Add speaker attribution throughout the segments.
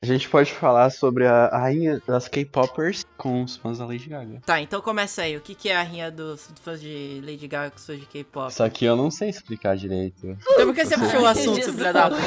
Speaker 1: A gente pode falar sobre a rainha das K-Poppers com os fãs da Lady Gaga.
Speaker 2: Tá, então começa aí. O que, que é a rainha dos fãs de Lady Gaga com os fãs de K-pop?
Speaker 1: Só que eu não sei explicar direito.
Speaker 2: Então por que você puxou o assunto,
Speaker 3: Jesus.
Speaker 2: filha da puta?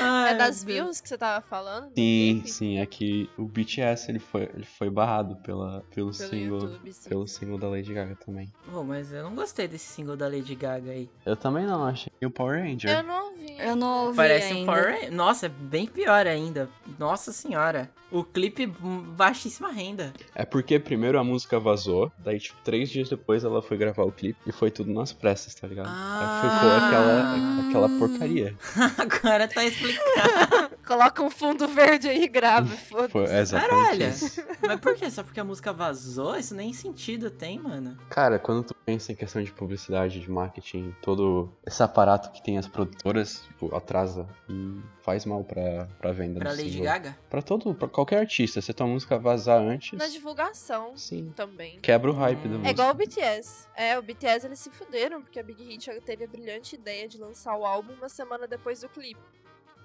Speaker 2: Ai,
Speaker 3: É das
Speaker 2: meu Deus.
Speaker 3: views que você tava falando?
Speaker 1: Sim, sim, é que o BTS ele foi, ele foi barrado pela, pelo,
Speaker 3: Pelo
Speaker 1: single.
Speaker 3: YouTube, sim.
Speaker 1: Pelo single da Lady Gaga também.
Speaker 2: Pô, mas eu não gostei desse single da Lady Gaga aí.
Speaker 1: Eu também não, achei o Power Ranger.
Speaker 3: Eu não ouvi.
Speaker 4: Eu não ouvi
Speaker 2: Parece um
Speaker 4: ainda.
Speaker 2: Power Ranger. Nossa, é bem pior ainda. Nossa senhora. O clipe hum, baixíssima renda.
Speaker 1: É porque primeiro a música vazou, daí, tipo, três dias depois ela foi gravar o clipe e foi tudo nas pressas, tá ligado? Aí ficou
Speaker 2: Ah.
Speaker 1: aquela, é aquela porcaria.
Speaker 2: Agora tá explicado.
Speaker 3: Coloca um fundo verde aí e grava,
Speaker 1: Foi é
Speaker 3: foda-se.
Speaker 1: exatamente
Speaker 2: Caralho.
Speaker 1: isso.
Speaker 2: mas por quê? Só porque a música vazou? Isso nem sentido tem, mano.
Speaker 1: Cara, quando tu pensa em questão de publicidade, de marketing, todo esse aparato que tem as produtoras, tipo, atrasa e faz mal pra, pra venda
Speaker 2: Pra
Speaker 1: do
Speaker 2: Lady
Speaker 1: É um single.
Speaker 2: Gaga?
Speaker 1: Pra todo, pra qualquer artista, se tua música vazar antes,
Speaker 3: Na divulgação
Speaker 1: sim,
Speaker 3: também.
Speaker 1: quebra o hype da
Speaker 2: É
Speaker 1: música.
Speaker 3: É igual o BTS. É, o BTS eles se fuderam, porque a Big Hit teve a brilhante ideia de lançar o álbum uma semana depois do clipe.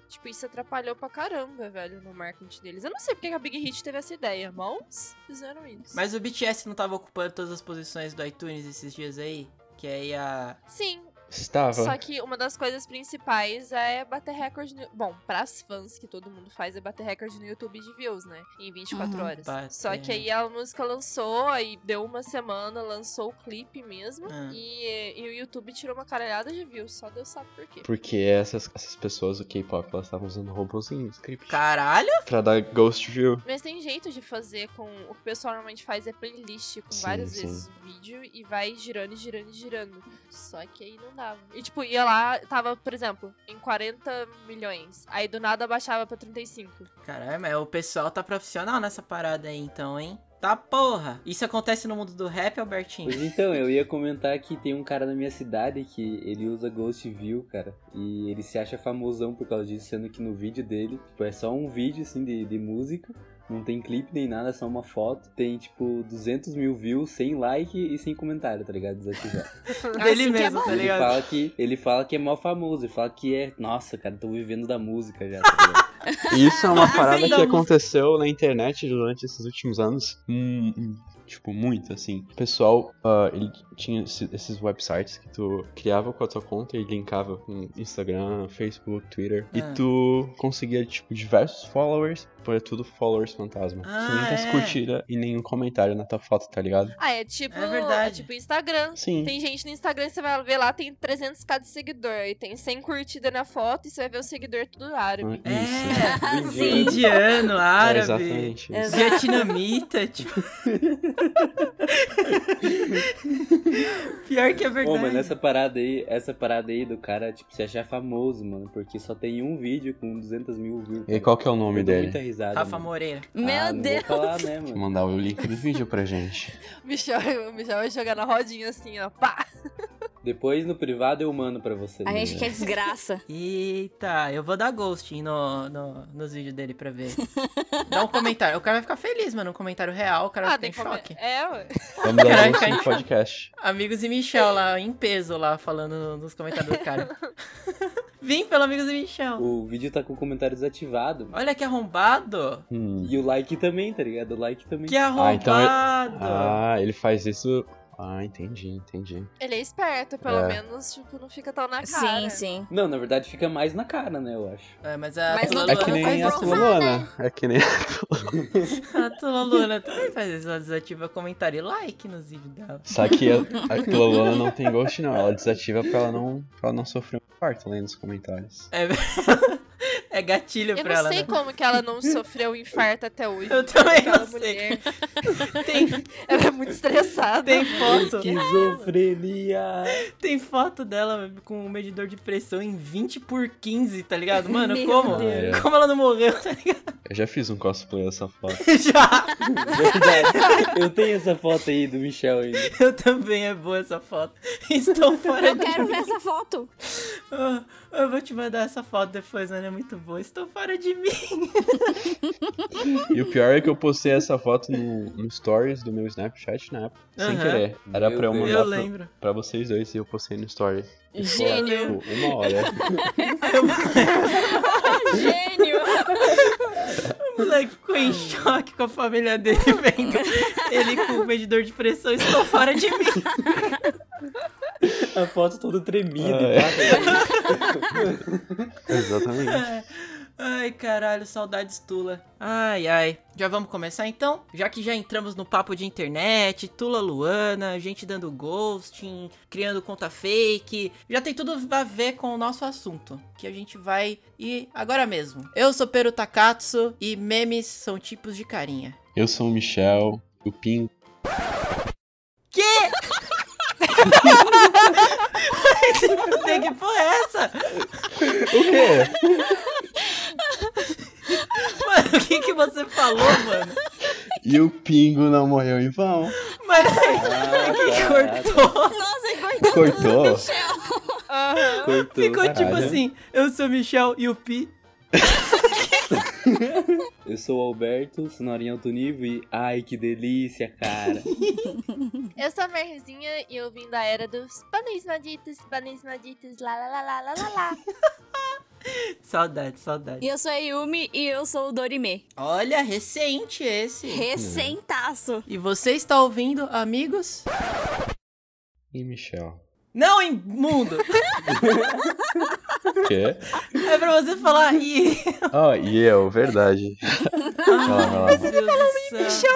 Speaker 3: Tipo, isso atrapalhou pra caramba, velho, no marketing deles. Eu não sei porque que a Big Hit teve essa ideia, mas fizeram isso.
Speaker 2: Mas o BTS não tava ocupando todas as posições do iTunes esses dias aí? Que aí a.
Speaker 3: Sim,
Speaker 1: Estava.
Speaker 3: só que uma das coisas principais é bater recorde no... Bom, pras fãs que todo mundo faz é bater recorde no YouTube de views, né? Em 24
Speaker 4: Uhum.
Speaker 3: horas.
Speaker 2: Bater.
Speaker 3: Só que aí a música lançou, aí deu uma semana, lançou o clipe mesmo.
Speaker 2: Ah.
Speaker 3: E, e o YouTube tirou uma caralhada de views, só Deus sabe por quê.
Speaker 1: Porque essas, essas pessoas do K-pop, elas estavam usando robozinho, script,
Speaker 2: Caralho!
Speaker 1: pra dar ghost view.
Speaker 3: Mas tem jeito de fazer com. O que o pessoal normalmente faz é playlist com
Speaker 1: Sim,
Speaker 3: várias
Speaker 1: sim.
Speaker 3: vezes o vídeo e vai girando, girando, girando. Só que aí não dava. E tipo, ia lá, tava, por exemplo, em 40 milhões. Aí do nada baixava pra 35.
Speaker 2: Caralho, mas o pessoal tá profissional nessa parada aí então, hein? Tá porra! Isso acontece no mundo do rap, Albertinho?
Speaker 5: Pois então, eu ia comentar que tem um cara na minha cidade que ele usa Ghost View, cara. E ele se acha famosão por causa disso, sendo que no vídeo dele, tipo, é só um vídeo, assim, de, de música. Não tem clipe nem nada, é só uma foto. Tem, tipo, 200 mil views, sem like e sem comentário, tá ligado? Desativado.
Speaker 2: Dele
Speaker 4: Assim que é
Speaker 2: mesmo,
Speaker 4: bom.
Speaker 2: tá
Speaker 5: Ele
Speaker 2: ligado?
Speaker 5: fala, que, ele fala que é mal famoso, ele fala que é... Nossa, cara, tô vivendo da música já, tá ligado?
Speaker 1: Isso é uma parada
Speaker 2: sim,
Speaker 1: que
Speaker 2: não.
Speaker 1: aconteceu na internet durante esses últimos anos. Hum, hum, tipo, muito, assim. O pessoal, ah, ele tinha esse- esses websites que tu criava com a tua conta e linkava com Instagram, Facebook, Twitter. E
Speaker 2: Ah.
Speaker 1: tu conseguia, tipo, diversos followers. Foi tudo followers fantasma.
Speaker 2: Ah,
Speaker 1: tu nunca se
Speaker 2: é.
Speaker 1: curtira e nenhum comentário na tua foto, tá ligado?
Speaker 3: Ah, é tipo.
Speaker 2: É verdade.
Speaker 3: É tipo Instagram.
Speaker 1: Sim.
Speaker 3: Tem gente no Instagram, você vai ver lá, tem 300k de seguidor. E tem 100 curtidas na foto e você vai ver o seguidor tudo árabe.
Speaker 1: Ah, Isso.
Speaker 2: É,
Speaker 5: Tudo
Speaker 2: sim,
Speaker 5: indiano.
Speaker 2: indiano,
Speaker 1: É
Speaker 2: árabe,
Speaker 1: exatamente.
Speaker 4: É.
Speaker 1: isso.
Speaker 2: vietnamita, tipo. Pior que é
Speaker 5: Ô,
Speaker 2: verdade.
Speaker 5: mano, essa parada aí, essa parada aí do cara, tipo, se achar famoso, mano. Porque só tem um vídeo com 200 mil views.
Speaker 1: E qual que é o
Speaker 5: Eu
Speaker 1: nome
Speaker 5: dou Muita
Speaker 1: dele?
Speaker 5: risada,
Speaker 2: Rafa
Speaker 5: mano.
Speaker 2: Moreira.
Speaker 4: Meu
Speaker 5: Ah, não vou
Speaker 4: Deus.
Speaker 5: falar, né, mano?
Speaker 1: Vou mandar o link do vídeo pra gente.
Speaker 3: O Michel, o Michel vai jogar na rodinha assim, ó. Pá!
Speaker 5: Depois no privado eu mando pra você.
Speaker 4: A gente
Speaker 5: né?
Speaker 4: quer desgraça.
Speaker 2: Eita, eu vou dar ghost no, no- nos vídeos dele pra ver. Dá um comentário. O cara vai ficar feliz, mano. Um comentário real, o cara vai
Speaker 3: Ah,
Speaker 2: ficar
Speaker 3: tem
Speaker 2: em
Speaker 3: que comer-
Speaker 2: choque.
Speaker 3: É, ué.
Speaker 1: Vamos dar
Speaker 2: Caraca,
Speaker 1: um lance
Speaker 2: hein?
Speaker 1: no podcast.
Speaker 2: Amigos e Michel lá, em peso lá, falando no- nos comentários do cara. Vim pelo Amigos e Michel.
Speaker 5: O vídeo tá com o comentário desativado. mano.
Speaker 2: Olha que arrombado.
Speaker 1: Hum.
Speaker 5: E o like também, tá ligado? O like também.
Speaker 2: Que
Speaker 1: Ah, então ele-
Speaker 2: arrombado.
Speaker 1: Ah, ele faz isso. Ah, entendi, entendi.
Speaker 3: Ele é esperto, pelo
Speaker 1: É.
Speaker 3: menos, tipo, não fica tão na cara.
Speaker 4: Sim, sim.
Speaker 5: Não, na verdade fica mais na cara, né, eu acho.
Speaker 2: É, mas a
Speaker 4: Mas
Speaker 2: Tula
Speaker 4: não
Speaker 1: É
Speaker 2: Luna
Speaker 4: tem
Speaker 1: que
Speaker 4: como
Speaker 1: nem a
Speaker 2: faz
Speaker 4: comprovar,
Speaker 1: Tula Luana. É que nem.
Speaker 2: isso. né? A Tula Luna também faz isso. Ela desativa comentário e like nos vídeos dela.
Speaker 1: Só que a, a Tula Luana não tem ghost, não. Ela desativa pra ela não, pra ela não sofrer um parto, além dos comentários.
Speaker 2: É, é gatilho
Speaker 3: Eu
Speaker 2: pra
Speaker 3: não
Speaker 2: ela.
Speaker 3: sei
Speaker 2: né?
Speaker 3: como que ela não sofreu um infarto até hoje.
Speaker 2: Eu também
Speaker 3: Aquela
Speaker 2: não sei.
Speaker 3: mulher,
Speaker 2: Tem,
Speaker 3: Ela é muito estressada.
Speaker 2: tem foto.
Speaker 5: Esquizofrenia!
Speaker 2: Tem foto dela com o medidor de pressão em 20 por 15, tá ligado? Mano,
Speaker 4: Meu
Speaker 2: como?
Speaker 1: Deus.
Speaker 2: Como ela não morreu, tá ligado?
Speaker 1: Eu já fiz um cosplay dessa foto.
Speaker 2: Já!
Speaker 5: Verdade. eu tenho essa foto aí do Michel ainda.
Speaker 2: Eu também é boa essa foto. Estou fora
Speaker 4: Eu
Speaker 2: de.
Speaker 4: quero ver essa foto.
Speaker 2: Ah, eu vou te mandar essa foto depois, mano. É muito boa. Estou fora de mim.
Speaker 1: E o pior é que eu postei essa foto no, no stories do meu Snapchat na época. Sem
Speaker 2: Aham.
Speaker 1: querer. Era
Speaker 5: Meu
Speaker 1: pra eu
Speaker 5: Deus.
Speaker 2: Eu
Speaker 1: mandar pra,
Speaker 2: lembro.
Speaker 1: pra vocês dois e eu postei no story. E foi,
Speaker 4: Gênio.
Speaker 1: tipo, uma hora.
Speaker 4: Gênio.
Speaker 2: moleque ficou em choque com a família dele vendo ele com o medidor de pressão. Estou fora de mim.
Speaker 5: A foto toda tremida. tá
Speaker 1: Ah, é.
Speaker 5: pá.
Speaker 1: Exatamente.
Speaker 2: Ai, caralho, saudades Tula. Ai, ai. Já vamos começar então? Já que já entramos no papo de internet, Tula Luana, gente dando ghosting, criando conta fake. Já tem tudo a ver com o nosso assunto. Que a gente vai ir agora mesmo. Eu sou Peru Takatsu e memes são tipos de carinha.
Speaker 1: Eu sou o Michel, o Pim.
Speaker 2: que porra é essa?
Speaker 1: O quê?
Speaker 2: Mano, o que, que você falou, mano?
Speaker 1: E o Pingo não morreu em vão.
Speaker 2: Mano,
Speaker 5: Ah,
Speaker 2: que
Speaker 5: caraca.
Speaker 2: cortou.
Speaker 4: Nossa, é ele cortou,
Speaker 1: Cortou?
Speaker 4: tudo, Michel.
Speaker 3: Aham.
Speaker 5: Cortou,
Speaker 2: Ficou tipo
Speaker 5: caralho.
Speaker 2: assim, eu sou Michel e o Pi.
Speaker 5: Eu sou o Alberto, sonorinha alto nível e. Ai, que delícia, cara.
Speaker 3: Eu sou a Merzinha e eu vim da era dos panis malditos, panis malditos, lá lá lá lá lá lá lá.
Speaker 2: Saudade, saudade.
Speaker 4: E eu sou a Yumi e eu sou o Dorime.
Speaker 2: Olha, recente esse.
Speaker 4: Recentaço.
Speaker 2: E você está ouvindo, amigos?
Speaker 1: E Michel.
Speaker 2: Não, imundo!
Speaker 1: O quê?
Speaker 2: É pra você falar e.
Speaker 1: Ó, e eu, verdade. lá, vai lá.
Speaker 2: Ai, meu Deus do céu.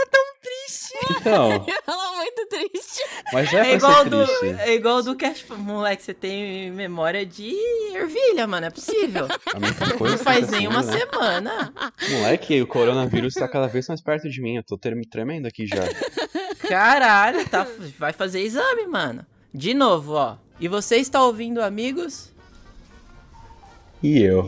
Speaker 1: Então,
Speaker 4: Ela é muito triste.
Speaker 1: mas é,
Speaker 2: É
Speaker 1: pra
Speaker 2: igual
Speaker 1: ser
Speaker 2: do.
Speaker 1: triste.
Speaker 2: É igual do Cash. Moleque, você tem memória de ervilha, mano. É possível.
Speaker 1: A mesma coisa
Speaker 2: Não faz
Speaker 1: tá
Speaker 2: nem uma
Speaker 1: sendo, né?
Speaker 2: semana.
Speaker 1: Moleque, o coronavírus tá cada vez mais perto de mim. Eu tô ter- me tremendo aqui já.
Speaker 2: Caralho, tá, vai fazer exame, mano. De novo, ó. E você está ouvindo, amigos?
Speaker 1: E eu.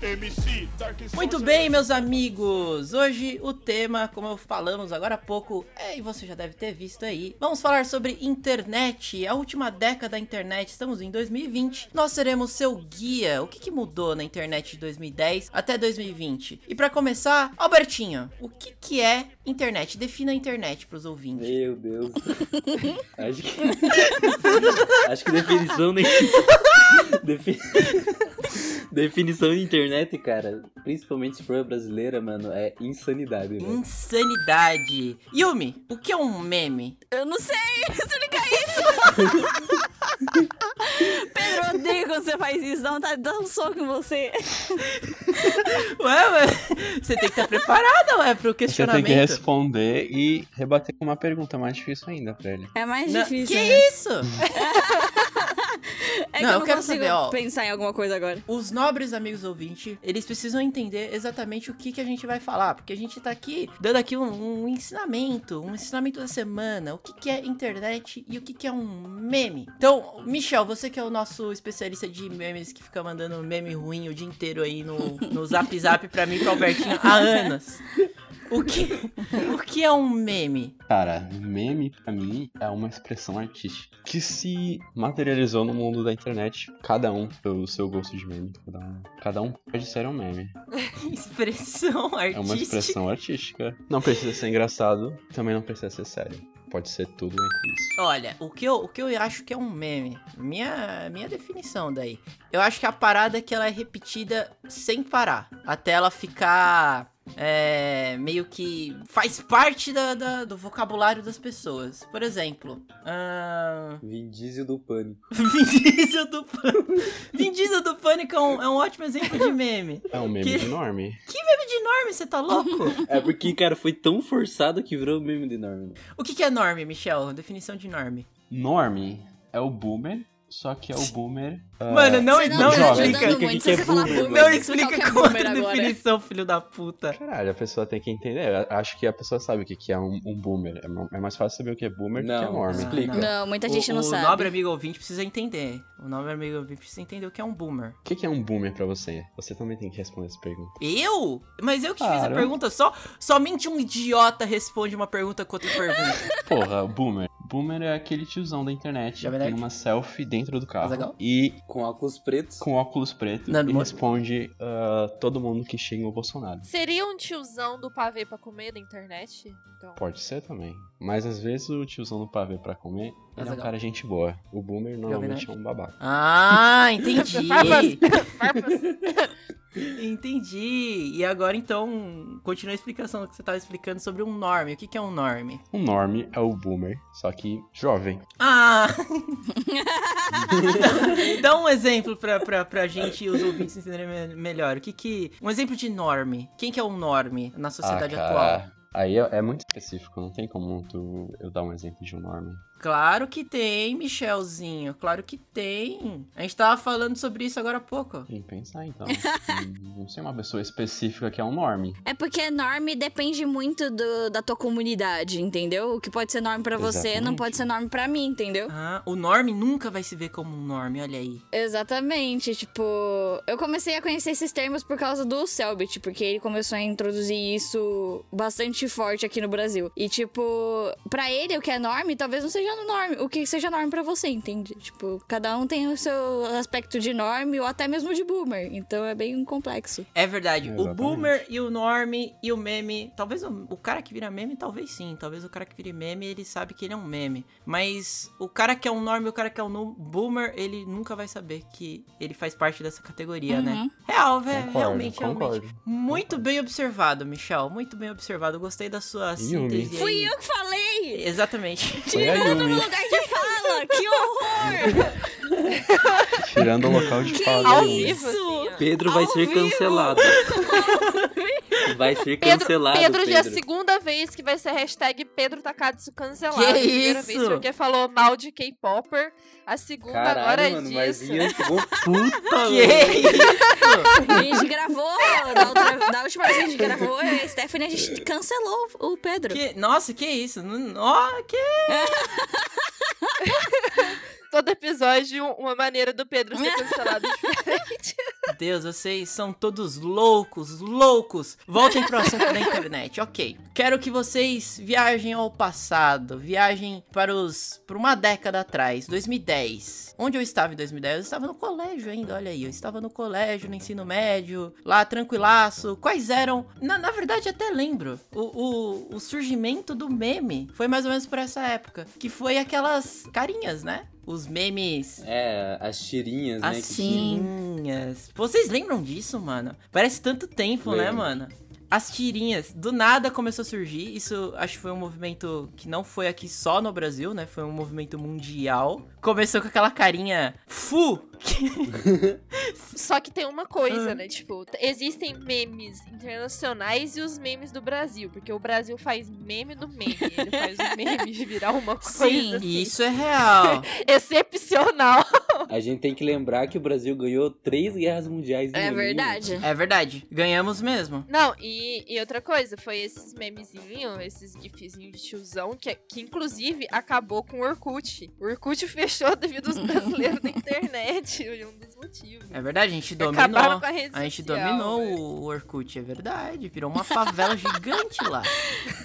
Speaker 6: MC Dark Souls.
Speaker 2: Muito bem, meus amigos! Hoje o tema, como falamos agora há pouco, é, e você já deve ter visto aí, vamos falar sobre internet, a última década da internet, estamos em 2020. Nós seremos seu guia, o que, que mudou na internet de 2010 até 2020. E pra começar, Albertinho, o que, que é internet? Defina a internet pros ouvintes.
Speaker 5: Meu Deus. Acho que. Acho que definição nem. Defi- Definição de internet, cara, principalmente se for brasileira, mano, é insanidade, velho.
Speaker 2: Insanidade. Yumi, o que é um meme?
Speaker 4: Eu não sei explicar isso. Pedro, eu odeio quando você faz isso. Dá vontade de dar um soco em você.
Speaker 2: Ué, ué, você tem que estar preparada, ué, pro
Speaker 1: Você tem
Speaker 2: questionamento.
Speaker 1: É que responder e rebater com uma pergunta mais difícil ainda pra ele.
Speaker 4: É mais
Speaker 2: Não,
Speaker 4: difícil.
Speaker 2: que
Speaker 4: né?
Speaker 2: isso?
Speaker 4: É que
Speaker 2: Não,
Speaker 4: eu
Speaker 2: eu
Speaker 4: não
Speaker 2: quero
Speaker 4: consigo
Speaker 2: saber, ó.
Speaker 4: pensar em alguma coisa agora.
Speaker 2: Os nobres amigos ouvintes, eles precisam entender exatamente o que, que a gente vai falar, porque a gente tá aqui dando aqui um, um ensinamento, um ensinamento da semana, o que, que é internet e o que, que é um meme. Então, Michel, você que é o nosso especialista de memes, que fica mandando meme ruim o dia inteiro aí no, no zap zap pra mim e pro Albertinho há anos. O que, o que é um meme?
Speaker 1: Cara, meme pra mim é uma expressão artística que se materializou no mundo da internet. Cada um pelo seu gosto de meme. Cada um, cada um pode ser um meme. É
Speaker 2: Expressão
Speaker 1: uma
Speaker 2: artística.
Speaker 1: expressão artística. Não precisa ser engraçado, também não precisa ser sério. Pode ser tudo entre isso.
Speaker 2: Olha, o que, eu, o que eu acho que é um meme, minha, minha definição daí. Eu acho que a parada é que ela é repetida sem parar. Até ela ficar. é, meio que faz parte da- da- do vocabulário das pessoas. Por exemplo, ahn,
Speaker 5: Vin Diesel do pânico.
Speaker 2: Vin Diesel do Pânico. Vin Diesel do Pânico é um, é um ótimo exemplo de meme.
Speaker 1: É um meme
Speaker 2: Que-
Speaker 1: enorme.
Speaker 2: Meme de norme, você tá louco?
Speaker 5: É porque, cara, foi tão forçado que virou meme de norma.
Speaker 2: O que, que é norme, Michel? Definição de norme.
Speaker 1: Norme é o boomer só que é o boomer.
Speaker 2: Mano, não,
Speaker 4: Você
Speaker 2: não,
Speaker 4: tá
Speaker 1: jovem.
Speaker 4: ajudando
Speaker 1: Explica
Speaker 2: explica.
Speaker 1: o que
Speaker 4: muito,
Speaker 1: que é
Speaker 4: se você falar
Speaker 1: boomer,
Speaker 4: boomer,
Speaker 2: Não
Speaker 4: tem que explicar o que é
Speaker 2: explica com outra
Speaker 4: boomer agora.
Speaker 2: definição, filho da puta.
Speaker 1: Caralho, a pessoa tem que entender. Eu Acho que a pessoa sabe o que que é um, um boomer. É ma- É mais fácil saber o que é boomer do que é
Speaker 5: Não,
Speaker 1: norm.
Speaker 5: explica.
Speaker 4: Não, muita gente
Speaker 2: o,
Speaker 4: não
Speaker 2: o
Speaker 4: sabe.
Speaker 2: nobre amigo ouvinte precisa entender. O nobre amigo ouvinte precisa entender o que é um boomer.
Speaker 1: O que que é um boomer pra você? Você também tem que responder essa pergunta.
Speaker 2: Eu? Mas eu que fiz a
Speaker 1: Claro.
Speaker 2: pergunta. Só, somente um idiota responde uma pergunta com outra pergunta.
Speaker 1: Porra, boomer. Boomer é aquele tiozão da internet que
Speaker 2: Jovem
Speaker 1: tem
Speaker 2: Nerd.
Speaker 1: uma selfie dentro do carro
Speaker 2: né? Mas legal.
Speaker 1: e
Speaker 5: Com óculos pretos.
Speaker 1: com óculos preto
Speaker 2: Não,
Speaker 1: e
Speaker 2: mo-
Speaker 1: responde ah, todo mundo que xinga o Bolsonaro.
Speaker 3: Seria um tiozão do pavê pra comer da internet? Então.
Speaker 1: Pode ser também. Mas às vezes o tiozão do pavê pra comer,
Speaker 2: Mas
Speaker 1: ele é um
Speaker 2: legal.
Speaker 1: cara gente boa. O boomer normalmente é
Speaker 2: Nerd.
Speaker 1: um babaca.
Speaker 2: ah, entendi.
Speaker 3: Farpas.
Speaker 2: entendi. E agora então, continua a explicação do que você tava explicando sobre um norme. O que, que é um norme?
Speaker 1: O norm é o boomer, só que jovem.
Speaker 2: Ah! Dá um exemplo pra, pra, pra gente e os ouvintes entenderem me- melhor. O que que. Um exemplo de norme. Quem que é um norme na sociedade
Speaker 1: Ah, cara,
Speaker 2: atual?
Speaker 1: Aí é, é muito específico, não tem como tu, eu dar um exemplo de um norm.
Speaker 2: Claro que tem, Michelzinho. Claro que tem. A gente tava falando sobre isso agora há pouco.
Speaker 1: Tem que pensar então. Hum, não sei uma pessoa específica que é um norm.
Speaker 4: É porque norme depende muito do- da tua comunidade, entendeu? O que pode ser norme pra você não
Speaker 1: Exatamente.
Speaker 4: pode ser norme pra mim, entendeu?
Speaker 2: Ah, o norme nunca vai se ver como um norme, olha aí.
Speaker 4: Exatamente, tipo, eu comecei a conhecer esses termos por causa do Selbit, porque ele começou a introduzir isso bastante forte aqui no Brasil. E tipo, pra ele o que é norme talvez não seja norme, o que seja norme pra você, entende? Tipo, cada um tem o seu aspecto de norme ou até mesmo de boomer, então é bem complexo.
Speaker 2: É verdade. O
Speaker 1: Exatamente.
Speaker 2: boomer e o norme e o meme. Talvez o, o cara que vira meme, talvez sim. Talvez o cara que vire meme, ele sabe que ele é um meme. Mas o cara que é um norme e o cara que é um nu- boomer, ele nunca vai saber que ele faz parte dessa categoria, né?
Speaker 4: Uhum.
Speaker 2: Real, velho.
Speaker 1: Concordo,
Speaker 2: Realmente, realmente.
Speaker 1: concordo.
Speaker 2: Muito bem observado, Michel. Muito bem observado. Gostei da sua
Speaker 1: Yumi.
Speaker 2: síntese. aí.
Speaker 4: Fui eu que falei!
Speaker 2: Exatamente.
Speaker 1: Foi a
Speaker 4: No
Speaker 1: Yumi,
Speaker 4: lugar de fala, que horror!
Speaker 1: tirando o local de
Speaker 4: Que
Speaker 1: fala.
Speaker 3: Ao
Speaker 1: da
Speaker 4: isso?
Speaker 1: Yumi.
Speaker 3: vivo, assim, ó.
Speaker 5: Pedro vai
Speaker 4: Ao
Speaker 5: ser
Speaker 4: vivo!
Speaker 5: cancelado. vai ser
Speaker 3: Pedro,
Speaker 5: cancelado.
Speaker 3: Pedro já é a segunda vez que vai ser hashtag Pedro Takatsu cancelado.
Speaker 2: Que
Speaker 3: a primeira
Speaker 2: isso?
Speaker 3: vez porque falou mal de K-Popper. A segunda
Speaker 5: Caralho,
Speaker 3: agora é
Speaker 5: mano,
Speaker 3: disso.
Speaker 5: Marzinha ficou puta,
Speaker 2: Que isso?
Speaker 4: A gente gravou, da, outra- da última vez que a gente gravou, eu e a Stephanie, a gente cancelou o Pedro.
Speaker 2: Que- nossa, que isso? Não- Ó, que
Speaker 3: Todo episódio, um, uma maneira do Pedro ser cancelado diferente.
Speaker 2: Deus, vocês são todos loucos, loucos. Voltem pro assunto da internet, ok. Quero que vocês viajem ao passado, viajem para os para uma década atrás, 2010. Onde eu estava em 2010? Eu estava no colégio ainda, olha aí. Eu estava no colégio, no ensino médio, lá tranquilaço. Quais eram? Na, na verdade, até lembro. O, o, o surgimento do meme foi mais ou menos por essa época, que foi aquelas carinhas, né? Os memes
Speaker 5: É, as tirinhas, né? que tinha.
Speaker 4: Assim.
Speaker 2: tirinhas. Vocês lembram disso, mano? Parece tanto tempo, né,
Speaker 5: Lembro.
Speaker 2: mano? As tirinhas, do nada começou a surgir. Isso acho que foi um movimento que não foi aqui só no Brasil, né? Foi um movimento mundial. Começou com aquela carinha fu, que
Speaker 3: Só que tem uma coisa,
Speaker 2: Ah.
Speaker 3: né? Tipo, t- existem memes internacionais e os memes do Brasil. Porque o Brasil faz meme do meme. Ele faz o meme virar uma coisa
Speaker 4: Sim,
Speaker 3: assim,
Speaker 2: isso é real.
Speaker 3: excepcional.
Speaker 5: A gente tem que lembrar que o Brasil ganhou três guerras mundiais. em
Speaker 4: É
Speaker 5: um.
Speaker 4: verdade.
Speaker 2: É verdade. Ganhamos mesmo.
Speaker 3: Não, e, e outra coisa, foi esses memezinhos, esses gifzinhos de tiozão, que, que inclusive acabou com o Orkut. O Orkut fechou devido aos brasileiros da internet. Foi um dos motivos.
Speaker 2: É verdade, a gente
Speaker 3: Acabaram
Speaker 2: dominou.
Speaker 3: com a rede
Speaker 2: A gente
Speaker 3: social,
Speaker 2: dominou
Speaker 3: velho.
Speaker 2: o Orkut, é verdade. Virou uma favela gigante lá.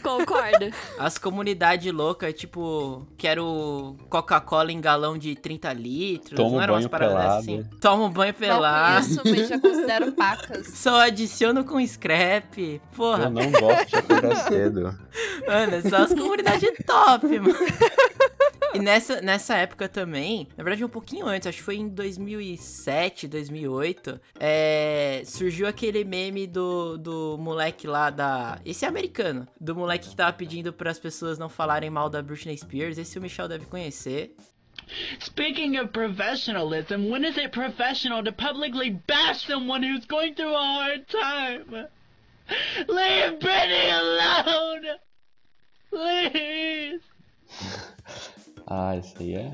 Speaker 4: Concordo.
Speaker 2: As comunidades loucas, tipo, quero Coca-Cola em galão de 30 litros.
Speaker 1: Toma
Speaker 2: não
Speaker 1: um
Speaker 2: eram umas
Speaker 1: banho
Speaker 2: paradas
Speaker 1: pelado.
Speaker 2: assim. Toma um banho pelado.
Speaker 3: Não conheço, mas já considero pacas.
Speaker 2: Só adiciono com scrap.
Speaker 1: Eu
Speaker 2: Porra,
Speaker 1: não gosto de acordar cedo.
Speaker 2: mano, só as comunidades top, mano. E nessa, nessa época também, na verdade um pouquinho antes, acho que foi em 2007, 2008, é, surgiu aquele meme do, do moleque lá da. Esse é americano. Do moleque que tava pedindo pras pessoas não falarem mal da Britney Spears. Esse o Michel deve conhecer.
Speaker 7: Speaking of professionalism, when is it professional to publicly bash someone who's going through a hard time? Leave Brittany alone! Please!
Speaker 1: Ah, isso aí é.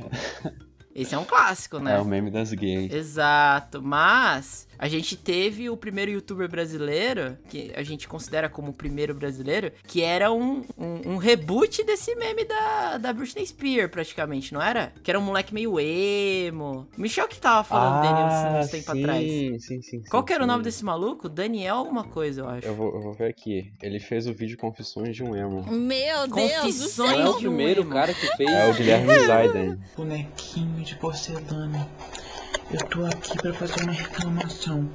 Speaker 2: Esse é um clássico, né?
Speaker 1: É o meme das gays.
Speaker 2: Exato, mas a gente teve o primeiro youtuber brasileiro, que a gente considera como o primeiro brasileiro, que era um, um, um reboot desse meme da, da Britney Spears, praticamente, não era? Que era um moleque meio emo. Michel que tava
Speaker 5: Ah,
Speaker 2: falando um dele uns, uns tempos
Speaker 1: sim,
Speaker 2: atrás.
Speaker 1: Ah, Sim, sim,
Speaker 2: Qual
Speaker 1: sim,
Speaker 2: que era o
Speaker 1: sim.
Speaker 2: nome desse maluco? Daniel alguma coisa, eu acho.
Speaker 1: Eu vou, eu vou ver aqui. Ele fez o vídeo Confissões de um Emo.
Speaker 4: Meu Deus do
Speaker 2: Confissões.
Speaker 4: céu.
Speaker 5: Não é o
Speaker 2: de
Speaker 5: primeiro
Speaker 2: um,
Speaker 5: cara que fez.
Speaker 1: É o Guilherme Zaiden.
Speaker 7: Bonequinho de porcelana, eu tô aqui pra fazer uma reclamação.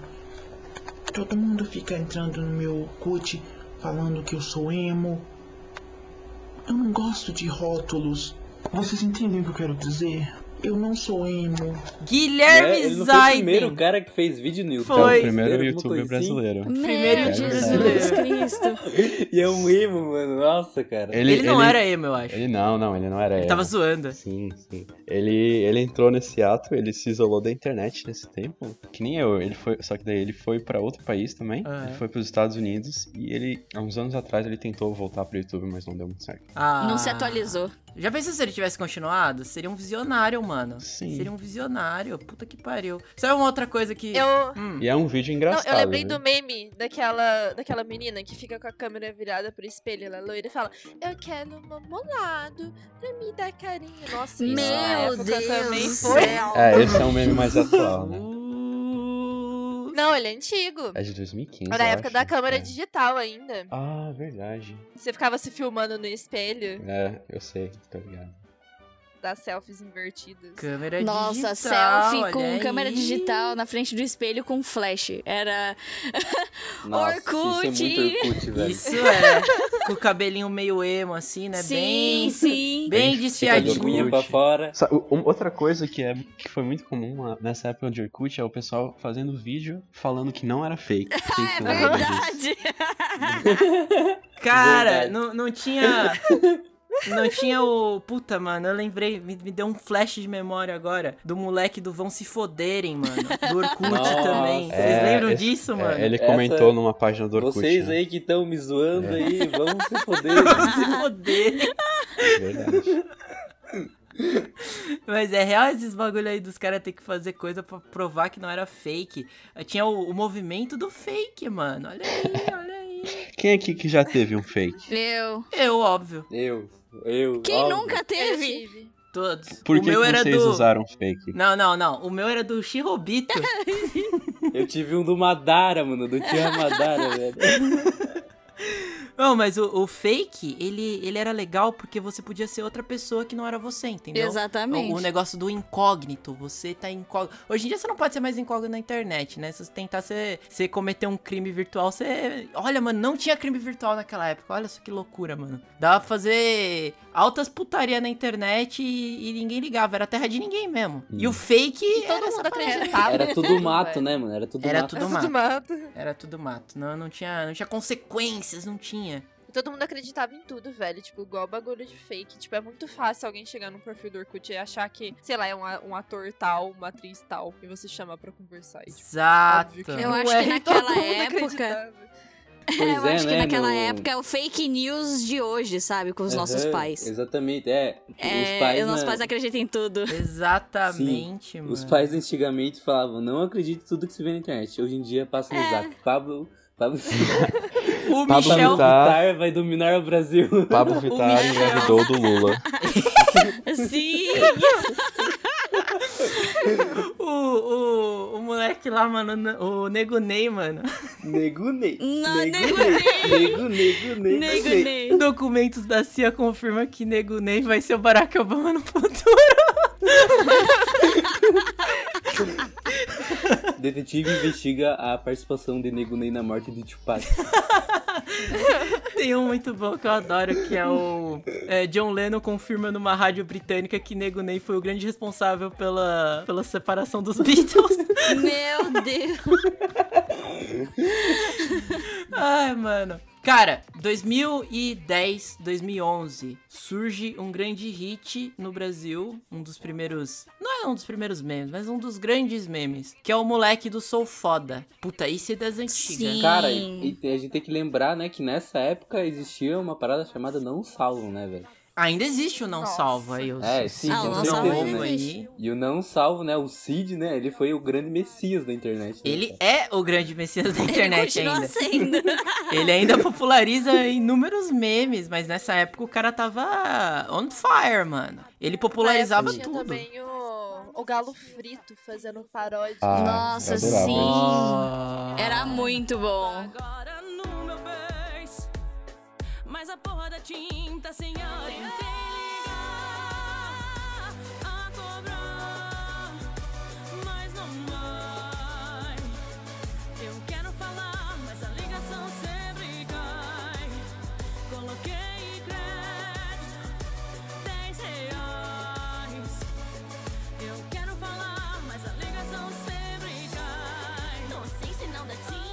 Speaker 7: Todo mundo fica entrando no meu cut falando que eu sou emo. Eu não gosto de rótulos. Vocês entendem o que eu quero dizer? Eu não sou emo.
Speaker 2: Guilherme
Speaker 5: É, ele não foi o primeiro
Speaker 2: Zaiden.
Speaker 5: cara que fez vídeo no YouTube.
Speaker 1: É
Speaker 2: Foi.
Speaker 1: o
Speaker 2: Pois.
Speaker 1: primeiro
Speaker 5: Alguma
Speaker 1: youtuber
Speaker 5: coisinha.
Speaker 1: brasileiro.
Speaker 4: Meu
Speaker 2: Primeiro
Speaker 1: de
Speaker 4: Jesus
Speaker 1: brasileiro.
Speaker 4: Cristo.
Speaker 5: E é um emo, mano. Nossa, cara.
Speaker 2: Ele, não era emo, eu acho. Ele,
Speaker 1: Ele não, não, ele não era emo.
Speaker 2: tava zoando.
Speaker 5: é.
Speaker 1: Sim, sim. Ele, ele entrou nesse ato, ele se isolou da internet nesse tempo. Que nem eu, ele foi, só que daí ele foi pra outro país também.
Speaker 2: Ah, é?
Speaker 1: Ele foi pros Estados Unidos e ele, há uns anos atrás, ele tentou voltar pro YouTube, mas não deu muito certo.
Speaker 2: Ah.
Speaker 4: Não se atualizou.
Speaker 2: Já pensou se ele tivesse continuado? Seria um visionário, mano.
Speaker 1: Sim.
Speaker 2: Seria um visionário. Puta que pariu. Sabe uma outra coisa que.
Speaker 3: Eu,
Speaker 2: Hum.
Speaker 1: E é um vídeo
Speaker 3: Não,
Speaker 1: engraçado.
Speaker 3: eu lembrei
Speaker 1: viu?
Speaker 3: do meme daquela, daquela menina que fica com a câmera virada pro espelho, ela é loira e fala: Eu quero mamolado pra me dar carinho. Nossa, isso na
Speaker 4: Meu
Speaker 3: época
Speaker 4: Deus
Speaker 3: também
Speaker 4: do
Speaker 3: foi.
Speaker 4: céu.
Speaker 1: É, esse é um meme mais atual, né?
Speaker 2: Uh,
Speaker 3: Não, ele é antigo.
Speaker 1: É de 2015.
Speaker 3: Era da
Speaker 1: eu
Speaker 3: época
Speaker 1: acho.
Speaker 3: da câmera
Speaker 1: É.
Speaker 3: digital ainda.
Speaker 1: Ah, verdade.
Speaker 3: Você ficava se filmando no espelho,
Speaker 1: É, eu sei, tô ligado.
Speaker 3: das selfies invertidas.
Speaker 2: Câmera digital.
Speaker 4: Nossa, selfie
Speaker 2: olha
Speaker 4: com câmera
Speaker 2: aí.
Speaker 4: digital na frente do espelho com flash. Era.
Speaker 5: Nossa,
Speaker 4: Orkut.
Speaker 5: isso é muito Orkut, velho.
Speaker 2: Isso é. com o cabelinho meio emo, assim, né?
Speaker 4: sim,
Speaker 2: bem,
Speaker 4: sim.
Speaker 2: bem
Speaker 5: Fica Tá de
Speaker 1: Orkut.
Speaker 5: unha
Speaker 2: desfiadinho.
Speaker 5: pra fora.
Speaker 1: Sa- u- um- Outra coisa que, é, que foi muito comum a- nessa época de Orkut é o pessoal fazendo vídeo falando que não era fake. Quem que
Speaker 4: É
Speaker 1: lembra disso?
Speaker 4: verdade.
Speaker 2: Cara,
Speaker 5: Verdade.
Speaker 2: não, não tinha. Não tinha o. Puta, mano, eu lembrei, me, me deu um flash de memória agora do moleque do Vão Se Foderem, mano. Do Orkut
Speaker 5: Nossa.
Speaker 2: também. Vocês
Speaker 1: É,
Speaker 2: lembram
Speaker 1: esse-
Speaker 2: disso,
Speaker 1: É,
Speaker 2: mano?
Speaker 1: ele
Speaker 5: Essa-
Speaker 1: comentou numa página do Orkut.
Speaker 5: Vocês
Speaker 1: né?
Speaker 5: aí que estão me zoando
Speaker 1: É.
Speaker 5: aí, vão se foder.
Speaker 2: Vão se foderem.
Speaker 1: É Verdade.
Speaker 2: Mas é real esses bagulho aí dos caras ter que fazer coisa pra provar que não era fake. Tinha o, o movimento do fake, mano. Olha aí, olha aí.
Speaker 1: Quem aqui que já teve um fake?
Speaker 4: Eu.
Speaker 2: Eu, óbvio.
Speaker 5: Eu, eu.
Speaker 4: Quem
Speaker 5: óbvio.
Speaker 4: nunca
Speaker 3: Eu
Speaker 4: teve?
Speaker 3: tive.
Speaker 2: Todos.
Speaker 1: Por
Speaker 2: o
Speaker 1: que,
Speaker 2: meu
Speaker 1: que
Speaker 2: era
Speaker 1: vocês
Speaker 2: do.
Speaker 1: usaram fake?
Speaker 2: Não, não, não. O meu era do Shirobito.
Speaker 5: Eu tive um do Madara, mano, do Tia Madara, velho.
Speaker 2: Não, mas o, o fake, ele, ele era legal porque você podia ser outra pessoa que não era você, entendeu?
Speaker 4: Exatamente. É,
Speaker 2: O, o negócio do incógnito, você tá incógnito. Hoje em dia você não pode ser mais incógnito na internet, né? Se você tentar ser, você cometer um crime virtual, você. Olha, mano, não tinha crime virtual naquela época. Olha só que loucura, mano. Dava pra fazer altas putaria na internet e, e ninguém ligava. Era terra de ninguém mesmo.
Speaker 5: Hum.
Speaker 2: E o fake.
Speaker 3: E todo
Speaker 2: era
Speaker 3: mundo
Speaker 2: essa parada.
Speaker 3: acreditava.
Speaker 5: Era tudo mato, né, mano? Era tudo
Speaker 2: Era
Speaker 5: mato.
Speaker 2: tudo
Speaker 3: Era
Speaker 2: mato.
Speaker 3: tudo mato.
Speaker 2: Era tudo mato. Não, não, tinha, não tinha consequências, não tinha.
Speaker 3: E Todo mundo acreditava em tudo, velho. Tipo, igual bagulho de fake. Tipo, é muito fácil alguém chegar num perfil do Orkut e achar que, sei lá, é um, a- um ator tal, uma atriz tal, e você chamar pra conversar.
Speaker 5: É
Speaker 3: E, tipo,
Speaker 2: Exato.
Speaker 3: óbvio que
Speaker 4: Eu
Speaker 3: não
Speaker 4: acho
Speaker 3: é,
Speaker 4: que
Speaker 3: e todo
Speaker 4: naquela
Speaker 3: mundo
Speaker 4: época-
Speaker 3: acreditava.
Speaker 5: Pois
Speaker 4: eu
Speaker 5: é,
Speaker 4: acho que
Speaker 5: né,
Speaker 4: naquela
Speaker 5: no-
Speaker 4: época é o fake news de hoje, sabe? Com os nossos
Speaker 5: Aham,
Speaker 4: pais.
Speaker 5: Exatamente, é.
Speaker 4: É,
Speaker 5: os pais,
Speaker 4: os nossos
Speaker 5: né,
Speaker 4: pais acreditam em tudo.
Speaker 2: Exatamente, mano.
Speaker 5: Os pais antigamente falavam, não acredite em tudo que se vê na internet. Hoje em dia passa
Speaker 4: É.
Speaker 5: no zap. Pablo. Pablo,
Speaker 2: O
Speaker 1: Pablo
Speaker 2: Michel.
Speaker 1: Vittar.
Speaker 5: Vittar vai dominar o Brasil.
Speaker 1: Pablo Vittar
Speaker 2: Michel.
Speaker 1: engravidou do Lula.
Speaker 4: Sim!
Speaker 2: O, o, o moleque lá, mano, na- o Nego Ney, mano.
Speaker 5: Nego Ney.
Speaker 4: Não,
Speaker 5: Nego
Speaker 4: Nego
Speaker 5: Ney. Nego Nego Ney.
Speaker 4: Nego
Speaker 5: Ney.
Speaker 4: Ney.
Speaker 2: Documentos da CIA confirmam que Nego Ney vai ser o Barack Obama no futuro.
Speaker 5: Detetive investiga a participação de Nego Ney na morte de Tupac.
Speaker 2: Tem um muito bom que eu adoro, que é o é, John Lennon confirma numa rádio britânica que Nego Ney foi o grande responsável pela, pela separação dos Beatles.
Speaker 4: Meu Deus!
Speaker 2: Ai, mano. Cara, 2010, 2011, surge um grande hit no Brasil, um dos primeiros, não é um dos primeiros memes, mas um dos grandes memes, que é o moleque do Sou Foda. Puta, isso é das antigas.
Speaker 4: Sim.
Speaker 5: Cara, e, e a gente tem que lembrar, né, que nessa época existia uma parada chamada Não Salvo, né, velho?
Speaker 2: Ainda existe o não
Speaker 3: Nossa.
Speaker 2: salvo aí. Os,
Speaker 5: É, sim,
Speaker 4: Ah, o
Speaker 5: com
Speaker 4: não salvo
Speaker 5: certeza,
Speaker 4: ainda
Speaker 5: né?
Speaker 4: existe.
Speaker 5: E o não salvo, né? O Cid, né? Ele foi o grande messias da internet. né,
Speaker 2: Ele
Speaker 5: cara?
Speaker 2: é o grande messias da
Speaker 4: Ele
Speaker 2: internet
Speaker 4: continua
Speaker 2: ainda.
Speaker 4: sendo.
Speaker 2: Ele ainda populariza inúmeros memes, mas nessa época o cara tava on fire, mano. Ele popularizava
Speaker 3: tinha
Speaker 2: tudo.
Speaker 3: também o, o Galo Frito fazendo paródia.
Speaker 1: Ah,
Speaker 4: Nossa,
Speaker 1: eu adorava.
Speaker 4: sim.
Speaker 2: Oh.
Speaker 4: Era muito bom.
Speaker 8: Agora tá no meu verso. Mas a porra da tinta, senhora, ligar a cobrar. Mas não vai. Eu quero falar, mas a ligação sempre cai. Coloquei crédito, 10 reais. Eu quero falar, mas a ligação sempre cai. Não sei se não dá tim.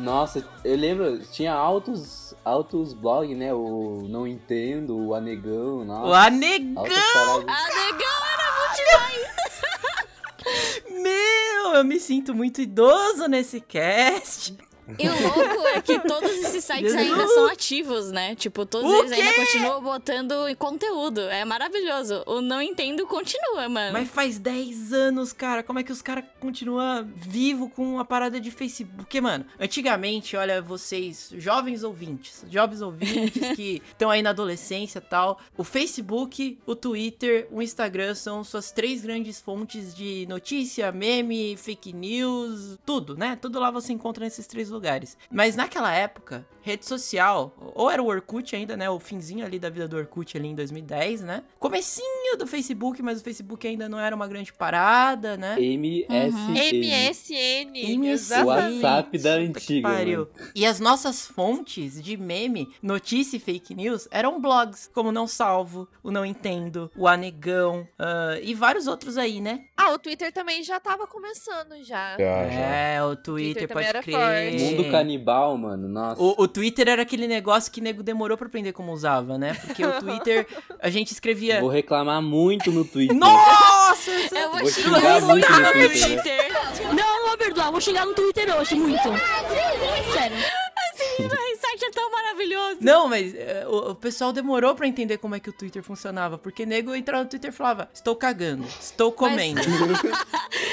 Speaker 5: Nossa, eu lembro, tinha altos, altos blogs, né? O Não Entendo, o Anegão, nossa.
Speaker 2: O Anegão!
Speaker 5: Altas paródias.
Speaker 4: Ah, legal!
Speaker 2: Meu, eu me sinto muito idoso nesse cast.
Speaker 4: E o louco é que todos esses sites ainda são ativos, né? Tipo, todos
Speaker 2: O
Speaker 4: eles ainda continuam botando conteúdo. É maravilhoso. O Não Entendo continua, mano.
Speaker 2: Mas faz 10 anos, cara. Como é que os caras continuam vivo com a parada de Facebook? Porque, mano, antigamente, olha, vocês, jovens ouvintes, jovens ouvintes que estão aí na adolescência e tal, o Facebook, o Twitter, o Instagram são suas três grandes fontes de notícia, meme, fake news, tudo, né? Tudo lá você encontra nesses três lugares. Mas naquela época, rede social, ou era o Orkut ainda, né? O finzinho ali da vida do Orkut ali em 2010, né? Comecinho do Facebook, mas o Facebook ainda não era uma grande parada, né?
Speaker 5: MSN.
Speaker 3: MSN.
Speaker 5: O
Speaker 3: Exatamente.
Speaker 5: WhatsApp da
Speaker 2: assim, Puta que
Speaker 5: antiga. né?
Speaker 2: pariu.
Speaker 5: mano.
Speaker 2: E as nossas fontes de meme, notícia e fake news eram blogs, como o Não Salvo, o Não Entendo, o Anegão ah, e vários outros aí, né?
Speaker 3: Ah, o Twitter também já tava começando já.
Speaker 1: Já, já.
Speaker 2: É, o Twitter,
Speaker 3: Twitter também
Speaker 2: pode
Speaker 3: era
Speaker 2: crer.
Speaker 3: forte.
Speaker 5: Ah, Mundo canibal, mano. Nossa.
Speaker 2: O, o Twitter era aquele negócio que nego demorou pra aprender como usava, né? Porque o Twitter, a gente escrevia.
Speaker 5: Vou reclamar muito no Twitter.
Speaker 2: Nossa!
Speaker 3: É
Speaker 2: essa-
Speaker 4: Eu vou
Speaker 5: Vou
Speaker 4: xingar
Speaker 5: xingar
Speaker 4: isso
Speaker 5: muito no
Speaker 4: no
Speaker 5: Twitter, né?
Speaker 4: Twitter.
Speaker 8: Não, vou perdoar, vou chegar no Twitter hoje, muito. Sério.
Speaker 4: Esse site é tão maravilhoso.
Speaker 2: Não, mas é, o, o pessoal demorou pra entender como é que o Twitter funcionava. Porque nego entrava no Twitter e falava: Estou cagando, estou comendo,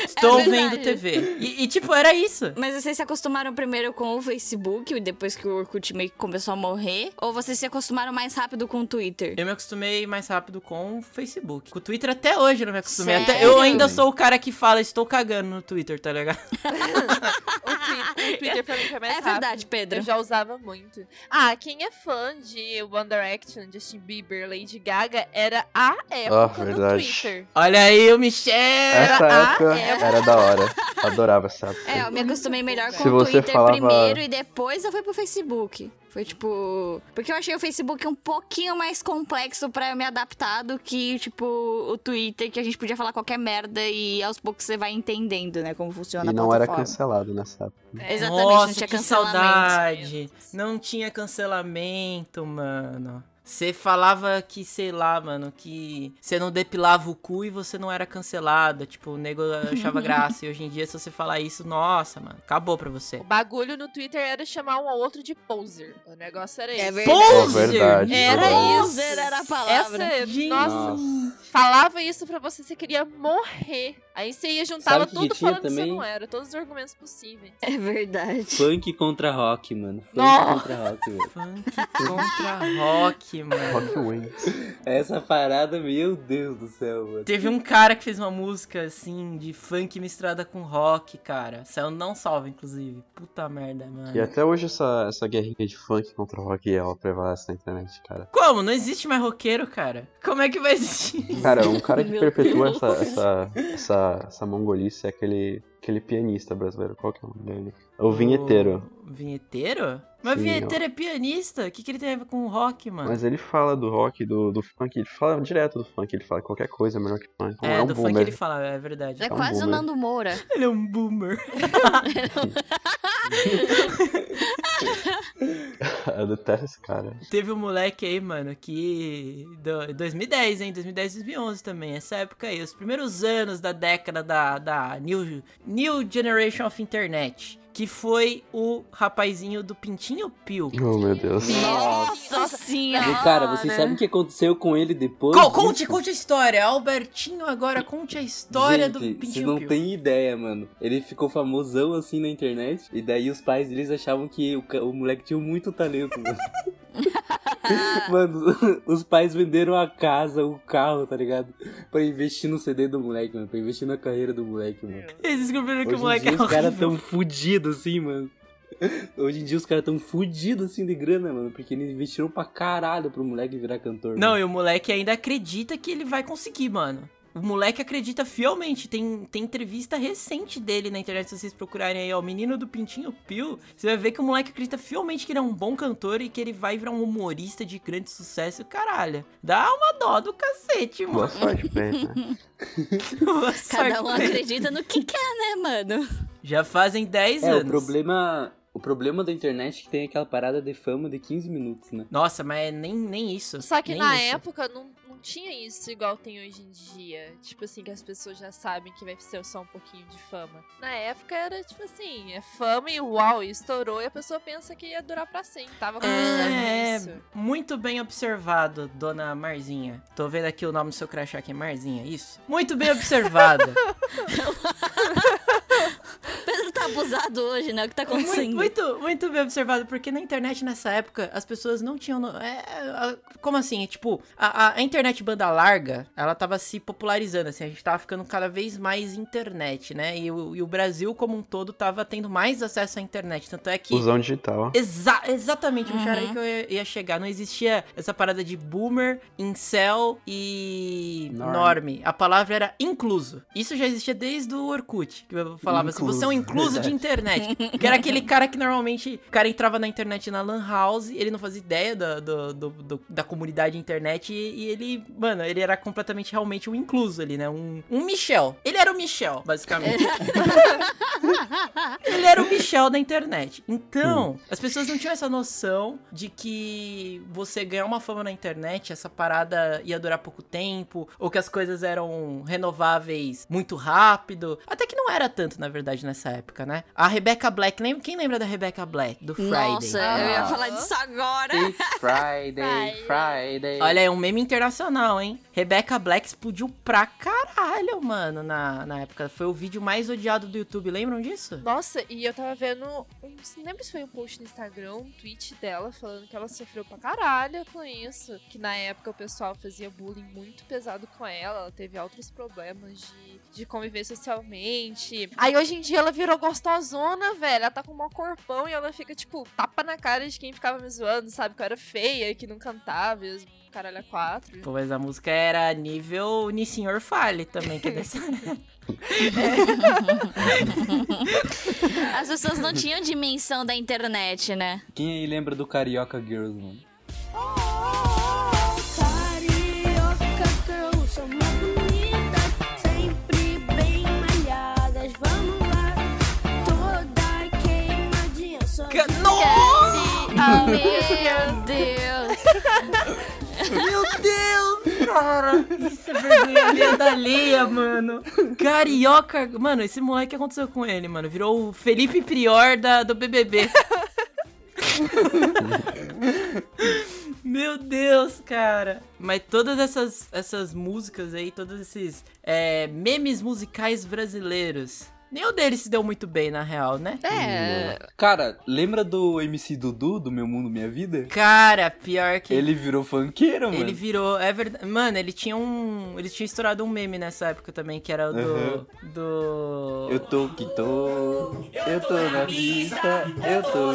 Speaker 2: estou
Speaker 4: É verdade.
Speaker 2: vendo TV. E, e, tipo, era isso.
Speaker 4: Mas vocês se acostumaram primeiro com o Facebook, depois que o Orkut meio que começou a morrer? Ou vocês se acostumaram mais rápido com o Twitter?
Speaker 2: Eu me acostumei mais rápido com o Facebook. Com o Twitter até hoje eu não me acostumei. Até-
Speaker 4: Sério?
Speaker 2: eu ainda sou o cara que fala, estou cagando no Twitter, tá ligado?
Speaker 3: O Twitter, o Twitter pra mim foi mais
Speaker 4: É
Speaker 3: rápido.
Speaker 4: verdade, Pedro.
Speaker 3: Eu já usava muito. Ah, quem é fã de One Direction, Justin Bieber, Lady Gaga, era a época do
Speaker 1: Ah, verdade.
Speaker 3: Twitter.
Speaker 2: Olha aí o Michel!
Speaker 1: Essa
Speaker 3: a
Speaker 1: época
Speaker 3: época.
Speaker 1: era da hora. Adorava essa época.
Speaker 4: É, eu me acostumei melhor com
Speaker 1: Se
Speaker 4: o
Speaker 1: você
Speaker 4: Twitter
Speaker 1: falava-
Speaker 4: primeiro e depois eu fui pro Facebook. Foi tipo. Porque eu achei o Facebook um pouquinho mais complexo pra eu me adaptar do que, tipo, o Twitter, que a gente podia falar qualquer merda e aos poucos você vai entendendo, né, como funciona
Speaker 1: E
Speaker 4: a
Speaker 1: não era
Speaker 4: plataforma.
Speaker 1: cancelado nessa época.
Speaker 5: É.
Speaker 4: Exatamente,
Speaker 2: Nossa,
Speaker 4: não tinha
Speaker 2: que
Speaker 4: cancelamento.
Speaker 2: saudade. Não tinha cancelamento, mano. Você falava que, sei lá, mano, que você não depilava o cu e você não era cancelado. Tipo, o nego achava graça. E hoje em dia, se você falar isso, nossa, mano, acabou pra você.
Speaker 3: O bagulho no Twitter era chamar um ao outro de poser. O negócio era esse.
Speaker 4: É verdade.
Speaker 1: É
Speaker 2: Poser! é
Speaker 1: verdade.
Speaker 3: Era
Speaker 1: verdade.
Speaker 3: isso.
Speaker 4: Poser era a palavra.
Speaker 3: Essa,
Speaker 2: Gente.
Speaker 3: nossa, falava isso pra você, você queria morrer. Aí você ia juntava
Speaker 5: Sabe o que que
Speaker 3: tudo
Speaker 5: tinha
Speaker 3: falando que você
Speaker 5: também?
Speaker 3: não era, todos os argumentos possíveis.
Speaker 4: É verdade.
Speaker 5: Funk contra rock, mano. Funk
Speaker 3: Nossa.
Speaker 5: contra rock, velho.
Speaker 2: Funk contra rock, mano.
Speaker 1: Rock Wayne.
Speaker 5: Essa parada, meu Deus do céu, mano.
Speaker 2: Teve um cara que fez uma música assim de funk misturada com rock, cara. Saiu não salva, inclusive. Puta merda, mano.
Speaker 1: E até hoje essa, essa guerrinha de funk contra o rock ela prevalece na internet, cara.
Speaker 2: Como? Não existe mais roqueiro, cara. Como é que vai existir?
Speaker 1: Cara, um cara que
Speaker 4: Meu
Speaker 1: perpetua
Speaker 4: Deus.
Speaker 1: essa, essa, essa, essa mongolice é aquele, aquele pianista brasileiro. Qual que é o nome dele? É o Vinheteiro.
Speaker 2: O Vinheteiro? Mas
Speaker 1: Sim,
Speaker 2: vinheteiro é pianista. O que, que ele tem a ver com rock, mano?
Speaker 1: Mas ele fala do rock, do, do funk, ele fala direto do funk, ele fala qualquer coisa é melhor que funk. Então
Speaker 2: é,
Speaker 1: é um
Speaker 2: do funk
Speaker 1: boomer.
Speaker 2: ele fala, é verdade.
Speaker 4: É
Speaker 1: Tá um
Speaker 4: quase o
Speaker 1: boomer.
Speaker 4: Nando Moura.
Speaker 2: Ele é um boomer.
Speaker 1: Eu detesto esse cara.
Speaker 2: Teve um moleque aí, mano, que. do- 2010, hein? 2010 e 2011 também. Essa época aí. Os primeiros anos da década da, da new, New Generation of Internet, que foi o rapazinho do Pintinho Pio.
Speaker 1: Oh, meu Deus.
Speaker 4: Nossa, senhora!
Speaker 5: E, cara, você sabe o que aconteceu com ele depois?
Speaker 2: Co- conte,
Speaker 5: disso?
Speaker 2: conte a história. Albertinho agora conte a história
Speaker 5: Gente,
Speaker 2: do
Speaker 5: Você
Speaker 2: Pintinho
Speaker 5: não
Speaker 2: Pio.
Speaker 5: tem ideia, mano. Ele ficou famosão assim na internet. E daí os pais deles achavam que o, ca- o moleque tinha muito talento, mano. mano, os pais venderam a casa, o carro, tá ligado? Pra investir no CD do moleque, mano. Pra investir na carreira do moleque, mano.
Speaker 2: Eles descobriram que
Speaker 5: Hoje
Speaker 2: o
Speaker 5: em
Speaker 2: moleque
Speaker 5: dia
Speaker 2: é
Speaker 5: os caras
Speaker 2: horrível.
Speaker 5: tão fudidos assim, mano. Hoje em dia os caras tão fudidos assim de grana, mano. Porque eles investiram pra caralho pro moleque virar cantor.
Speaker 2: Não,
Speaker 5: mano.
Speaker 2: e o moleque ainda acredita que ele vai conseguir, mano. O moleque acredita fielmente. Tem, tem entrevista recente dele na internet. Se vocês procurarem aí, ó, o menino do Pintinho Pio. Você vai ver que o moleque acredita fielmente que ele é um bom cantor e que ele vai virar um humorista de grande sucesso. Caralho, dá uma dó do cacete,
Speaker 1: Boa
Speaker 2: mano.
Speaker 1: sorte pra ele, né?
Speaker 2: Boa
Speaker 4: Cada
Speaker 2: sorte
Speaker 4: um
Speaker 3: é.
Speaker 2: pra ele.
Speaker 4: acredita no que quer, né, mano?
Speaker 2: Já fazem 10
Speaker 5: É,
Speaker 2: anos.
Speaker 5: o problema, o problema da internet é que tem aquela parada de fama de 15 minutos, né?
Speaker 2: Nossa, mas é nem, nem isso.
Speaker 3: Só que
Speaker 2: nem
Speaker 3: na
Speaker 2: isso.
Speaker 3: época não, não tinha isso igual tem hoje em dia. Tipo assim, que as pessoas já sabem que vai ser só um pouquinho de fama. Na época era tipo assim, é fama e uau, e estourou e a pessoa pensa que ia durar pra sempre. Tava acontecendo
Speaker 2: É,
Speaker 3: isso.
Speaker 2: muito bem observado, dona Marzinha. Tô vendo aqui o nome do seu crachá que é Marzinha, isso? Muito bem observado.
Speaker 4: Pedro tá abusado hoje, né? O que tá
Speaker 2: muito,
Speaker 4: acontecendo?
Speaker 2: muito, muito bem observado, porque na internet nessa época as pessoas não tinham. no- é, é, como assim? É, tipo, a, a- a internet banda larga, ela tava se popularizando, assim, a gente tava ficando cada vez mais internet, né? E o, e o Brasil como um todo tava tendo mais acesso à internet. Tanto é que
Speaker 1: Fusão digital.
Speaker 2: Exa exatamente,
Speaker 4: Uhum.
Speaker 2: eu achei que eu ia, ia chegar. Não existia essa parada de boomer, incel e
Speaker 5: Norm.
Speaker 2: norme. A palavra era incluso. Isso já existia desde o Orkut, que eu falava assim,
Speaker 5: Incluso,
Speaker 2: você é um incluso de
Speaker 5: verdade.
Speaker 2: internet. que era aquele cara que normalmente, o cara entrava na internet na lan house, ele não fazia ideia da- do, do- do- da comunidade internet e, e ele, mano, ele era completamente realmente um incluso ali, né? Um, um Michel. Ele era o Michel, basicamente. Ele era o Michel da internet. Então, as pessoas não tinham essa noção de que você ganhar uma fama na internet, essa parada ia durar pouco tempo, ou que as coisas eram renováveis muito rápido. Até que não era tanto, na verdade, nessa época, né? A Rebecca Black, lembra? Quem lembra da Rebecca Black? Do Friday.
Speaker 4: Nossa, eu ia falar disso agora.
Speaker 5: Friday, Friday.
Speaker 2: Olha, é um meme internacional, hein? Rebecca Black explodiu pra caralho, mano, na, na época. Foi o vídeo mais odiado do YouTube, lembram disso?
Speaker 3: Nossa, e eu tava vendo. um- Não lembro se foi um post no Instagram, um tweet dela falando que ela sofreu pra caralho com isso. Que na época o pessoal fazia bullying muito pesado com ela. Ela teve outros problemas de, de conviver socialmente. Aí hoje em dia ela virou gostosona, velho. Ela tá com um corpão e ela fica, tipo, tapa na cara de quem ficava me zoando, sabe? Que eu era feia, que não cantava. e os Caralho, a quatro.
Speaker 2: Pô, mas a música era nível Ni Senhor Fale também, que é dessa.
Speaker 4: As pessoas não tinham dimensão da internet, né?
Speaker 5: Quem aí lembra do Carioca Girls, mano?
Speaker 9: Carioca Girl, são mais bonitas, sempre bem malhadas. Vamos lá, toda queimadinha, só
Speaker 2: Que- Nossa,
Speaker 3: Ah,
Speaker 4: Meu Deus.
Speaker 2: meu Deus, cara! Isso é vergonha da alheia, mano. Carioca. Mano, esse moleque o que aconteceu com ele, mano? Virou o Felipe Prior da, do BBB. Meu Deus, cara. Mas todas essas, essas músicas aí, todos esses é, memes musicais brasileiros. Nenhum deles se deu muito bem, na real, né?
Speaker 4: É.
Speaker 5: Cara, lembra do MC Dudu, do Meu Mundo Minha Vida?
Speaker 2: Cara, pior que.
Speaker 5: Ele virou funkeiro, mano.
Speaker 2: Ele virou, é verdade. Mano, ele tinha um. Ele tinha estourado um meme nessa época também, que era o do.
Speaker 5: Uhum.
Speaker 2: Do.
Speaker 5: Eu tô que tô, eu tô na pista, eu tô...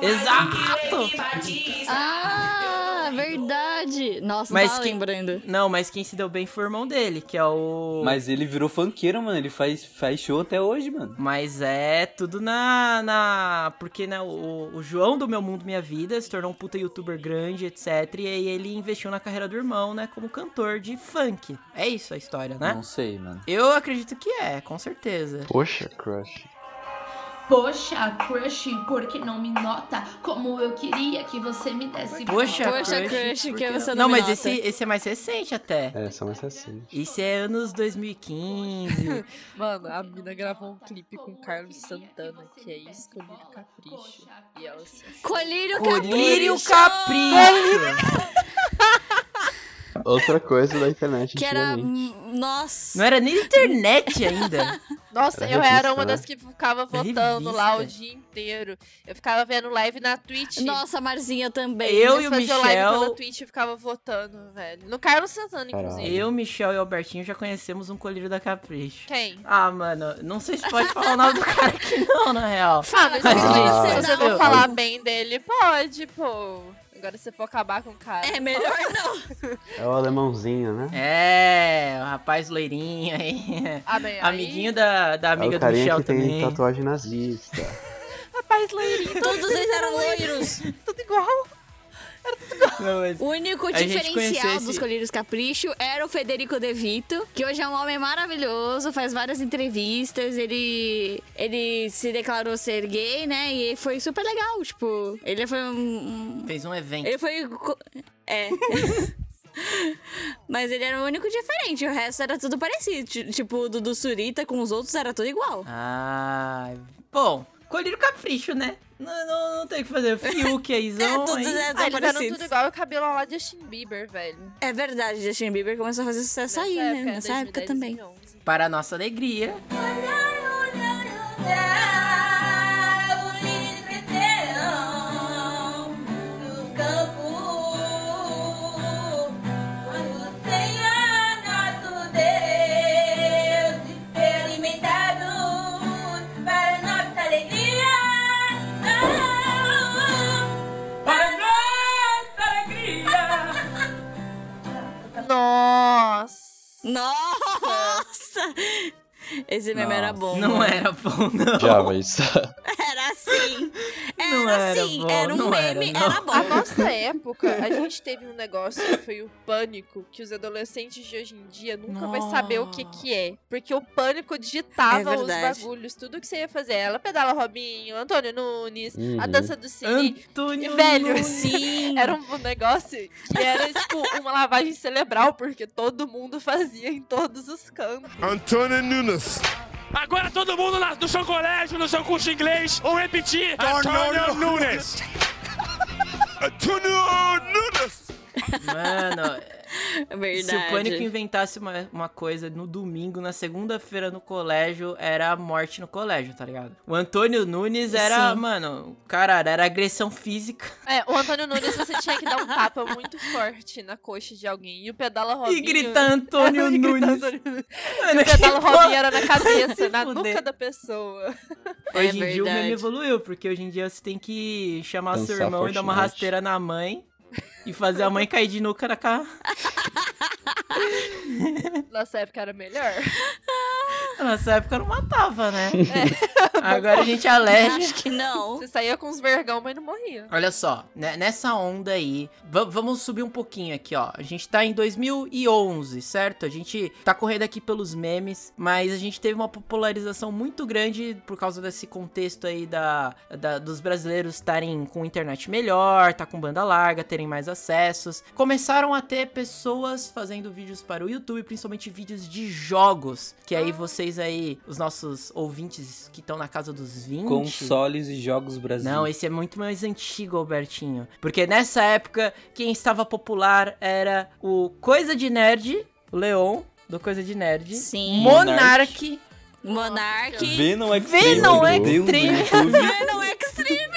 Speaker 2: Exato!
Speaker 4: Ah, verdade. Nossa,
Speaker 2: Mas
Speaker 4: Mas tava
Speaker 2: que-
Speaker 4: lembrando.
Speaker 2: Não, mas quem se deu bem foi o irmão dele, que é o.
Speaker 5: Mas ele virou funkeiro, mano. Ele faz, faz show até hoje, mano.
Speaker 2: Mas é tudo na. na porque né, o, o João do Meu Mundo Minha Vida se tornou um puta youtuber grande, etc. E aí ele investiu na carreira do irmão, né? Como cantor de funk. É isso a história, né?
Speaker 5: Não sei, mano.
Speaker 2: Eu acredito que é, com certeza.
Speaker 1: Poxa, crush.
Speaker 10: Poxa, crush, por que não me nota? Como eu queria que você me desse
Speaker 2: Poxa,
Speaker 10: bola.
Speaker 4: Poxa, crush,
Speaker 2: por
Speaker 4: que
Speaker 2: É não?
Speaker 4: você não
Speaker 2: Não,
Speaker 4: me
Speaker 2: mas
Speaker 4: nota.
Speaker 2: esse, esse é mais recente até.
Speaker 1: É, são mais recentes.
Speaker 2: Isso é anos 2015.
Speaker 3: Mano, a mina gravou um clipe com Carlos Santana, que é isso que eu li capricho. E ela assim.
Speaker 4: Colírio
Speaker 2: Colírio
Speaker 4: Capricho.
Speaker 2: Capricho.
Speaker 1: Outra coisa da internet
Speaker 4: Que era.
Speaker 1: antigamente.
Speaker 4: hum, Nossa.
Speaker 2: Não era nem internet ainda.
Speaker 3: Nossa,
Speaker 1: Era
Speaker 3: eu
Speaker 1: revista,
Speaker 3: era uma
Speaker 1: né?
Speaker 3: das que ficava
Speaker 2: revista.
Speaker 3: votando lá o dia inteiro. Eu ficava vendo live na Twitch.
Speaker 4: Nossa, Marzinha também.
Speaker 2: Eu e
Speaker 3: Eles
Speaker 2: o
Speaker 3: faziam live
Speaker 2: Michel.
Speaker 3: pela Twitch e ficava votando, velho. No Carlos Santana,
Speaker 1: Caralho.
Speaker 3: inclusive.
Speaker 2: Eu, Michel e Albertinho já conhecemos um colírio da Capricho.
Speaker 3: Quem?
Speaker 2: Ah, mano, não sei se pode falar o nome do cara aqui não, na real.
Speaker 3: Ah, mas
Speaker 2: Mas
Speaker 3: se
Speaker 1: isso
Speaker 3: você
Speaker 4: não.
Speaker 3: for falar bem dele, pode, pô. Agora se for acabar com o cara.
Speaker 4: É melhor não.
Speaker 1: É o alemãozinho, né?
Speaker 2: É, o rapaz loirinho aí.
Speaker 3: Ah, bem, aí-
Speaker 2: Amiguinho da, da
Speaker 1: É
Speaker 2: amiga
Speaker 1: o
Speaker 2: do
Speaker 1: carinha
Speaker 2: Michel
Speaker 1: que
Speaker 2: também.
Speaker 1: tem tá tatuagem nazista.
Speaker 3: Rapaz loirinho,
Speaker 4: Todos eles eram loiros.
Speaker 3: tudo igual.
Speaker 2: Não, mas-
Speaker 4: O único
Speaker 2: A gente
Speaker 4: diferencial
Speaker 2: conheceu esse-
Speaker 4: dos Colírios Capricho era o Federico De Vito, que hoje é um homem maravilhoso, faz várias entrevistas, ele ele se declarou ser gay, né? E foi super legal, tipo, ele foi um, um-
Speaker 2: Fez um evento.
Speaker 4: ele foi co- é. Mas ele era o único diferente, o resto era tudo parecido, ti- tipo o Dudu Surita com os outros era tudo igual.
Speaker 2: Ah, bom, colírio capricho, né? Não, não, não tem o que fazer. Fiuk, Aizão,
Speaker 4: É, todos
Speaker 2: aí.
Speaker 4: eram
Speaker 3: Ah, eles eram
Speaker 4: parecidos.
Speaker 3: tudo igual e o cabelo lá de Justin Bieber, velho.
Speaker 4: É verdade, Justin Bieber começou a fazer sucesso aí, né? Nessa época
Speaker 3: 2010,
Speaker 4: também.
Speaker 3: 2011.
Speaker 2: Para a nossa alegria.
Speaker 3: Nossa.
Speaker 4: Nossa! Esse meme era
Speaker 1: Nossa.
Speaker 4: bom.
Speaker 2: Não é. era bom, não.
Speaker 1: Java, isso.
Speaker 4: Era assim. Era
Speaker 2: Não era
Speaker 4: assim.
Speaker 2: bom,
Speaker 4: era um
Speaker 2: não era,
Speaker 4: meme,
Speaker 2: não.
Speaker 4: era bom.
Speaker 3: A nossa época, a gente teve um negócio que foi o pânico, que os adolescentes de hoje em dia nunca vai saber o que que é. Porque o pânico digitava
Speaker 4: É
Speaker 3: os
Speaker 4: verdade.
Speaker 3: bagulhos, tudo que você ia fazer. Ela pedala Robinho, Antônio Nunes, a
Speaker 1: Uhum.
Speaker 3: dança do Siri.
Speaker 2: Antônio
Speaker 3: Velho,
Speaker 2: Nunes.
Speaker 4: Sim.
Speaker 3: Era um negócio que era tipo uma lavagem cerebral, porque todo mundo fazia em todos os cantos.
Speaker 11: Antônio Nunes.
Speaker 12: Agora todo mundo na- no seu colégio, no seu curso de inglês, vão repetir.
Speaker 11: Antônio Nunes. Antônio Nunes.
Speaker 2: Mano,
Speaker 4: É verdade.
Speaker 2: se o Pânico inventasse uma, uma coisa no domingo, na segunda-feira no colégio, era a morte no colégio, tá ligado? O Antônio Nunes era,
Speaker 4: Sim.
Speaker 2: mano, caralho, era agressão física.
Speaker 3: É, o Antônio Nunes você tinha que dar um tapa muito forte na coxa de alguém. E o pedala Robinho.
Speaker 2: E gritar Antônio
Speaker 3: E gritar
Speaker 2: Nunes.
Speaker 3: Antônio Nunes.
Speaker 2: Mano,
Speaker 3: O pedala
Speaker 2: que
Speaker 3: um Robinho era na cabeça,
Speaker 2: Se
Speaker 3: na
Speaker 2: fuder.
Speaker 3: nuca da pessoa.
Speaker 4: É
Speaker 2: Hoje em dia o meme
Speaker 4: verdade.
Speaker 2: evoluiu, porque hoje em dia você tem que chamar seu
Speaker 1: Dançar
Speaker 2: irmão e dar uma
Speaker 1: Fortnite.
Speaker 2: rasteira na mãe e fazer a mãe cair de nuca na cara.
Speaker 3: Nossa época era melhor.
Speaker 2: Nessa época não matava, né?
Speaker 3: É.
Speaker 2: Agora a gente é alega.
Speaker 4: Acho que não.
Speaker 3: Você saía com uns vergão, mas não morria.
Speaker 2: Olha só, né- nessa onda aí, va- vamos subir um pouquinho aqui, ó. A gente tá em 2011, certo? A gente tá correndo aqui pelos memes, mas a gente teve uma popularização muito grande por causa desse contexto aí da, da- dos brasileiros estarem com internet melhor, tá com banda larga, terem mais acessos. Começaram a ter pessoas fazendo vídeos para o YouTube, principalmente vídeos de jogos, que aí vocês aí, os nossos ouvintes que estão na casa dos 20...
Speaker 5: Consoles e jogos brasileiros.
Speaker 2: Não, esse é muito mais antigo, Albertinho. Porque nessa época, quem estava popular era o Coisa de Nerd, o Leon, do Coisa de Nerd.
Speaker 4: Sim.
Speaker 2: Monark,
Speaker 4: Monarch.
Speaker 5: Venom Extreme.
Speaker 2: Venom
Speaker 5: meu Deus do
Speaker 2: Extreme.
Speaker 5: YouTube.
Speaker 4: Venom
Speaker 2: é
Speaker 4: Extreme.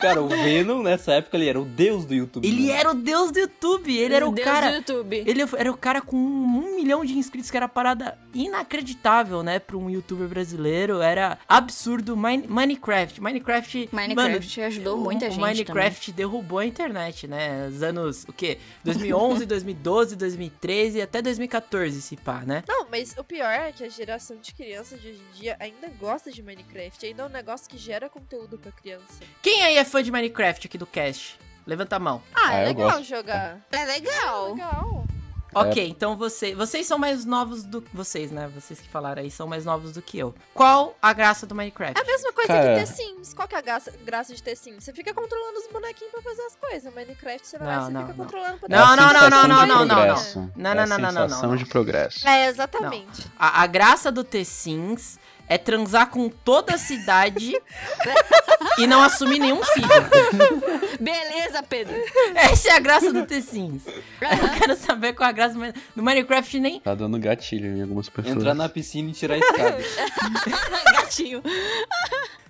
Speaker 5: Cara, o Venom nessa época ele era o deus do YouTube.
Speaker 2: ele
Speaker 5: né?
Speaker 2: era o deus do YouTube, ele era o
Speaker 4: Deus do
Speaker 2: cara...
Speaker 4: YouTube.
Speaker 2: Ele era o cara com um milhão de inscritos, que era parada inacreditável, né? Pra um youtuber brasileiro. Era absurdo. Mine- Minecraft. Minecraft. Mano,
Speaker 4: Minecraft ajudou muita
Speaker 2: o
Speaker 4: gente
Speaker 2: Minecraft derrubou a internet, né? Os anos, o quê? 2011, 2012, 2013 e até 2014, se pá, né?
Speaker 3: Não, mas o pior é que a geração de crianças de hoje em dia ainda gosta de Minecraft. Ainda é um negócio que gera conteúdo pra criança.
Speaker 2: Quem aí é fã de Minecraft aqui do cast? Levanta a mão.
Speaker 3: Ah,
Speaker 1: Ah,
Speaker 3: é
Speaker 1: eu
Speaker 3: legal
Speaker 1: gosto.
Speaker 3: jogar.
Speaker 4: também. É legal.
Speaker 3: Legal.
Speaker 2: Ok, então você, vocês são mais novos do que. Vocês, né? Vocês que falaram aí são mais novos do que eu. Qual a graça do Minecraft?
Speaker 3: É a mesma coisa
Speaker 1: Cara.
Speaker 3: que ter Sims. Qual que é a graça, graça de ter Sims? Você fica controlando os bonequinhos pra fazer as coisas. Minecraft você vai lá
Speaker 2: Não,
Speaker 3: e você
Speaker 2: não,
Speaker 3: fica
Speaker 2: não.
Speaker 3: controlando pra
Speaker 1: É a
Speaker 2: Não, não, não,
Speaker 1: sensação
Speaker 2: não,
Speaker 1: de
Speaker 2: não, não, não, não.
Speaker 1: progresso.
Speaker 2: Não,
Speaker 1: É
Speaker 2: não,
Speaker 1: a
Speaker 2: não, não, não,
Speaker 1: sensação
Speaker 2: não.
Speaker 1: de progresso.
Speaker 3: É, exatamente.
Speaker 2: A, a graça do The Sims é transar com toda a cidade e não assumir nenhum filho.
Speaker 4: Beleza, Pedro.
Speaker 2: Essa é a graça do The Sims. Eu quero saber qual é a graça do Min- do Minecraft nem.
Speaker 1: Tá dando gatilho em algumas pessoas.
Speaker 5: Entrar na piscina e tirar a escada.
Speaker 4: Gatinho.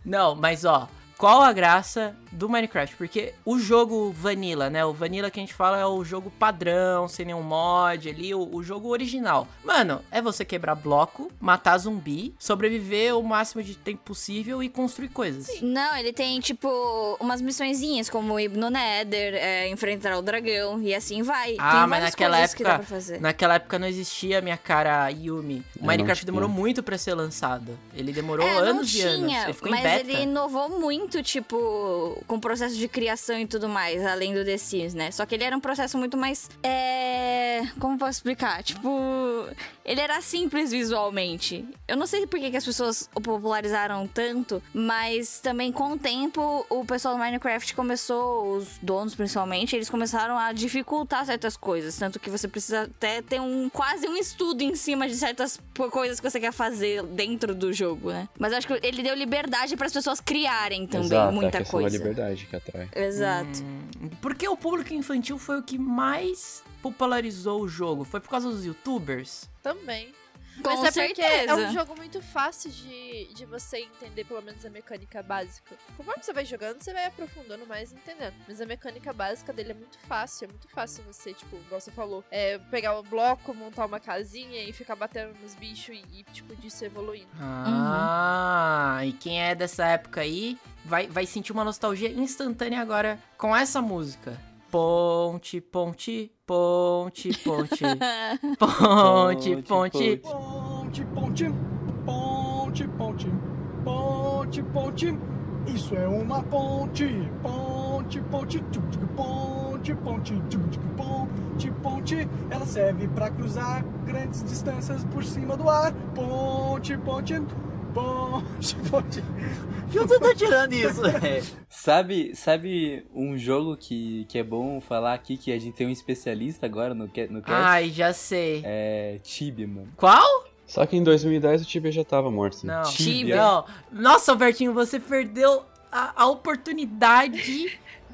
Speaker 2: Não, mas ó. Qual a graça do Minecraft? Porque o jogo Vanilla, né? O Vanilla que a gente fala é o jogo padrão, sem nenhum mod ali, o, o jogo original. Mano, é você quebrar bloco, matar zumbi, sobreviver o máximo de tempo possível e construir coisas.
Speaker 4: Não, ele tem, tipo, umas missõezinhas, como ir no Nether, é, enfrentar o dragão, e assim vai.
Speaker 2: Ah,
Speaker 4: tem
Speaker 2: mas
Speaker 4: várias
Speaker 2: naquela
Speaker 4: coisas que dá
Speaker 2: época-
Speaker 4: pra fazer.
Speaker 2: Naquela época não existia a minha cara Yumi. O
Speaker 1: não
Speaker 2: Minecraft
Speaker 1: tinha.
Speaker 2: demorou muito pra ser lançado. Ele demorou
Speaker 4: É, não
Speaker 2: anos e anos.
Speaker 4: tinha,
Speaker 2: Ele ficou em
Speaker 4: mas
Speaker 2: beta.
Speaker 4: ele inovou muito, tipo, com o processo de criação e tudo mais, além do The Sims, né? Só que ele era um processo muito mais. É. Como posso explicar? Tipo, ele era simples visualmente. Eu não sei por que, que as pessoas o popularizaram tanto, mas também com o tempo o pessoal do Minecraft começou, os donos principalmente, eles começaram a dificultar certas coisas. Tanto que você precisa até ter um quase um estudo em cima de certas po- coisas que você quer fazer dentro do jogo, né? Mas eu acho que ele deu liberdade para as pessoas criarem
Speaker 2: Então
Speaker 4: também
Speaker 1: Exato, é a
Speaker 4: muita
Speaker 1: questão da
Speaker 4: coisa.
Speaker 1: liberdade que atrai.
Speaker 4: Exato.
Speaker 2: Hum, Porque o público infantil foi o que mais popularizou o jogo. Foi por causa dos youtubers.
Speaker 3: Também.
Speaker 4: Com
Speaker 3: Mas é porque
Speaker 4: certeza.
Speaker 3: é um jogo muito fácil de, de você entender, pelo menos a mecânica básica. Conforme você vai jogando, você vai aprofundando mais e entendendo. Mas a mecânica básica dele é muito fácil. É muito fácil você, tipo, igual você falou, é, pegar o bloco, montar uma casinha e ficar batendo nos bichos e, e, tipo, disso evoluindo.
Speaker 2: Uhum. Ah, e quem é dessa época aí vai, vai sentir uma nostalgia instantânea agora com essa música. Ponte, ponte, ponte, ponte.
Speaker 5: Então,
Speaker 2: Ponte,
Speaker 5: tipo,
Speaker 2: ponte. ponte.
Speaker 7: Ponte, ponte, ponte, ponte, ponte, ponte. Isso é uma ponte, ponte, ponte, tchuc-tchuc, ponte, ponte, tchuc-tchuc, ponte, ponte. Ela serve para cruzar grandes distâncias por cima do ar. Ponte, ponte, ponte, ponte.
Speaker 13: Que você tá tirando isso, velho?
Speaker 5: Sabe, sabe um jogo que, que é bom falar aqui que a gente tem um especialista agora no, ca- no cast?
Speaker 2: Ai, já sei.
Speaker 5: É Tibia, mano.
Speaker 2: Qual?
Speaker 1: Só que em 2010 o Tibia já tava morto. né?
Speaker 2: Não.
Speaker 4: Tibia.
Speaker 2: Não. Nossa, Albertinho, você perdeu a, a oportunidade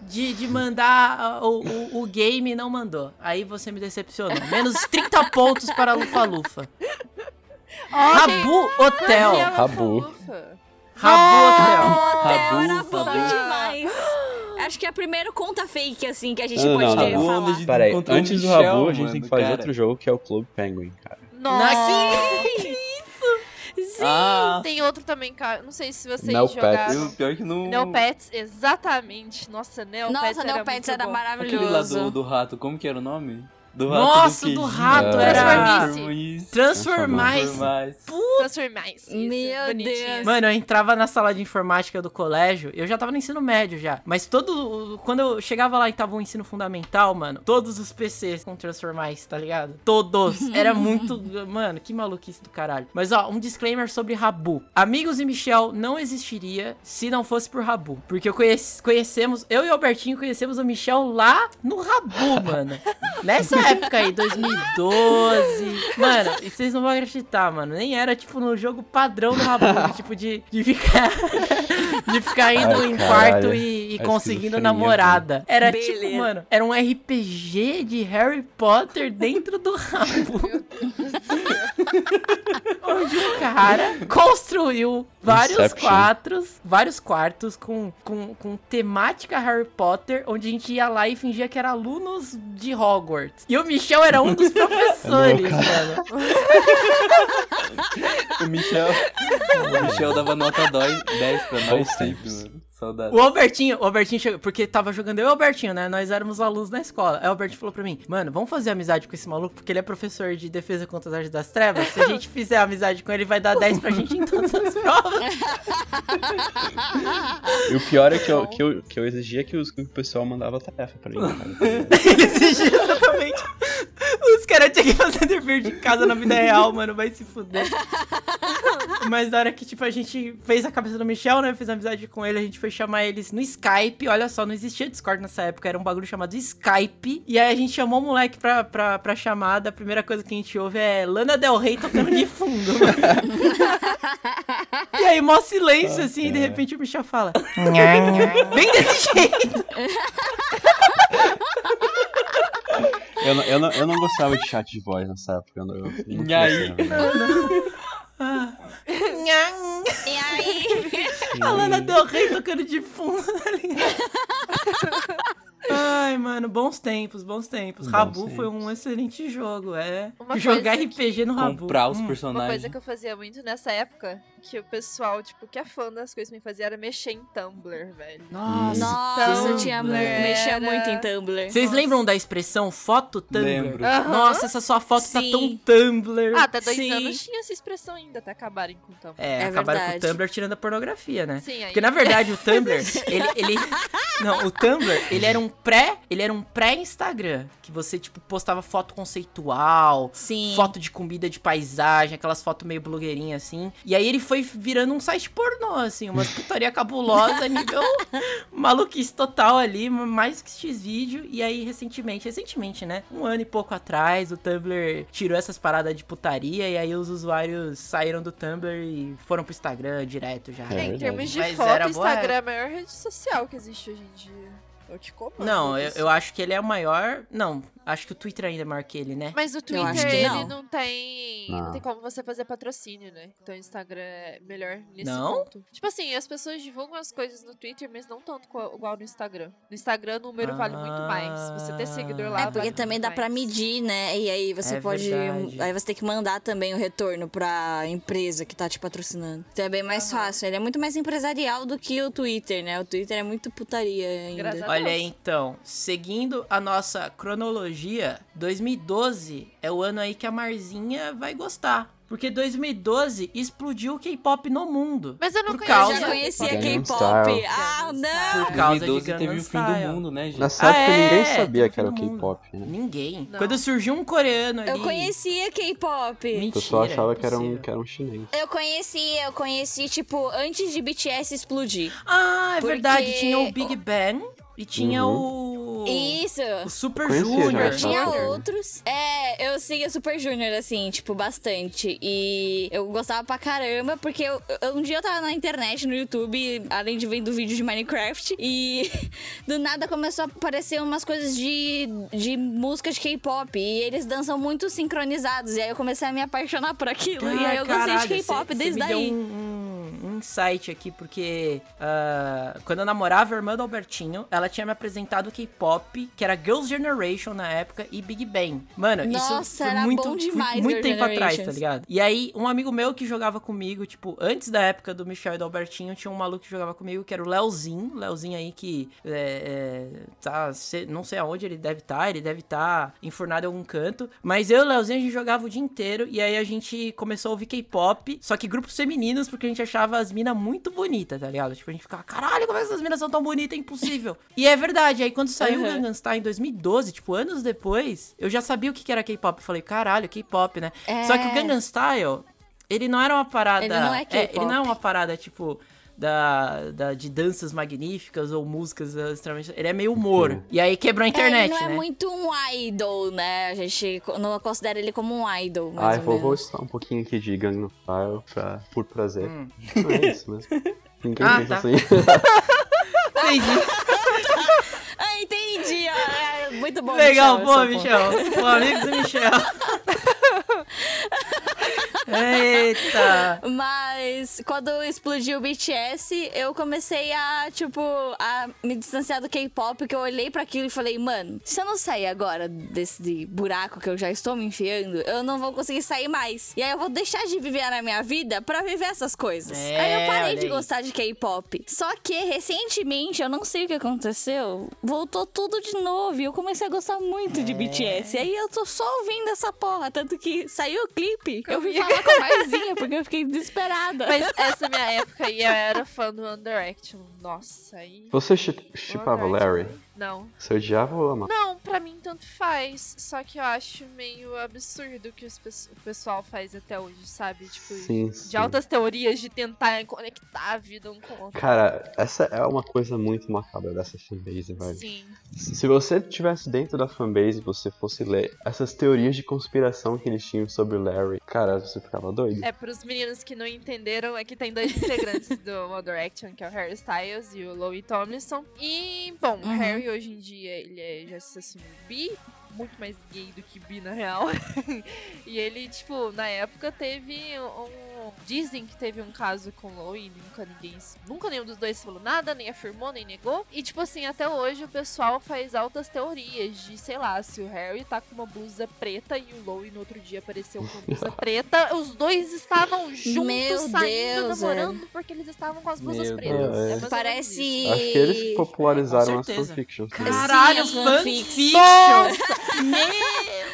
Speaker 2: de, de mandar ah, o, o, o game e não mandou. Aí você me decepcionou. Menos 30 pontos para a Lufa Lufa. Rabu Hotel.
Speaker 3: Gabriela
Speaker 1: Rabu.
Speaker 3: Falufa.
Speaker 2: Rabu Hotel.
Speaker 5: Rabu,
Speaker 4: era bom
Speaker 5: Rabu.
Speaker 4: É demais. Acho que é o primeiro conta fake, assim, que a gente
Speaker 1: Não,
Speaker 4: pode
Speaker 1: não,
Speaker 4: ter
Speaker 1: não.
Speaker 4: falar.
Speaker 5: Onde-
Speaker 1: Peraí,
Speaker 5: Encontrou o
Speaker 1: antes do
Speaker 5: Michel,
Speaker 1: Rabu, a gente tem
Speaker 5: mano,
Speaker 1: que fazer
Speaker 5: cara.
Speaker 1: outro jogo que é o Clube Penguin, cara.
Speaker 3: Nossa!
Speaker 4: Sim.
Speaker 5: Ah,
Speaker 3: Tem outro também, cara. Não sei se vocês
Speaker 1: Neopets.
Speaker 5: eu,
Speaker 3: jogaram.
Speaker 5: pior que não...
Speaker 2: é
Speaker 3: Neopets, exatamente. Nossa, Neopets
Speaker 4: Nossa,
Speaker 3: era
Speaker 4: Neopets
Speaker 3: muito
Speaker 4: era
Speaker 3: bom.
Speaker 5: Aquele lá do,
Speaker 4: maravilhoso.
Speaker 5: do rato, como que era o nome? Do
Speaker 2: Nossa, do
Speaker 5: queijinho.
Speaker 2: rato,
Speaker 3: era-
Speaker 5: Transformice.
Speaker 2: Transformais.
Speaker 5: Transformice.
Speaker 3: Transformais. Isso,
Speaker 4: Meu
Speaker 3: bonitinho.
Speaker 4: Deus.
Speaker 2: Mano, eu entrava na sala de informática do colégio, eu já tava no ensino médio já, mas todo o- quando eu chegava lá e tava o ensino fundamental, mano, todos os PCs com Transformice, tá ligado? Todos. Era muito, mano, que maluquice do caralho. Mas ó, um disclaimer sobre Rabu. Amigos e Michel não existiria se não fosse por Rabu, porque eu conhece- conhecemos, eu e o Albertinho conhecemos o Michel lá no Rabu, mano. Nessa época aí, 2012. Mano, e vocês não vão acreditar, mano. Nem era tipo no jogo padrão do Rabu, tipo de, de ficar. de ficar indo
Speaker 1: Ai,
Speaker 2: em
Speaker 1: caralho.
Speaker 2: quarto e, e
Speaker 1: A
Speaker 2: conseguindo
Speaker 1: esquizofrenia,
Speaker 2: namorada. Era tipo,
Speaker 4: Beleza.
Speaker 2: mano, era um RPG de Harry Potter dentro do Rabu. Onde o cara construiu vários
Speaker 1: Inception.
Speaker 2: quadros, vários quartos com, com, com temática Harry Potter, onde a gente ia lá e fingia que era alunos de Hogwarts. E o Michel era um dos professores,
Speaker 1: Não,
Speaker 2: mano.
Speaker 5: O Michel... o Michel dava nota dói- 10 pra nós
Speaker 1: Bons
Speaker 5: sempre,
Speaker 1: tempos.
Speaker 5: mano. Saudade.
Speaker 2: O Albertinho, o Albertinho chegou, porque tava jogando eu e o Albertinho, né? Nós éramos alunos na escola. Aí o Albertinho falou pra mim, mano, vamos fazer amizade com esse maluco, porque ele é professor de defesa contra as artes das trevas. Se a gente fizer amizade com ele, vai dar 10 pra gente em todas as provas.
Speaker 1: E o pior é que eu, que eu, que eu exigia que, os, que o pessoal mandava tarefa pra mim, cara.
Speaker 2: ele exigia exatamente. Os caras tinham que fazer dever de casa na vida real, mano. Vai se fuder. Mas na hora que, tipo, a gente fez a cabeça do Michel, né? Fez amizade com ele, a gente foi chamar eles no Skype. Olha só, não existia Discord nessa época, era um bagulho chamado Skype. E aí a gente chamou o moleque pra, pra, pra chamada. A primeira coisa que a gente ouve é Lana Del Rey tocando de fundo, mano. E aí, mó silêncio, assim, e de repente o Michel fala. Bem desse jeito.
Speaker 1: Eu, não- eu, não, eu não gostava de chat de voz nessa época. Eu, não- eu, não
Speaker 5: E aí?
Speaker 1: gostava.
Speaker 4: E aí?
Speaker 2: A Lana Del Rey tocando de fundo, tá ligado? Ai, mano, bons tempos, bons tempos.
Speaker 5: Bons
Speaker 2: Rabu
Speaker 5: tempos.
Speaker 2: foi um excelente jogo, é.
Speaker 3: Uma
Speaker 2: Jogar
Speaker 3: coisa
Speaker 2: RPG no Rabu.
Speaker 5: Comprar os
Speaker 2: Hum.
Speaker 3: Uma coisa
Speaker 5: personagens.
Speaker 3: que eu fazia muito nessa época, que o pessoal, tipo, que é fã das coisas me fazia era mexer em Tumblr, velho.
Speaker 2: Nossa,
Speaker 4: Nossa, eu
Speaker 2: Tumblr.
Speaker 4: tinha, mexia muito em Tumblr.
Speaker 2: Vocês lembram da expressão foto Tumblr?
Speaker 5: Lembro.
Speaker 3: Aham.
Speaker 2: Nossa, essa sua foto tá
Speaker 4: Sim.
Speaker 2: tão Tumblr.
Speaker 3: Ah, até dois
Speaker 4: Sim.
Speaker 3: anos tinha essa expressão ainda, até acabarem com o Tumblr.
Speaker 2: É,
Speaker 4: É
Speaker 2: acabaram com
Speaker 4: verdade.
Speaker 2: o Tumblr tirando a pornografia, né?
Speaker 3: Sim, aí.
Speaker 2: Porque na verdade o Tumblr, ele, ele- não, o Tumblr, ele era um pré, ele era um pré-Instagram, que você tipo postava foto conceitual,
Speaker 4: Sim.
Speaker 2: foto de comida de paisagem, aquelas fotos meio blogueirinha assim. E aí ele foi virando um site pornô assim, uma putaria cabulosa nível maluquice total ali, mais que X vídeo. E aí recentemente, recentemente, né, um ano e pouco atrás, o Tumblr tirou essas paradas de putaria e aí os usuários saíram do Tumblr e foram pro Instagram direto já.
Speaker 1: É
Speaker 3: É, em
Speaker 1: verdade.
Speaker 3: termos de
Speaker 2: Mas
Speaker 3: foto,
Speaker 2: era
Speaker 3: o
Speaker 2: boa
Speaker 3: Instagram é a maior rede social que existe hoje em dia. Eu te comando.
Speaker 2: Não, eu,
Speaker 3: isso.
Speaker 2: eu acho que ele é o maior. Não, acho que o Twitter ainda é maior que ele, né?
Speaker 3: Mas o Twitter,
Speaker 4: acho que
Speaker 3: ele
Speaker 4: não.
Speaker 3: não, tem. Não.
Speaker 1: Não.
Speaker 3: tem como você fazer patrocínio, né? Então o Instagram é melhor nesse
Speaker 2: Não?
Speaker 3: ponto. Tipo assim, as pessoas divulgam as coisas no Twitter, mas não tanto co- igual no Instagram. No Instagram o número vale muito mais. Você ter seguidor lá.
Speaker 4: É
Speaker 2: Ah,
Speaker 4: porque
Speaker 3: vale
Speaker 4: também
Speaker 3: muito
Speaker 4: dá pra
Speaker 3: mais.
Speaker 4: medir, né? E aí você
Speaker 2: É
Speaker 4: pode.
Speaker 2: verdade.
Speaker 4: Aí você tem que mandar também o retorno pra empresa que tá te patrocinando. Então é bem mais fácil. Ele é muito mais empresarial do que o Twitter, né? O Twitter é muito putaria
Speaker 3: Graças
Speaker 4: ainda.
Speaker 3: a
Speaker 2: Olha
Speaker 3: Deus.
Speaker 2: aí, então, seguindo a nossa cronologia, 2012 é o ano aí que a Marzinha vai gostar. Porque 2012 explodiu o K-pop no mundo.
Speaker 3: Mas eu não
Speaker 2: Por
Speaker 3: conheço.
Speaker 4: Eu
Speaker 2: causa-
Speaker 4: já conhecia
Speaker 1: Gangnam
Speaker 4: K-pop.
Speaker 1: Style.
Speaker 4: Ah, não!
Speaker 2: Por causa de
Speaker 5: 2012 teve
Speaker 2: Gangnam
Speaker 5: o fim
Speaker 2: Style.
Speaker 5: do mundo, né, gente?
Speaker 1: Nessa época
Speaker 2: Ah, é,
Speaker 1: ninguém sabia
Speaker 2: todo
Speaker 1: que era
Speaker 2: mundo.
Speaker 1: K-pop. Né?
Speaker 2: Ninguém.
Speaker 3: Não.
Speaker 2: Quando surgiu um coreano ali.
Speaker 4: Eu conhecia K-pop.
Speaker 1: O
Speaker 2: Mentira,
Speaker 1: pessoal achava que era, um,
Speaker 2: impossível.
Speaker 1: que era um chinês.
Speaker 4: Eu conhecia, eu conheci, tipo, antes de BTS explodir.
Speaker 2: Ah, é
Speaker 4: Porque-
Speaker 2: verdade. Tinha o Big Bang e tinha o.
Speaker 4: Isso!
Speaker 2: O Super
Speaker 1: Conhecia já, já.
Speaker 2: Junior.
Speaker 4: Uhum. Tinha
Speaker 1: Nossa.
Speaker 4: outros. É, eu seguia Super Junior, assim, tipo, bastante. E eu gostava pra caramba, porque eu, eu- um dia eu tava na internet, no YouTube, além de vendo vídeo de Minecraft, e do nada começou a aparecer umas coisas de, de música de K-pop. E eles dançam muito sincronizados. E aí eu comecei a me apaixonar por aquilo. e aí eu
Speaker 2: caralho,
Speaker 4: gostei de K-pop
Speaker 2: cê- cê
Speaker 4: desde
Speaker 2: me deu
Speaker 4: daí.
Speaker 2: um, um, um insight aqui, porque ah, quando eu namorava a irmã do Albertinho, ela tinha me apresentado o K-pop, que era Girls' Generation na época, e Big Bang. Mano, isso
Speaker 4: Nossa,
Speaker 2: foi
Speaker 4: era
Speaker 2: muito,
Speaker 4: bom
Speaker 2: foi
Speaker 4: demais
Speaker 2: muito
Speaker 4: Girls'
Speaker 2: tempo atrás, tá
Speaker 4: Generations.
Speaker 2: ligado? E aí, um amigo meu que jogava comigo, tipo, antes da época do Michel e do Albertinho, tinha um maluco que jogava comigo, que era o Leozinho. Leozinho aí que é, é, tá, se- não sei aonde ele deve estar, ele deve estar enfurnado em algum canto. Mas eu e o Leozinho, a gente jogava o dia inteiro, e aí a gente começou a ouvir K-pop, só que grupos femininos, porque a gente achava as minas muito bonitas, tá ligado? Tipo, a gente ficava, caralho, como é que essas minas são tão bonitas? É impossível. e é verdade, aí quando saiu o
Speaker 4: Uhum.
Speaker 2: Gangnam Style em 2012, tipo, anos depois, eu já sabia o que que era K-pop. Eu falei, caralho, K-pop, né? Só que o
Speaker 4: É.
Speaker 2: Gangnam Style, ele não era uma parada.
Speaker 4: Ele não é K-pop.
Speaker 2: ele não é uma parada, tipo. Da, da- de danças magníficas ou músicas eh, extremamente. Ele é meio
Speaker 5: Uhum.
Speaker 2: humor. E aí quebrou a
Speaker 4: É,
Speaker 2: internet,
Speaker 4: ele não é
Speaker 2: né?
Speaker 4: muito um idol, né? A gente co- não considera ele como um idol, mais
Speaker 1: Ah, eu
Speaker 4: ou
Speaker 1: vou,
Speaker 4: menos.
Speaker 1: vou estudar um pouquinho aqui de Gangnam Style pra, por prazer.
Speaker 2: Hum.
Speaker 1: Não é isso mesmo. Ninguém
Speaker 2: Ah,
Speaker 1: pensa
Speaker 2: tá.
Speaker 1: assim.
Speaker 2: Entendi.
Speaker 4: Ah, entendi! Ah, é muito bom,
Speaker 2: Legal,
Speaker 4: Michel,
Speaker 2: boa,
Speaker 4: essa ponta.
Speaker 2: Michel. Boa, amigos do Michel. Eita.
Speaker 4: Mas quando explodiu o BTS, eu comecei a, tipo, a me distanciar do K-pop, porque eu olhei pra aquilo e falei, mano, se eu não sair agora desse buraco que eu já estou me enfiando, eu não vou conseguir sair mais. E aí eu vou deixar de viver na minha vida pra viver essas coisas.
Speaker 2: É,
Speaker 4: aí eu
Speaker 2: olha
Speaker 4: parei de
Speaker 2: aí.
Speaker 4: gostar de K-pop. Só que recentemente, eu não sei o que aconteceu, voltou tudo de novo e eu comecei a gostar muito
Speaker 2: É.
Speaker 4: de BTS. E aí eu tô só ouvindo essa porra, tanto que saiu o clipe, eu vim falar com a Marzinha, porque eu fiquei desesperada.
Speaker 3: Mas essa minha época aí eu era fã do Under Action. Nossa, aí.
Speaker 1: Você chip-
Speaker 3: o
Speaker 1: chipava
Speaker 3: Under
Speaker 1: Larry?
Speaker 3: Action- Não.
Speaker 1: Você odiava ou amava?
Speaker 3: Não, pra mim tanto faz. Só que eu acho meio absurdo o que os pesso- o pessoal faz até hoje, sabe? Tipo,
Speaker 1: Sim,
Speaker 3: de
Speaker 1: sim.
Speaker 3: altas teorias de tentar conectar a vida um com o outro.
Speaker 1: Cara, essa é uma coisa muito macabra dessa fanbase, velho.
Speaker 3: Sim.
Speaker 1: Se você estivesse dentro da fanbase e você fosse ler essas teorias de conspiração que eles tinham sobre o Larry, cara, você ficava doido.
Speaker 3: É, pros meninos que não entenderam, é que tem dois integrantes do One Direction, que é o Harry Styles e o Louis Tomlinson. E, bom, o
Speaker 4: Uhum.
Speaker 3: Harry hoje em dia, ele é, já se assumiu bi, muito mais gay do que bi, na real. e ele, tipo, na época teve um... Dizem que teve um caso com o Louis, nunca ninguém... Nunca nenhum dos dois falou nada, nem afirmou, nem negou. E, tipo assim, até hoje o pessoal faz altas teorias de, sei lá, se o Harry tá com uma blusa preta e o Louis no outro dia apareceu com uma blusa preta, os dois estavam juntos,
Speaker 4: Meu
Speaker 3: saindo,
Speaker 4: Deus, é.
Speaker 3: namorando, porque eles estavam com as blusas
Speaker 1: Meu
Speaker 3: pretas.
Speaker 1: Deus.
Speaker 3: É mais ou
Speaker 4: Parece- assim,
Speaker 3: menos isso.
Speaker 1: Acho que
Speaker 4: é,
Speaker 1: eles que popularizaram as
Speaker 10: certeza.
Speaker 1: fanfictions. né?
Speaker 10: Caralho,
Speaker 4: as
Speaker 10: fanfiction!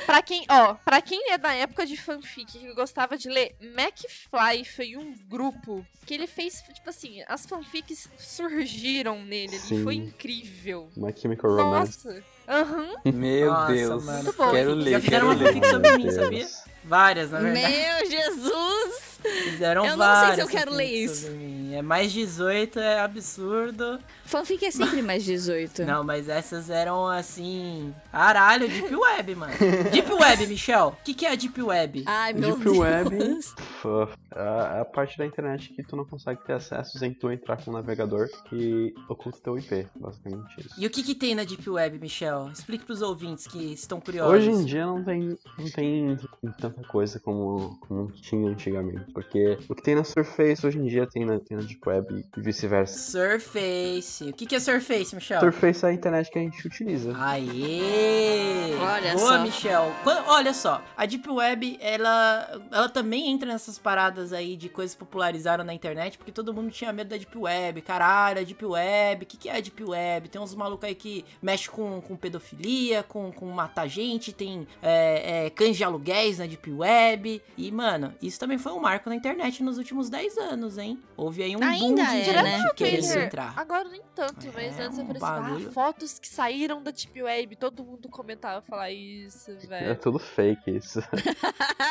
Speaker 3: Pra quem, ó, pra quem é da época de fanfic que gostava de ler, McFly foi um grupo que ele fez, tipo assim, as fanfics surgiram nele, ele
Speaker 1: Sim.
Speaker 3: foi incrível.
Speaker 1: My Chemical Romance.
Speaker 3: Nossa.
Speaker 2: Um
Speaker 3: Aham.
Speaker 5: Meu
Speaker 2: Nossa,
Speaker 5: Deus.
Speaker 2: mano,
Speaker 3: Muito bom.
Speaker 5: Quero
Speaker 2: Já
Speaker 5: ler,
Speaker 2: fizeram
Speaker 5: quero
Speaker 2: uma
Speaker 5: ler.
Speaker 2: fanfic sobre
Speaker 1: Meu
Speaker 2: mim,
Speaker 1: Deus.
Speaker 2: sabia? Várias, na verdade.
Speaker 4: Meu Jesus!
Speaker 2: Fizeram
Speaker 4: eu não sei se
Speaker 2: várias
Speaker 4: eu quero ler
Speaker 2: fanfics
Speaker 4: isso.
Speaker 2: sobre mim. É mais 18, é absurdo.
Speaker 4: Fanfic é sempre mais 18.
Speaker 2: Não, mas essas eram assim. Caralho, Deep Web, mano. Deep Web, Michel. O que, que é a Deep Web?
Speaker 4: Ai, meu
Speaker 5: Deep
Speaker 4: Deus.
Speaker 5: Web.
Speaker 1: Fã. É a parte da internet que tu não consegue ter acesso sem tu entrar com um navegador que oculta teu IP, basicamente isso.
Speaker 2: E o que, que tem na Deep Web, Michel? Explique pros ouvintes que estão curiosos.
Speaker 1: Hoje em dia não tem, não tem tanta coisa como, como tinha antigamente, porque o que tem na Surface hoje em dia tem na, tem na Deep Web e vice-versa.
Speaker 2: Surface. O que, que é Surface, Michel?
Speaker 1: Surface é a internet que a gente utiliza.
Speaker 2: Aê!
Speaker 4: Olha
Speaker 2: Boa,
Speaker 4: só.
Speaker 2: Michel. Quan- olha só, a Deep Web, ela, ela também entra nessas paradas aí de coisas que popularizaram na internet, porque todo mundo tinha medo da Deep Web. Caralho, a Deep Web, o que, que é a Deep Web? Tem uns malucos aí que mexe com, com pedofilia, com, com matar gente, tem é, é, cães de aluguéis na Deep Web. E, mano, isso também foi um marco na internet nos últimos 10 anos, hein? Houve aí um boom
Speaker 4: Ainda
Speaker 2: de
Speaker 4: é,
Speaker 2: gente
Speaker 4: né?
Speaker 2: querendo
Speaker 3: Twitter.
Speaker 2: entrar.
Speaker 3: Agora nem tanto, mas
Speaker 2: É,
Speaker 3: antes
Speaker 2: um
Speaker 3: eu parecia
Speaker 2: bagulho.
Speaker 3: ah, fotos que saíram da Deep Web, todo mundo comentava falar isso,
Speaker 1: É
Speaker 3: velho.
Speaker 1: tudo fake isso.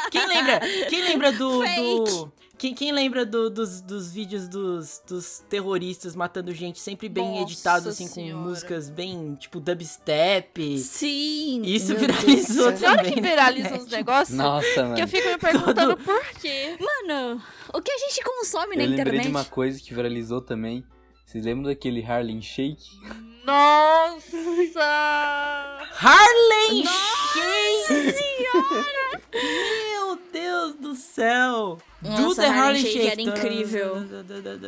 Speaker 2: Quem lembra? Quem lembra do.
Speaker 4: Fake.
Speaker 2: do- quem, quem lembra do- dos, dos vídeos dos, dos terroristas matando gente sempre bem
Speaker 3: Nossa
Speaker 2: editados, assim, com
Speaker 3: Senhora.
Speaker 2: músicas bem, tipo, dubstep?
Speaker 4: Sim!
Speaker 2: Isso
Speaker 4: meu
Speaker 2: viralizou
Speaker 4: Deus do céu.
Speaker 3: Na hora
Speaker 2: também né?
Speaker 3: que
Speaker 2: na
Speaker 3: viralizam
Speaker 2: internet.
Speaker 3: os negócios,
Speaker 5: Nossa, mano.
Speaker 3: que eu fico me perguntando por quê.
Speaker 4: Mano, o que a gente consome na
Speaker 5: Eu lembrei
Speaker 4: internet?
Speaker 5: de uma coisa que viralizou também. Vocês lembram daquele Harlem Shake?
Speaker 3: Nossa!
Speaker 2: Harlem Shake! Meu Deus do céu! do
Speaker 4: Nossa,
Speaker 2: The
Speaker 4: Harlem
Speaker 2: Harlem
Speaker 4: Shake era incrível.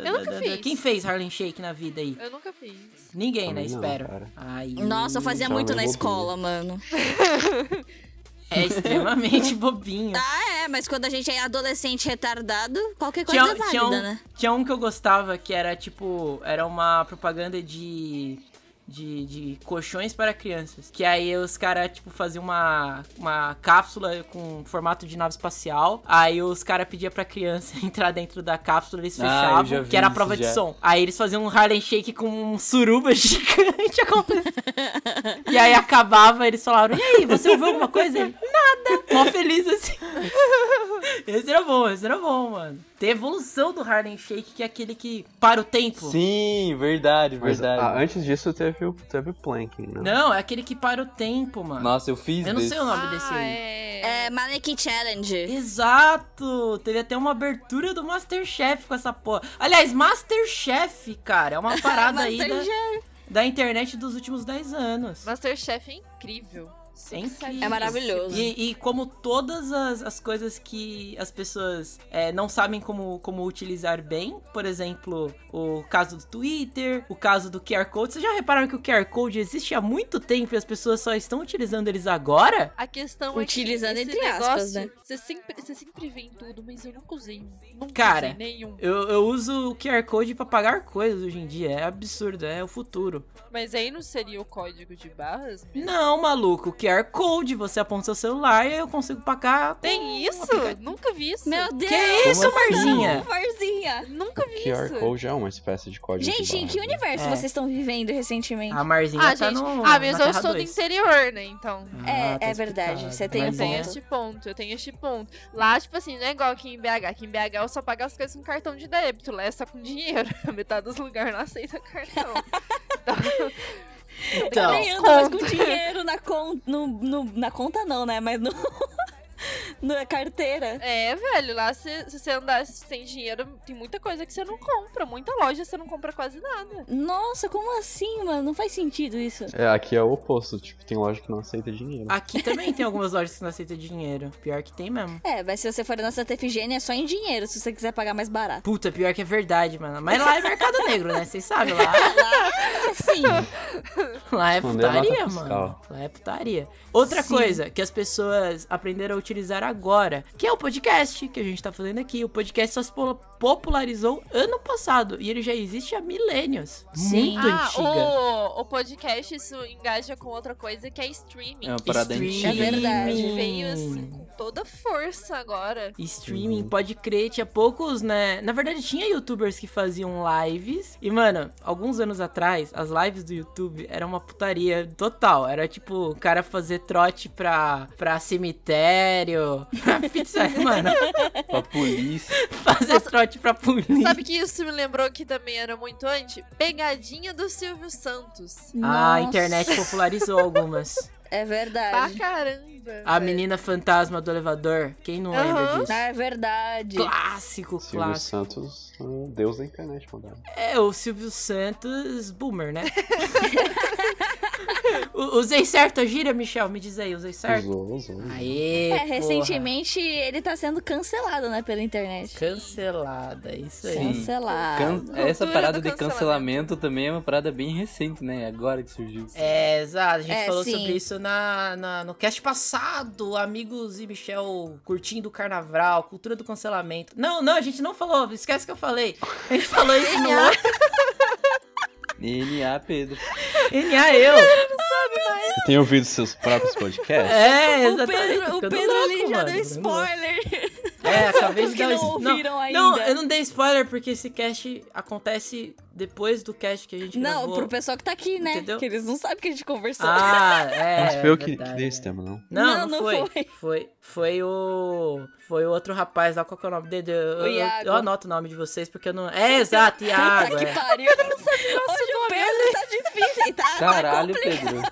Speaker 3: Eu nunca fiz.
Speaker 2: Quem fez Harlem Shake na vida aí?
Speaker 3: Eu nunca fiz.
Speaker 2: Ninguém, né?
Speaker 1: Também não,
Speaker 2: Espero.
Speaker 1: cara.
Speaker 2: Aí...
Speaker 4: Nossa, eu fazia
Speaker 1: Tava
Speaker 4: muito na
Speaker 1: meio
Speaker 4: escola, mano.
Speaker 2: É extremamente bobinho.
Speaker 4: Ah, é, mas quando a gente é adolescente retardado, qualquer coisa
Speaker 2: Tinha,
Speaker 4: é válida,
Speaker 2: tinha um,
Speaker 4: né?
Speaker 2: tinha um que eu gostava que era tipo. Era uma propaganda de. De, de colchões para crianças. Que aí os caras, tipo, faziam uma, uma cápsula com formato de nave espacial. Aí os caras pediam pra criança entrar dentro da cápsula, eles
Speaker 5: Ah, eu
Speaker 2: fechavam,
Speaker 5: já vi
Speaker 2: que era a
Speaker 5: isso
Speaker 2: prova de
Speaker 5: já.
Speaker 2: som. Aí eles faziam um Harlem Shake com um suruba gigante. acontecendo. e aí acabava, eles falaram: E aí, você ouviu alguma coisa? Ele, Nada. Mó feliz assim. Esse era bom, esse era bom, mano. Tem a evolução do Harlem Shake, que é aquele que para o tempo.
Speaker 5: Sim, verdade,
Speaker 1: Mas
Speaker 5: verdade.
Speaker 1: ah, antes disso teve o teve o Planking, né?
Speaker 2: Não, é aquele que para o tempo, mano.
Speaker 5: Nossa, eu fiz
Speaker 2: Eu não
Speaker 5: desse.
Speaker 2: sei o nome desse
Speaker 3: Ah,
Speaker 2: aí.
Speaker 3: é...
Speaker 4: É, Malek Challenge.
Speaker 2: Exato! Teve até uma abertura do Masterchef com essa porra. Aliás, Masterchef, cara, é uma parada aí da,
Speaker 4: Masterchef.
Speaker 2: da internet dos últimos 10 anos.
Speaker 3: Masterchef é incrível.
Speaker 2: É
Speaker 3: Sempre
Speaker 2: incrível.
Speaker 3: saiu.
Speaker 4: É maravilhoso.
Speaker 2: E, e como todas as, as coisas que as pessoas é, não sabem como, como utilizar bem, por exemplo, o caso do Twitter, o caso do QR Code. Vocês já repararam que o QR Code existe há muito tempo e as pessoas só estão utilizando eles agora?
Speaker 3: A questão
Speaker 4: Utilizando
Speaker 3: é que esse
Speaker 4: entre aspas, né?
Speaker 3: negócio, Você sempre, você sempre vê em tudo, mas eu nunca usei. Nunca
Speaker 2: Cara,
Speaker 3: usei nenhum.
Speaker 2: Eu, eu uso o QR Code pra pagar coisas hoje em dia. É absurdo, é o futuro.
Speaker 3: Mas aí não seria o código de barras?
Speaker 2: Não, maluco, o QR Code, você aponta seu celular e eu consigo pagar.
Speaker 3: Tem isso? Nunca vi isso.
Speaker 4: Meu Deus!
Speaker 2: Que isso,
Speaker 5: Como assim?
Speaker 2: Marzinha?
Speaker 4: Varzinha! Mentira!
Speaker 3: Nunca vi
Speaker 1: QR
Speaker 3: isso.
Speaker 1: Code é uma espécie de código. de
Speaker 4: Gente, em
Speaker 1: barra,
Speaker 4: que
Speaker 1: né?
Speaker 4: universo
Speaker 2: É.
Speaker 4: vocês estão vivendo recentemente?
Speaker 2: A Marzinha
Speaker 3: Ah,
Speaker 2: tá
Speaker 3: gente.
Speaker 2: no.
Speaker 3: ah, mas
Speaker 2: na
Speaker 3: eu
Speaker 2: Terra
Speaker 3: sou do
Speaker 2: 2.
Speaker 3: interior, né? Então.
Speaker 4: É,
Speaker 2: Ah, tá
Speaker 4: é verdade.
Speaker 2: explicado.
Speaker 4: Você tem
Speaker 2: Mas é.
Speaker 4: um
Speaker 2: bom.
Speaker 3: Eu tenho
Speaker 4: ponto.
Speaker 3: este ponto, eu tenho este ponto. Lá, tipo assim, não é igual aqui em BH. Aqui em BH eu só pago as coisas com cartão de débito. Lá é só com dinheiro. Metade dos lugares não aceita cartão. Então,
Speaker 4: Eu
Speaker 2: Então,
Speaker 4: nem ando mais com
Speaker 3: Conta.
Speaker 4: dinheiro na conta. na conta não, né? Mas no. na carteira.
Speaker 3: É, velho, lá se, se você andar sem dinheiro, tem muita coisa que você não compra. Muita loja você não compra quase nada.
Speaker 4: Nossa, como assim, mano? Não faz sentido isso.
Speaker 1: É, aqui é o oposto. Tipo, tem loja que não aceita dinheiro.
Speaker 2: aqui também tem algumas lojas que não aceitam dinheiro. Pior que tem mesmo.
Speaker 4: É, mas se você for na Santa Efigênia, é só em dinheiro, se você quiser pagar mais barato.
Speaker 2: Puta, pior que é verdade, mano. Mas lá é mercado negro, né? Vocês sabem lá.
Speaker 4: Assim,
Speaker 2: Lá é
Speaker 1: Esconder a nota
Speaker 2: putaria,
Speaker 1: fiscal.
Speaker 2: mano. Lá é putaria. Outra
Speaker 4: Sim.
Speaker 2: coisa que as pessoas aprenderam a utilizar agora, que é o podcast que a gente tá fazendo aqui. O podcast só se po- popularizou ano passado e ele já existe há milênios.
Speaker 4: Sim.
Speaker 2: Muito
Speaker 3: ah,
Speaker 2: antiga.
Speaker 3: o, o podcast isso engaja com outra coisa que é streaming.
Speaker 5: É uma parada
Speaker 2: Streaming.
Speaker 5: antiga.
Speaker 4: É verdade.
Speaker 3: Que veio assim com toda força agora.
Speaker 4: Uhum.
Speaker 2: Streaming, pode crer, tinha poucos, né? Na verdade, tinha youtubers que faziam lives. E, mano, alguns anos atrás, as lives do YouTube eram uma putaria total. Era tipo o cara fazer trote pra, pra cemitério, pra pizza, mano.
Speaker 5: Pra polícia.
Speaker 2: Fazer trote pra polícia.
Speaker 3: Sabe que isso me lembrou que também era muito antes? Pegadinha do Silvio Santos.
Speaker 2: Ah,
Speaker 4: nossa.
Speaker 2: a internet popularizou algumas.
Speaker 4: É
Speaker 3: Pra
Speaker 4: verdade.
Speaker 3: caramba.
Speaker 2: A
Speaker 3: velho.
Speaker 2: menina fantasma do elevador. Quem não lembra
Speaker 3: Aham.
Speaker 2: disso?
Speaker 4: Ah, é verdade.
Speaker 2: Clássico,
Speaker 1: Silvio
Speaker 2: clássico.
Speaker 1: Santos, um deus da internet moderna.
Speaker 2: É, o Silvio Santos boomer, né? U- usei certo a gíria, Michel? Me diz aí, usei certo?
Speaker 1: Usou, usou.
Speaker 2: Aê,
Speaker 4: É,
Speaker 2: porra.
Speaker 4: recentemente ele tá sendo cancelado, né, pela internet.
Speaker 2: Cancelada, isso aí.
Speaker 5: Sim. Can-
Speaker 4: Cancelado.
Speaker 5: Essa
Speaker 3: Cultura
Speaker 5: parada
Speaker 3: do
Speaker 5: de cancelamento também é uma parada bem recente, né? Agora que surgiu.
Speaker 2: É, exato. A gente
Speaker 4: É,
Speaker 2: falou
Speaker 4: sim.
Speaker 2: sobre isso na, na- no cast passado. Amigos e Michel curtindo o carnaval, cultura do cancelamento. Não, não, a gente não falou. Esquece que eu falei. A gente falou isso no outro.
Speaker 5: NA, Pedro.
Speaker 2: NA eu.
Speaker 1: Tem ouvido seus próprios podcasts?
Speaker 2: É,
Speaker 4: O Pedro, o
Speaker 2: Ficando
Speaker 4: Pedro
Speaker 2: louco,
Speaker 4: ali já
Speaker 2: mano,
Speaker 4: deu
Speaker 2: ficando louco.
Speaker 4: spoiler.
Speaker 2: É, acabei
Speaker 4: Os
Speaker 2: de
Speaker 4: que
Speaker 2: dar
Speaker 4: não
Speaker 2: um-
Speaker 4: ouviram ainda.
Speaker 2: Não, eu não dei spoiler porque esse cast acontece depois do cast que a gente
Speaker 4: Não,
Speaker 2: gravou.
Speaker 4: pro pessoal que tá aqui, né?
Speaker 2: Entendeu?
Speaker 4: Que eles não sabem que a gente conversou.
Speaker 2: Ah, é.
Speaker 1: Não foi eu que,
Speaker 2: verdade,
Speaker 1: que dei esse
Speaker 2: é.
Speaker 1: tema, não.
Speaker 2: Não, não,
Speaker 4: Não, não
Speaker 2: foi.
Speaker 4: foi.
Speaker 2: foi. Foi o foi o outro rapaz lá, qual que é o nome dele? Eu, eu-
Speaker 4: Iago.
Speaker 2: eu anoto o nome de vocês porque eu não É, exato,
Speaker 4: Puta
Speaker 2: Iago.
Speaker 4: que
Speaker 2: é.
Speaker 4: pariu. Eu não sabia Hoje o Pedro tá difícil. e Tá, tá
Speaker 5: Caralho,
Speaker 4: complicado.
Speaker 5: Pedro.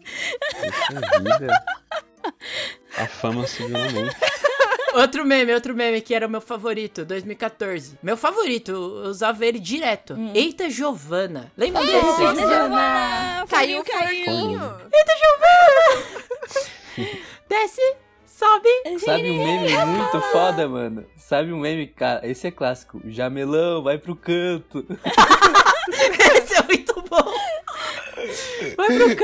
Speaker 1: Puxa é vida. A fama subiu no mundo.
Speaker 2: Outro meme, outro meme que era o meu favorito, 2014. Meu favorito, eu usava ele direto. Eita Giovana. Lembra desse?
Speaker 4: Eita, Hum. É, Giovana.
Speaker 3: Caiu,
Speaker 4: Caiu, caiu.
Speaker 3: forninho.
Speaker 2: Desce, sobe.
Speaker 5: Sabe um meme muito foda, mano? Sabe um meme, cara? Esse é clássico. Jamelão, vai pro canto.
Speaker 2: Esse é muito bom. Vai pro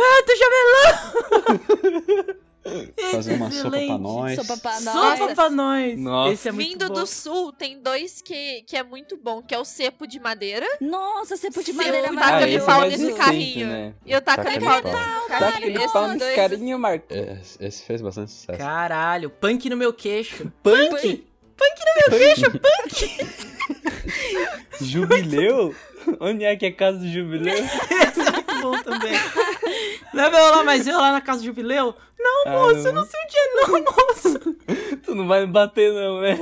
Speaker 2: canto, jamelão.
Speaker 1: Fazer uma sopa pra
Speaker 2: Excelente.
Speaker 1: nós.
Speaker 4: Sopa pra nós.
Speaker 2: Sopa pra nós.
Speaker 5: Nossa.
Speaker 2: Esse é muito
Speaker 3: Vindo
Speaker 2: bom.
Speaker 3: do sul, tem dois que, que é muito bom, que é o cepo de madeira
Speaker 4: Nossa, cepo de
Speaker 3: Seu
Speaker 4: madeira é
Speaker 3: taco de
Speaker 5: Ah,
Speaker 3: Taca-lhe
Speaker 5: esse
Speaker 4: maravilhoso.
Speaker 5: é
Speaker 3: pau
Speaker 5: mais
Speaker 3: nesse
Speaker 5: recente,
Speaker 3: carrinho.
Speaker 5: né?
Speaker 3: e eu taco
Speaker 1: Taca-lhe
Speaker 3: de pau
Speaker 1: pau.
Speaker 3: desse
Speaker 5: Tá
Speaker 3: carrinho.
Speaker 5: aquele pau
Speaker 3: Esses
Speaker 5: nesse
Speaker 3: dois-
Speaker 5: carinha, Marco.
Speaker 1: É, Esse fez bastante sucesso.
Speaker 2: Caralho, punk no meu queixo.
Speaker 5: Punk! Jubileu? Onde é que é a casa do jubileu?
Speaker 2: Esse é muito bom também. Lembra eu lá, mas eu lá na casa do jubileu? Não,
Speaker 5: Ah,
Speaker 2: moço,
Speaker 5: não.
Speaker 2: não sei o dia não, moço.
Speaker 5: Tu não vai me bater, não, né?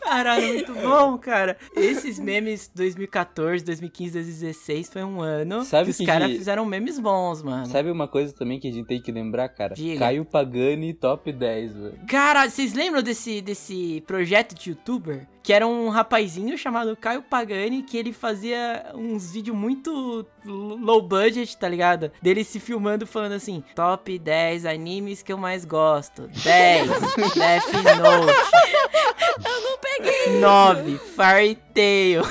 Speaker 2: Caralho, muito bom, cara. Esses memes 2014, 2015, 2016 foi um ano
Speaker 5: Sabe
Speaker 2: que os
Speaker 5: que-
Speaker 2: caras fizeram memes bons, mano.
Speaker 5: Sabe uma coisa também que a gente tem que lembrar, cara?
Speaker 2: Diga.
Speaker 5: Caio Pagani top 10, velho.
Speaker 2: Cara, vocês lembram desse, desse projeto de youtuber? Que era um rapazinho chamado Caio Pagani, que ele fazia uns vídeos muito l- low budget, tá ligado? Dele se filmando falando assim, top 10 animes que eu mais gosto. 10, Death Note.
Speaker 4: Eu não peguei.
Speaker 2: 9, Fairy Tail.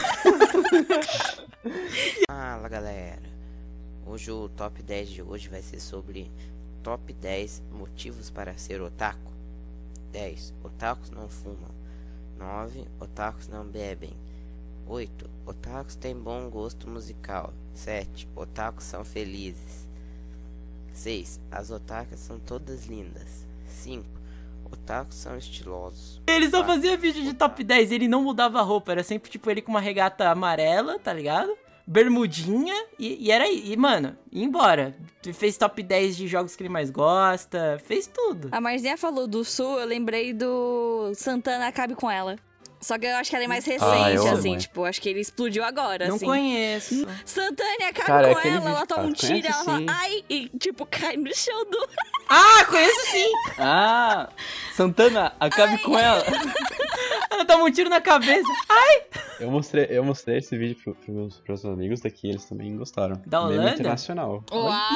Speaker 11: Fala galera, hoje o top 10 de hoje vai ser sobre top 10 motivos para ser otaku. 10. Otakus não fumam. 9. Otakus não bebem. 8. Otakus têm bom gosto musical. 7. Otakus são felizes. 6. As otakas são todas lindas. 5. Otakus são estilosos.
Speaker 2: Ele
Speaker 1: Tá.
Speaker 2: só fazia vídeo de top 10, ele não mudava a roupa, era sempre tipo ele com uma regata amarela, tá ligado? Bermudinha e, e era e mano, ia embora. Fez top 10 de jogos que ele mais gosta, fez tudo.
Speaker 4: A Marzinha falou do Sul, eu lembrei do Santana Acabe com ela. Só que eu acho que ela é mais recente,
Speaker 1: Ah, eu amo,
Speaker 4: assim,
Speaker 1: é.
Speaker 4: tipo, acho que ele explodiu agora,
Speaker 2: Não
Speaker 4: assim.
Speaker 2: conheço.
Speaker 4: Santana acaba
Speaker 1: Cara, é
Speaker 4: com
Speaker 1: aquele
Speaker 4: ela, ela
Speaker 1: vídeo,
Speaker 4: toma um
Speaker 1: cara,
Speaker 4: tiro,
Speaker 1: conhece
Speaker 4: ela fala,
Speaker 1: sim.
Speaker 4: ai, e tipo, cai no chão do.
Speaker 2: Ah, conheço sim!
Speaker 5: Ah! Santana, acabe com ela!
Speaker 2: Ela toma um tiro na cabeça. Ai!
Speaker 1: Eu mostrei, eu mostrei esse vídeo pro, pro meus, pros meus amigos daqui, eles também gostaram.
Speaker 2: Da
Speaker 1: Meme
Speaker 2: Holanda?
Speaker 1: internacional.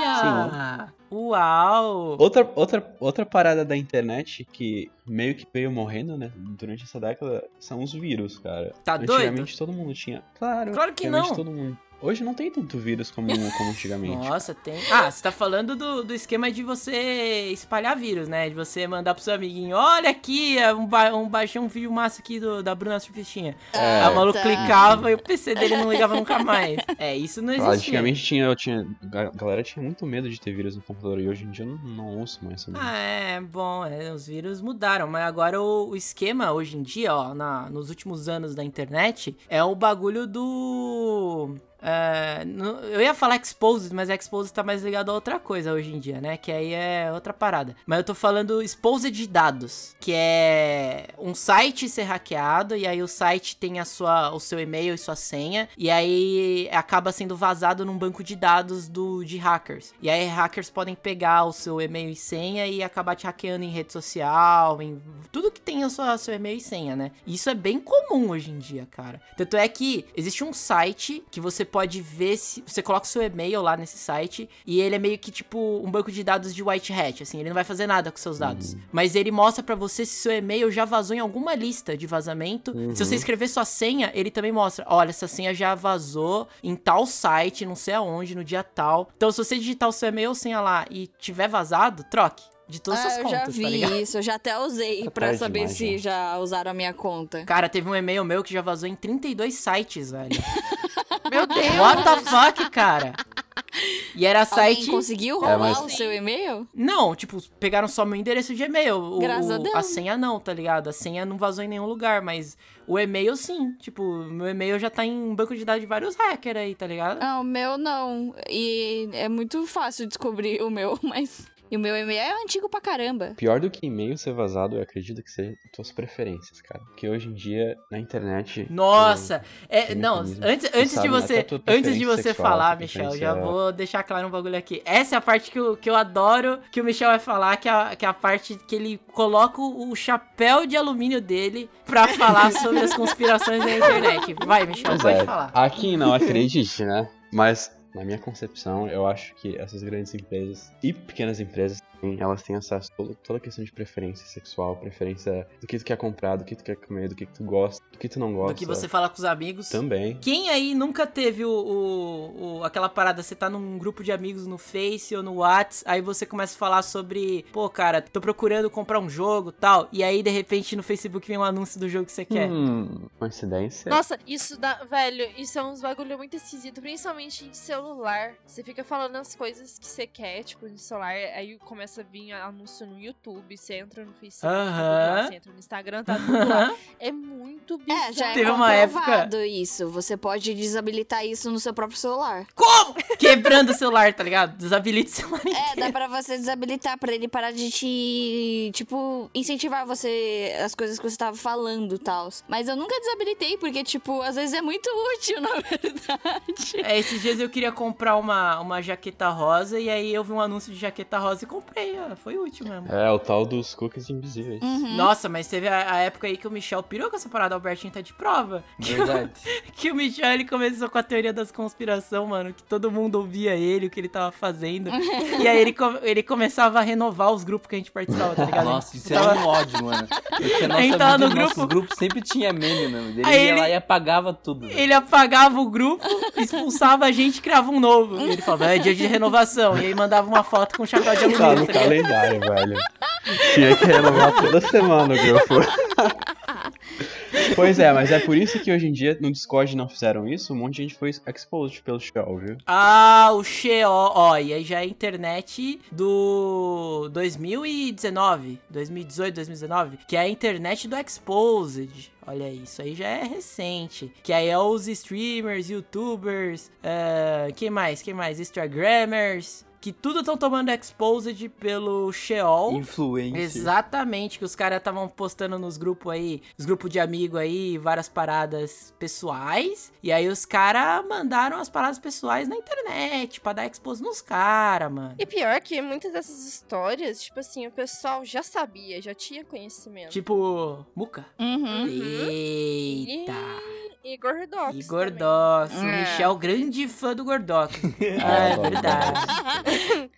Speaker 2: Olha! Uau!
Speaker 1: Outra, outra, outra parada da internet que meio que veio morrendo, né, durante essa década, são os vírus, cara.
Speaker 2: Tá doido?
Speaker 1: Antigamente todo mundo tinha. Claro,
Speaker 2: Claro que
Speaker 1: antigamente
Speaker 2: não.
Speaker 1: todo mundo. Hoje não tem tanto vírus como, como antigamente.
Speaker 2: Nossa, tem. Ah, você tá falando do, do esquema de você espalhar vírus, né? De você mandar pro seu amiguinho: olha aqui, é um, ba um baixei um vídeo massa aqui do, da Bruna Surfistinha.
Speaker 1: É.
Speaker 2: Aí o maluco
Speaker 1: Tá.
Speaker 2: clicava e o PC dele não ligava nunca mais. É, isso não
Speaker 1: Claro,
Speaker 2: existia.
Speaker 1: Tipo, antigamente tinha, eu tinha. A galera tinha muito medo de ter vírus no computador e hoje em dia eu não, não ouço mais sobre
Speaker 2: Ah, é, bom, é, os vírus mudaram, mas agora o, o esquema hoje em dia, ó, na- nos últimos anos da internet, é o bagulho do. é, no- eu ia falar Exposed, mas Exposed tá mais ligado a outra coisa hoje em dia, né? Que aí é outra parada. Mas eu tô falando Exposed de dados, que é um site ser hackeado e aí o site tem a sua, o seu e-mail e sua senha e aí acaba sendo vazado num banco de dados do, de hackers. E aí hackers podem pegar o seu e-mail e senha e acabar te hackeando em rede social, em tudo que tem a sua, seu e-mail e senha, né? E Isso é bem comum hoje em dia, cara. Tanto é que existe um site que você pode ver se você coloca o seu e-mail lá nesse site e ele é meio que tipo um banco de dados de white hat, assim, ele não vai fazer nada com seus dados, mas ele mostra pra você se seu e-mail já vazou em alguma lista de vazamento.
Speaker 14: Uhum.
Speaker 2: Se você escrever sua senha, ele também mostra, olha, essa senha já vazou em tal site, não sei aonde, no dia tal. Então se você digitar o seu e-mail ou senha lá e tiver vazado, troque de todas
Speaker 4: ah,
Speaker 2: essas
Speaker 4: eu
Speaker 2: contas,
Speaker 4: já
Speaker 2: tá
Speaker 4: vi
Speaker 2: ligado?
Speaker 4: isso, eu já até usei pra
Speaker 2: tarde
Speaker 4: saber
Speaker 2: demais,
Speaker 4: se já usaram a minha conta.
Speaker 2: Cara, teve um e-mail meu que já vazou em 32 sites, velho. meu Deus! What the fuck, cara? E era
Speaker 4: Alguém
Speaker 2: site.
Speaker 4: conseguiu
Speaker 2: É,
Speaker 4: roubar
Speaker 2: mas-
Speaker 4: o seu e-mail?
Speaker 2: Não, tipo, pegaram só meu endereço de e-mail. O-
Speaker 4: Graças a
Speaker 2: o-
Speaker 4: Deus.
Speaker 2: A senha não, tá ligado? A senha não vazou em nenhum lugar, mas o e-mail sim. Tipo, meu e-mail já tá em um banco de dados de vários hackers aí, tá ligado?
Speaker 4: Ah, o meu não. E é muito fácil descobrir o meu, mas. E o meu e-mail é antigo pra caramba.
Speaker 1: Pior do que e-mail ser vazado, eu acredito que sejam suas preferências, cara. Porque hoje em dia, na internet.
Speaker 2: Nossa,
Speaker 1: tem-
Speaker 2: é,
Speaker 1: tem
Speaker 2: não,
Speaker 1: mecanismos
Speaker 2: antes,
Speaker 1: que
Speaker 2: antes de
Speaker 1: sabem até
Speaker 2: você,
Speaker 1: a tua
Speaker 2: antes de
Speaker 1: preferência
Speaker 2: você
Speaker 1: é sexual,
Speaker 2: falar,
Speaker 1: tua
Speaker 2: Michel,
Speaker 1: preferência-
Speaker 2: já vou deixar claro um bagulho aqui. Essa é a parte que eu, que eu adoro, que o Michel vai falar, que é, a, que é a parte que ele coloca o chapéu de alumínio dele pra falar sobre as conspirações da internet. Vai, Michel,
Speaker 1: Pois
Speaker 2: pode
Speaker 1: é,
Speaker 2: falar.
Speaker 1: há quem não acredite, né? Mas, na minha concepção, eu acho que essas grandes empresas e pequenas empresas, sim, elas têm acesso a todo- toda a questão de preferência sexual, preferência do que tu quer comprar, do que tu quer comer, do que tu gosta, do que tu não gosta.
Speaker 2: Do que você fala com os amigos.
Speaker 1: Também.
Speaker 2: Quem aí nunca teve o, o- o- aquela parada, você tá num grupo de amigos no Face ou no Whats, aí você começa a falar sobre, pô, cara, tô procurando comprar um jogo tal, e aí de repente no Facebook vem um anúncio do jogo que você quer.
Speaker 1: Hum, coincidência?
Speaker 3: Nossa, isso dá. Velho, isso é uns bagulho muito esquisito, principalmente em celular. Você fica falando as coisas que você quer, tipo, no celular, aí começa a vir anúncio no YouTube, você entra no Facebook, tá tudo lá,
Speaker 4: Aham.
Speaker 3: você entra no Instagram, tá tudo lá. É muito bizarro.
Speaker 4: É, já é
Speaker 2: Teve uma época-
Speaker 4: comprovado isso. Você pode desabilitar isso no seu próprio celular.
Speaker 2: Quebrando o celular, tá ligado? Desabilita o celular.
Speaker 4: É, dá pra você desabilitar pra ele parar de te, tipo, incentivar você as coisas que você tava falando e tal. Mas eu nunca desabilitei, porque, tipo, às vezes é muito útil, na verdade.
Speaker 2: É, esses dias eu queria comprar uma, uma jaqueta rosa, e aí eu vi um anúncio de jaqueta rosa e comprei, ó, foi útil mesmo.
Speaker 4: Ah.
Speaker 1: É, o tal dos cookies invisíveis.
Speaker 4: Uhum. Hum.
Speaker 2: Nossa, mas teve a, a época aí que o Michel pirou com essa parada, o Albertinho tá de prova.
Speaker 5: É.
Speaker 2: Que o-
Speaker 5: Verdade.
Speaker 2: que o Michel ele começou com a teoria das conspiração, mano, que todo mundo ouvia ele, o que ele tava fazendo. e aí ele, come- ele começava a renovar os grupos que a gente participava, tá ligado?
Speaker 5: Nossa, isso
Speaker 2: Tava-
Speaker 5: era um ódio, mano. Porque a nossa
Speaker 2: A gente tava
Speaker 5: vida,
Speaker 2: no
Speaker 5: nossos
Speaker 2: grupo-
Speaker 5: grupos sempre tinha meme, mano. Ele
Speaker 2: Aí
Speaker 5: ia
Speaker 2: ele-
Speaker 5: lá e apagava tudo. velho.
Speaker 2: Ele apagava o grupo, expulsava a gente e criava um novo. E ele falava, é dia de renovação. E aí mandava uma foto com o chapéu de
Speaker 1: Tá no
Speaker 2: alumínio. tá ligado?
Speaker 1: calendário, velho. Tinha que renovar toda semana o grupo. Pois é, mas é por isso que hoje em dia no Discord não fizeram isso, um monte de gente foi exposed pelo Shell, viu?
Speaker 2: Ah, o Xeó, ó, e aí já é internet do 2019, 2018, 2019, que é a internet do Exposed. Olha aí, isso aí já é recente. Que aí é os streamers, youtubers, ah, quem mais, quem mais? Instagrammers, que tudo estão tomando exposed pelo Sheol.
Speaker 5: Influencer.
Speaker 2: Exatamente, que os caras estavam postando nos grupos aí, os grupos de amigo aí, várias paradas pessoais. E aí os caras mandaram as paradas pessoais na internet pra dar expose nos caras, mano.
Speaker 3: E pior que muitas dessas histórias, tipo assim, o pessoal já sabia, já tinha conhecimento.
Speaker 2: Tipo, Muca.
Speaker 4: Uhum.
Speaker 2: Eita.
Speaker 3: E Gordox.
Speaker 2: E Gordox.
Speaker 4: Ah.
Speaker 2: O
Speaker 3: também.
Speaker 2: Michel, grande fã do Gordox. ah, é verdade.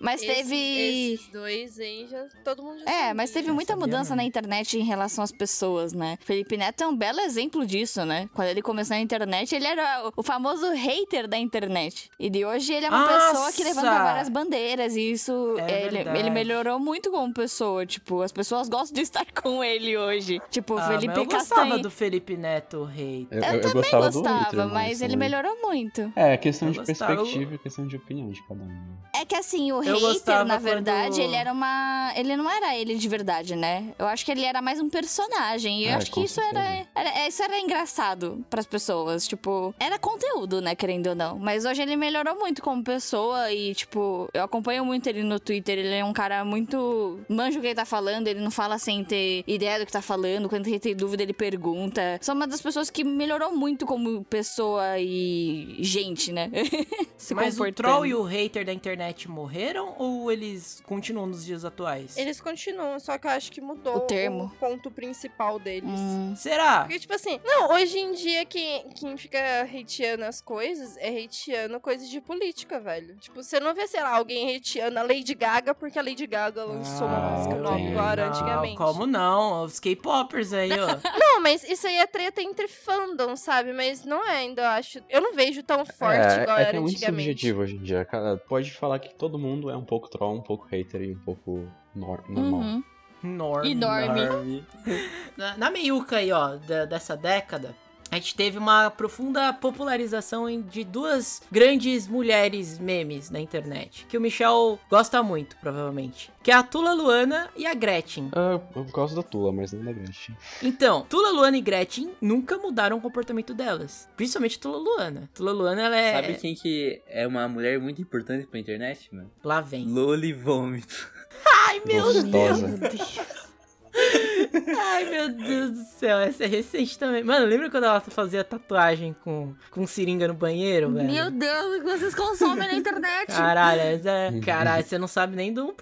Speaker 4: Mas
Speaker 3: Esses-
Speaker 4: teve.
Speaker 3: Esses dois aí, já, todo mundo já
Speaker 4: É,
Speaker 3: sabia.
Speaker 4: mas teve muita
Speaker 2: né?
Speaker 4: mudança na internet em relação às pessoas, né? Felipe Neto é um belo exemplo disso, né? Quando ele começou na internet, ele era o- o famoso hater da internet. E de hoje ele é uma
Speaker 2: Nossa!
Speaker 4: pessoa que levanta várias bandeiras. E isso.
Speaker 2: É
Speaker 4: ele,
Speaker 2: verdade.
Speaker 4: ele melhorou muito como pessoa. Tipo, as pessoas gostam de estar com ele hoje. Tipo, o
Speaker 2: Ah, mas
Speaker 4: Felipe
Speaker 2: eu gostava
Speaker 4: Castanho.
Speaker 2: do Felipe Neto rei.
Speaker 1: Eu,
Speaker 4: Eu,
Speaker 1: eu
Speaker 4: também
Speaker 1: gostava,
Speaker 4: gostava,
Speaker 1: do Hitler,
Speaker 4: mas ele
Speaker 1: também.
Speaker 4: melhorou muito.
Speaker 1: É, questão
Speaker 2: Eu
Speaker 1: de
Speaker 2: gostava-
Speaker 1: perspectiva, e questão de opinião de cada um.
Speaker 4: É que assim, o
Speaker 2: Eu
Speaker 4: hater,
Speaker 2: gostava
Speaker 4: na verdade,
Speaker 2: quando-
Speaker 4: ele era uma. Ele não era ele de verdade, né? Eu acho que ele era mais um personagem. E eu
Speaker 1: É,
Speaker 4: acho que
Speaker 1: com
Speaker 4: isso era, era- é, Isso era engraçado pras pessoas. Tipo, era conteúdo, né? Querendo ou não. Mas hoje ele melhorou muito como pessoa. E, tipo, eu acompanho muito ele no Twitter. Ele é um cara muito. Manjo o que ele tá falando. Ele não fala sem ter ideia do que tá falando. Quando ele tem dúvida, ele pergunta. Sou uma das pessoas que melhorou muito como pessoa e gente, né? Se
Speaker 2: Mas o
Speaker 4: comportando.
Speaker 2: troll e o hater da internet morreram ou eles continuam nos dias atuais?
Speaker 3: Eles continuam, só que eu acho que mudou
Speaker 4: O termo. Hum.
Speaker 3: ponto principal deles.
Speaker 2: Será?
Speaker 3: Porque, tipo assim, não, hoje em dia quem, quem fica hateando as coisas é hateando coisas de política, velho. Tipo, você não vê, sei lá, alguém hateando a Lady Gaga porque a Lady Gaga lançou uma música nova
Speaker 1: entendi.
Speaker 3: agora,
Speaker 2: Ah, Não,
Speaker 3: antigamente.
Speaker 2: como não? Os K-popers aí, ó.
Speaker 3: Não, mas isso aí é treta entre fandom, sabe? Mas não é ainda, eu acho. Eu não vejo tão forte
Speaker 1: é,
Speaker 3: igual
Speaker 1: é que
Speaker 3: era
Speaker 1: é muito
Speaker 3: antigamente.
Speaker 1: subjetivo hoje em dia. Cara, pode falar que todo mundo é um pouco troll, um pouco hater e um pouco nor- normal.
Speaker 4: Uhum.
Speaker 2: Norm.
Speaker 4: Enorme.
Speaker 5: Army.
Speaker 2: Na, na meiuca aí, ó, da- dessa década, a gente teve uma profunda popularização em- de duas grandes mulheres memes na internet. Que o Michel gosta muito, provavelmente. Que é a Tula Luana e a Gretchen.
Speaker 1: Ah, eu gosto da Tula, mas não é da Gretchen.
Speaker 2: Então, Tula Luana e Gretchen nunca mudaram o comportamento delas. Principalmente Tula Luana. Tula Luana, ela é.
Speaker 5: Sabe quem que é uma mulher muito importante pra internet, mano?
Speaker 2: Lá vem.
Speaker 5: Loli Vômito.
Speaker 2: Ai, meu
Speaker 1: Gostosa.
Speaker 2: Deus! Ai, meu Deus do céu, essa é recente também. Mano, lembra quando ela fazia tatuagem com, com seringa no banheiro,
Speaker 1: né?
Speaker 2: velho?
Speaker 4: Meu Deus, o que vocês consomem na internet?
Speaker 2: Caralho, essa é- caralho, você não sabe nem do 1%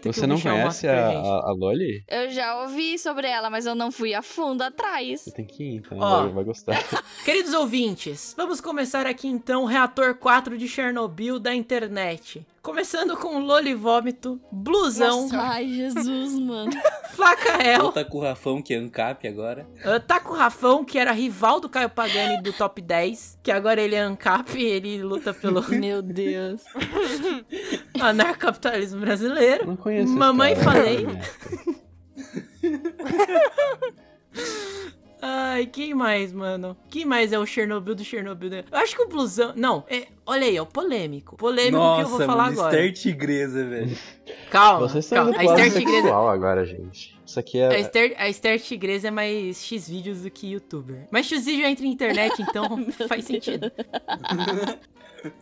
Speaker 2: que
Speaker 1: Uhum. Você
Speaker 2: o
Speaker 1: não
Speaker 2: Michel
Speaker 1: conhece
Speaker 2: mostra pra
Speaker 1: a,
Speaker 2: gente.
Speaker 1: a, a Loli?
Speaker 4: Eu já ouvi sobre ela, mas eu não fui a fundo atrás.
Speaker 1: Você tem que ir, então.
Speaker 2: Ó.
Speaker 1: ela vai gostar.
Speaker 2: Queridos ouvintes, vamos começar aqui então o reator 4 de Chernobyl da internet. Começando com Lolivômito, Blusão,
Speaker 4: Ai, Jesus, mano.
Speaker 2: Flacael,
Speaker 5: Volta com o Rafão, que é ANCAP agora.
Speaker 2: Uh, Taco Rafão, que era rival do Caio Pagani do top 10, que agora ele é ANCAP e ele luta pelo
Speaker 4: Meu Deus.
Speaker 2: anarcapitalismo brasileiro.
Speaker 1: Não conheço. esse
Speaker 2: Mamãe
Speaker 1: cara,
Speaker 2: falei.
Speaker 1: não conheço.
Speaker 2: Ai, quem mais, mano? Quem mais é o Chernobyl do Chernobyl? né? Eu acho que o blusão. Não, é- olha aí, ó, polêmico. Polêmico
Speaker 5: Nossa,
Speaker 2: que eu vou falar
Speaker 5: mano,
Speaker 2: agora.
Speaker 5: Esther Tigresa, velho.
Speaker 2: Calma,
Speaker 1: Vocês né? estão
Speaker 2: calma.
Speaker 1: indo
Speaker 2: A é
Speaker 1: pro lado
Speaker 2: Esther Tigresa.
Speaker 1: sexual agora, gente. Isso aqui
Speaker 2: A
Speaker 1: é...
Speaker 2: Esther, a Esther Tigresa é mais X vídeos do que youtuber. Mas X vídeo entra na internet, então faz sentido.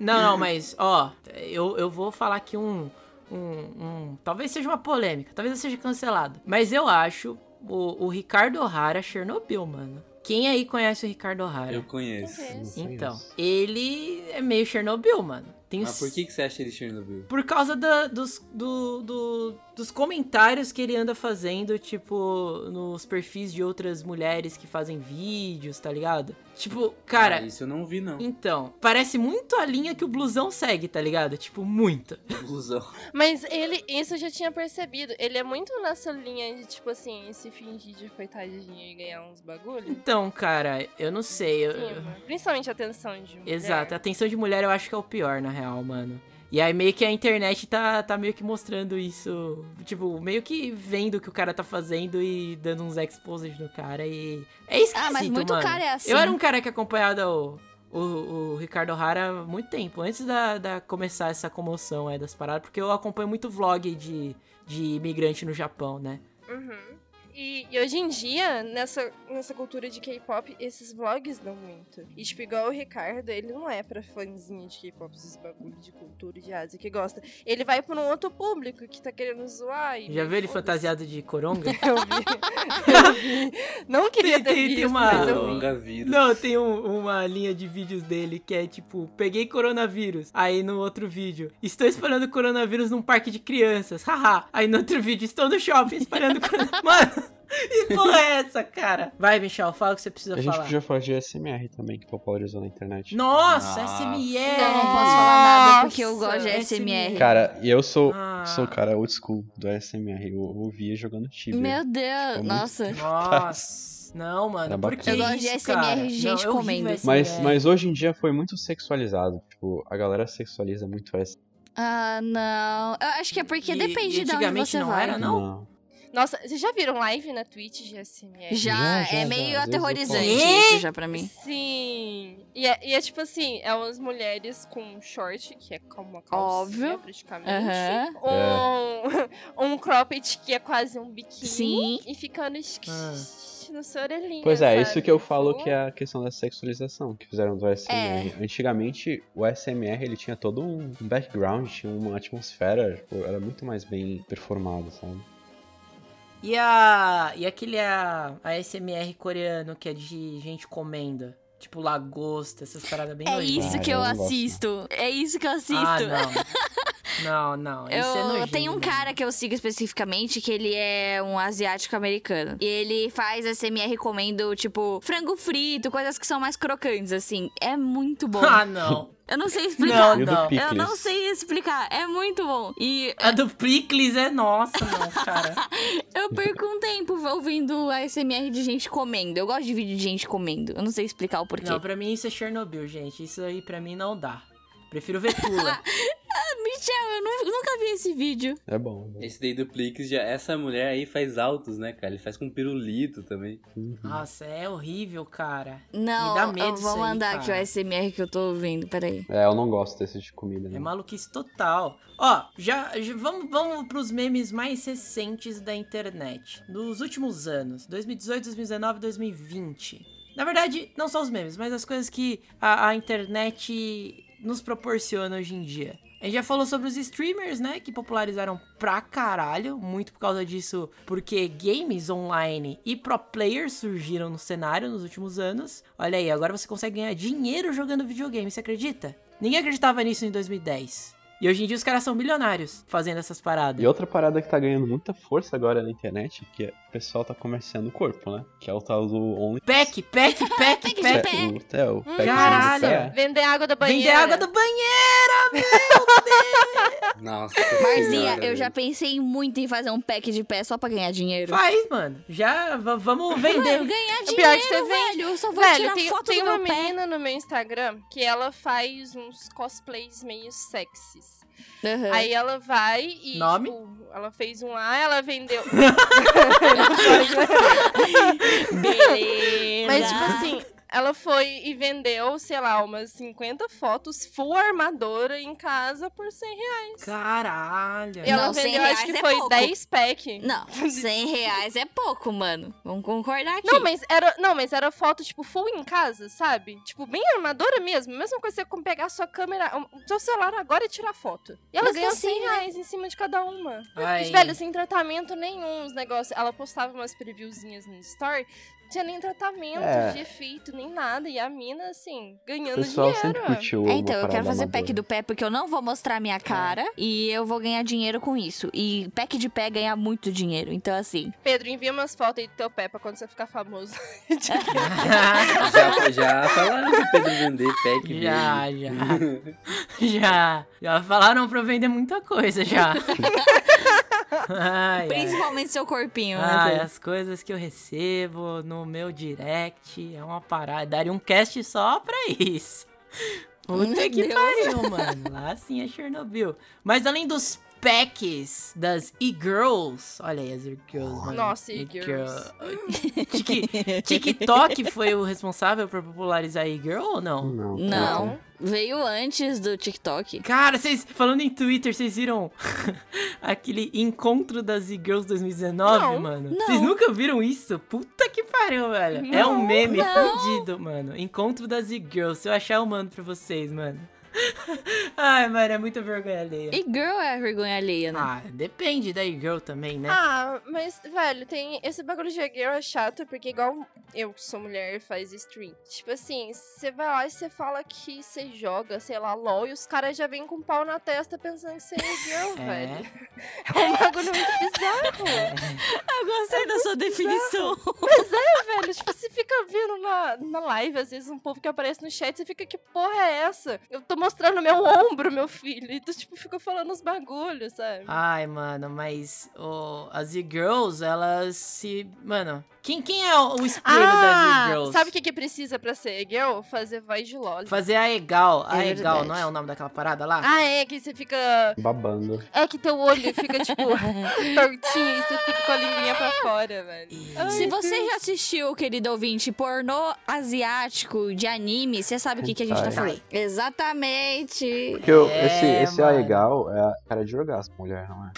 Speaker 2: não, não, mas, ó, eu, eu vou falar aqui um, um, um- Talvez seja uma polêmica, talvez eu seja cancelado. Mas eu acho o, o Ricardo O'Hara Chernobyl, mano. Quem aí conhece o Ricardo O'Hara?
Speaker 5: Eu conheço.
Speaker 2: Então, ele é meio Chernobyl, mano. Tem
Speaker 5: Mas
Speaker 2: os-
Speaker 5: por que, que você acha ele Chernobyl?
Speaker 2: Por causa da- dos, do- do- dos comentários que ele anda fazendo, tipo, nos perfis de outras mulheres que fazem vídeos, tá ligado? Tipo,
Speaker 5: Ah,
Speaker 2: cara,
Speaker 5: isso eu não vi, não.
Speaker 2: então, parece muito a linha que o blusão segue, tá ligado? Tipo, muito.
Speaker 5: Ilusão.
Speaker 3: Mas ele, isso eu já tinha percebido. Ele é muito nessa linha de, tipo assim, se fingir de coitadinha e ganhar uns bagulho.
Speaker 2: Então, cara, eu não sei. eu-
Speaker 3: Sim, Principalmente a atenção de mulher.
Speaker 2: Exato, a atenção de mulher eu acho que é o pior, na real, mano. E aí meio que a internet tá, tá meio que mostrando isso. Tipo, meio que vendo o que o cara tá fazendo e dando uns exposed no cara e. É isso
Speaker 4: Ah, mas muito
Speaker 2: mano.
Speaker 4: cara é assim.
Speaker 2: Eu era um cara que acompanhava o, o, o Ricardo Hara há muito tempo, antes da, da começar essa comoção aí das paradas, porque eu acompanho muito vlog de, de imigrante no Japão, né?
Speaker 3: Uhum. E, e hoje em dia, nessa, nessa cultura de K-pop, esses vlogs dão muito. E, tipo, igual o Ricardo, ele não é pra fãzinha de K-pop, esses bagulho de cultura e de Ásia que gosta. Ele vai pra um outro público que tá querendo zoar. E
Speaker 2: Já viu ele fantasiado de coronga?
Speaker 3: Não queria
Speaker 2: Tem-
Speaker 3: ter
Speaker 2: tem- tem
Speaker 3: visto,
Speaker 2: uma-
Speaker 3: mas eu vi.
Speaker 5: é Longa vida.
Speaker 2: Ah, Não, tem um- uma linha de vídeos dele que é tipo, peguei coronavírus. Aí no outro vídeo, estou espalhando coronavírus num parque de crianças. Haha. Aí no outro vídeo, estou no shopping espalhando coronavírus. Mano, que porra é essa, cara? Vai, Michel, fala o que você precisa
Speaker 1: A gente
Speaker 2: falar.
Speaker 1: podia falar de SMR também, que popularizou na internet.
Speaker 2: Nossa,
Speaker 1: Nossa.
Speaker 2: SMR!
Speaker 4: Não, não posso falar nada porque eu
Speaker 2: Nossa,
Speaker 4: gosto de SMR.
Speaker 1: Cara, e eu sou,
Speaker 2: Ah.
Speaker 1: sou o cara old school do SMR. Eu ouvia jogando Tibia.
Speaker 4: Meu Deus,
Speaker 1: Ficou muito
Speaker 4: nossa.
Speaker 2: Nossa. Não, mano,
Speaker 1: Era
Speaker 2: por
Speaker 1: bacana.
Speaker 2: que
Speaker 4: Eu gosto de
Speaker 2: isso,
Speaker 4: SMR
Speaker 2: cara?
Speaker 4: de
Speaker 2: Não,
Speaker 4: gente
Speaker 2: é horrível
Speaker 4: comendo. assim,
Speaker 2: SMR.
Speaker 1: Mas, mas hoje em dia foi muito sexualizado. Tipo, a galera sexualiza muito essa.
Speaker 4: Ah, não. Eu acho que é porque
Speaker 2: E-
Speaker 4: depende
Speaker 2: e
Speaker 4: de onde
Speaker 2: antigamente
Speaker 4: você
Speaker 2: não
Speaker 4: vai.
Speaker 2: era, né? não?
Speaker 1: Não.
Speaker 3: Nossa, vocês já viram live na Twitch de SMR?
Speaker 4: Já,
Speaker 1: Já, já,
Speaker 4: é
Speaker 1: já,
Speaker 4: meio
Speaker 1: às vezes eu
Speaker 4: aterrorizante
Speaker 2: como.
Speaker 4: isso já pra mim.
Speaker 3: Sim. E é, e é tipo assim, é umas mulheres com short, que é como uma calcinha,
Speaker 4: Óbvio.
Speaker 3: praticamente. Um, um cropped que é quase um biquíni.
Speaker 4: Sim.
Speaker 3: E ficando no seu orelhinho.
Speaker 1: Ah. Pois é,
Speaker 3: sabe?
Speaker 1: isso que eu falo
Speaker 4: né?
Speaker 1: que é a questão da sexualização que fizeram do SMR.
Speaker 4: É.
Speaker 1: Antigamente, o SMR ele tinha todo um um background, tinha uma atmosfera, tipo, era muito mais bem performado, sabe?
Speaker 2: E, a, e aquele a, a SMR coreano que é de gente comendo? Tipo lagosta, essas paradas bem
Speaker 4: É
Speaker 2: nojentas.
Speaker 4: isso
Speaker 1: Ah,
Speaker 4: que
Speaker 1: eu
Speaker 4: eu
Speaker 1: não gosto.
Speaker 4: assisto. É isso que eu assisto.
Speaker 2: Ah, não. Não, não.
Speaker 4: Eu
Speaker 2: isso é nojento,
Speaker 4: tenho um
Speaker 2: mano.
Speaker 4: cara que eu sigo especificamente que ele é um asiático americano. E ele faz SMR comendo, tipo, frango frito, coisas que são mais crocantes, assim. É muito bom.
Speaker 2: Ah, não.
Speaker 4: Eu não sei explicar.
Speaker 2: Não, E o do não.
Speaker 4: Eu não
Speaker 1: picles?
Speaker 4: sei explicar. É muito bom. E
Speaker 2: A do Pricles é nossa, não, cara.
Speaker 4: eu perco um tempo ouvindo ASMR de gente comendo. Eu gosto de vídeo de gente comendo. Eu não sei explicar o porquê.
Speaker 2: Não, pra mim isso é Chernobyl, gente. Isso aí pra mim não dá. Prefiro ver Tula.
Speaker 4: Michel, eu nu- nunca vi esse vídeo.
Speaker 1: É bom.
Speaker 5: Esse daí do Plix, já, essa mulher aí faz altos, né, cara? Ele faz com pirulito também.
Speaker 2: nossa, é horrível, cara.
Speaker 4: Não,
Speaker 2: Me dá medo
Speaker 4: eu vou
Speaker 2: isso aí,
Speaker 4: mandar aqui
Speaker 2: cara.
Speaker 4: o SMR que eu tô ouvindo, peraí.
Speaker 1: É, eu não gosto desse de comida,
Speaker 2: É
Speaker 1: né?
Speaker 2: maluquice total. Ó, já, já- vamos, vamos pros memes mais recentes da internet. Nos últimos anos, 2018, 2019, 2020. Na verdade, não só os memes, mas as coisas que a, a internet nos proporciona hoje em dia. A gente já falou sobre os streamers, né? Que popularizaram pra caralho. Muito por causa disso, porque games online e pro players surgiram no cenário nos últimos anos. Olha aí, agora você consegue ganhar dinheiro jogando videogame, você acredita? Ninguém acreditava nisso em 2010. E hoje em dia os caras são milionários fazendo essas paradas.
Speaker 1: E outra parada que tá ganhando muita força agora na internet, que é o pessoal tá comerciando o corpo, né? Que é o tal do Only.
Speaker 2: Pack, pack, pack,
Speaker 1: É,
Speaker 2: pack.
Speaker 1: o- é, o pack
Speaker 2: Caralho!
Speaker 1: do-
Speaker 3: Uhum. Vender água da banheira.
Speaker 2: Vender água do banheiro, meu!
Speaker 5: Nossa
Speaker 4: Marzinha,
Speaker 5: senhora,
Speaker 4: eu já
Speaker 5: velho.
Speaker 4: pensei muito em fazer um pack de pé só pra ganhar dinheiro.
Speaker 2: Faz, mano. Já va- vamos vender.
Speaker 4: Mano, ganhar
Speaker 3: é que
Speaker 4: dinheiro,
Speaker 3: você vende.
Speaker 4: velho. Eu só vou
Speaker 3: Velho,
Speaker 4: tirar
Speaker 3: tem,
Speaker 4: foto
Speaker 3: tem
Speaker 4: do
Speaker 3: uma
Speaker 4: meu pé.
Speaker 3: menina no meu Instagram que ela faz uns cosplays meio sexys.
Speaker 4: Aham.
Speaker 3: Aí ela vai e.
Speaker 2: Nome?
Speaker 3: tipo, ela fez um A, ela vendeu.
Speaker 4: Beleza.
Speaker 3: Mas, tipo assim, ela foi e vendeu, sei lá, umas 50 fotos full armadura em casa por 100 reais.
Speaker 2: Caralho.
Speaker 3: E ela
Speaker 4: Não, 100
Speaker 3: vendeu, acho
Speaker 4: reais
Speaker 3: que
Speaker 4: é
Speaker 3: foi
Speaker 4: pouco.
Speaker 3: 10 pack.
Speaker 4: Não, 100 reais é pouco, mano. Vamos concordar aqui.
Speaker 3: Não mas, era, não, mas era foto, tipo, full em casa, sabe? Tipo, bem armadura mesmo. Mesma coisa que você como pegar a sua câmera, o seu celular agora e tirar foto. E ela
Speaker 4: Mas
Speaker 3: ganhou
Speaker 4: assim,
Speaker 3: 100 reais em cima de cada uma.
Speaker 2: Ai.
Speaker 3: E, velho, sem tratamento nenhum, os negócios. Ela postava umas previewzinhas no story, não tinha nem tratamento
Speaker 1: É.
Speaker 3: de efeito, nem nada. E a mina, assim,
Speaker 1: O
Speaker 3: ganhando
Speaker 1: pessoal
Speaker 3: dinheiro.
Speaker 1: sempre curtiu
Speaker 4: É,
Speaker 1: uma
Speaker 4: então, eu
Speaker 1: parada
Speaker 4: quero fazer
Speaker 1: amadora.
Speaker 4: pack do pé porque eu não vou mostrar
Speaker 3: É.
Speaker 4: minha cara e eu vou ganhar dinheiro com isso. E pack de pé ganha muito dinheiro. Então, assim.
Speaker 3: Pedro, envia umas fotos aí do teu pé pra quando você ficar famoso. Tipo,
Speaker 1: É, né?
Speaker 5: Já, já falaram que o Pedro vender pack
Speaker 2: Já,
Speaker 5: mesmo.
Speaker 2: já. Já falaram pra eu vender muita coisa já.
Speaker 3: É.
Speaker 2: Ai, ai.
Speaker 4: Principalmente seu corpinho,
Speaker 3: Ah,
Speaker 2: Ai,
Speaker 4: né?
Speaker 2: Ah, as coisas que eu recebo no meu direct é uma parada. Daria um cast só pra isso. Puta que
Speaker 4: Meu Deus.
Speaker 2: pariu, mano. Lá sim é Chernobyl. Mas além dos packs das e-girls, olha aí as e-girls, mano.
Speaker 3: Nossa,
Speaker 2: E-girl.
Speaker 3: e-girls. é.
Speaker 2: Tik- TikTok foi o responsável por popularizar e-girl ou não?
Speaker 1: Não. tá,
Speaker 4: Não. Veio antes do TikTok.
Speaker 2: Cara, vocês. Falando em Twitter, vocês viram aquele encontro das e-girls 2019,
Speaker 4: Não,
Speaker 2: mano?
Speaker 4: não.
Speaker 2: Vocês nunca viram isso? Puta que pariu, velho. é um
Speaker 4: Não,
Speaker 2: meme
Speaker 4: não.
Speaker 2: fudido, mano. Encontro das e-girls. Se eu achar, eu mando pra vocês, mano. Ai, mano, é muita vergonha alheia.
Speaker 4: E girl é a vergonha alheia, né?
Speaker 2: Ah, depende da e-girl também, né?
Speaker 3: Ah, mas, velho, tem. Esse bagulho de girl é chato, porque igual eu que sou mulher e faz stream. Tipo assim, você vai lá e você fala que você joga, sei lá, LOL, e os caras já vêm com um pau na testa pensando que você é girl, velho. É um bagulho muito bizarro.
Speaker 4: Eu gostei da
Speaker 2: É
Speaker 4: sua definição.
Speaker 3: Mas é, velho, tipo, você fica vendo na, na live, às vezes, um povo que aparece no chat, você fica, que porra é essa? Eu tô mostrando meu ombro, meu filho. E tu, tipo, fica falando os bagulhos, sabe?
Speaker 2: Ai, mano, mas ô, as e-girls, elas se. Mano, quem, quem é o espelho
Speaker 4: Ah,
Speaker 2: das e-girls?
Speaker 3: Ah, sabe o que, que precisa pra ser girl? Fazer voz de LOL.
Speaker 2: Fazer a Egal. A
Speaker 4: É
Speaker 2: Egal,
Speaker 4: verdade.
Speaker 2: não é o nome daquela parada lá?
Speaker 3: Ah, é, que você fica.
Speaker 1: tá Babando.
Speaker 3: É que teu olho fica, tipo, tortinho e você fica com a linguinha pra fora, velho. Ai,
Speaker 4: Se você
Speaker 3: Deus.
Speaker 4: já assistiu, querido ouvinte, pornô asiático de anime, você sabe o que, que a gente tá
Speaker 1: Hentai.
Speaker 4: falando. Exatamente.
Speaker 1: Porque eu-
Speaker 2: É,
Speaker 1: esse, esse
Speaker 2: mano.
Speaker 1: legal é a cara de orgasmo, mulher, não é?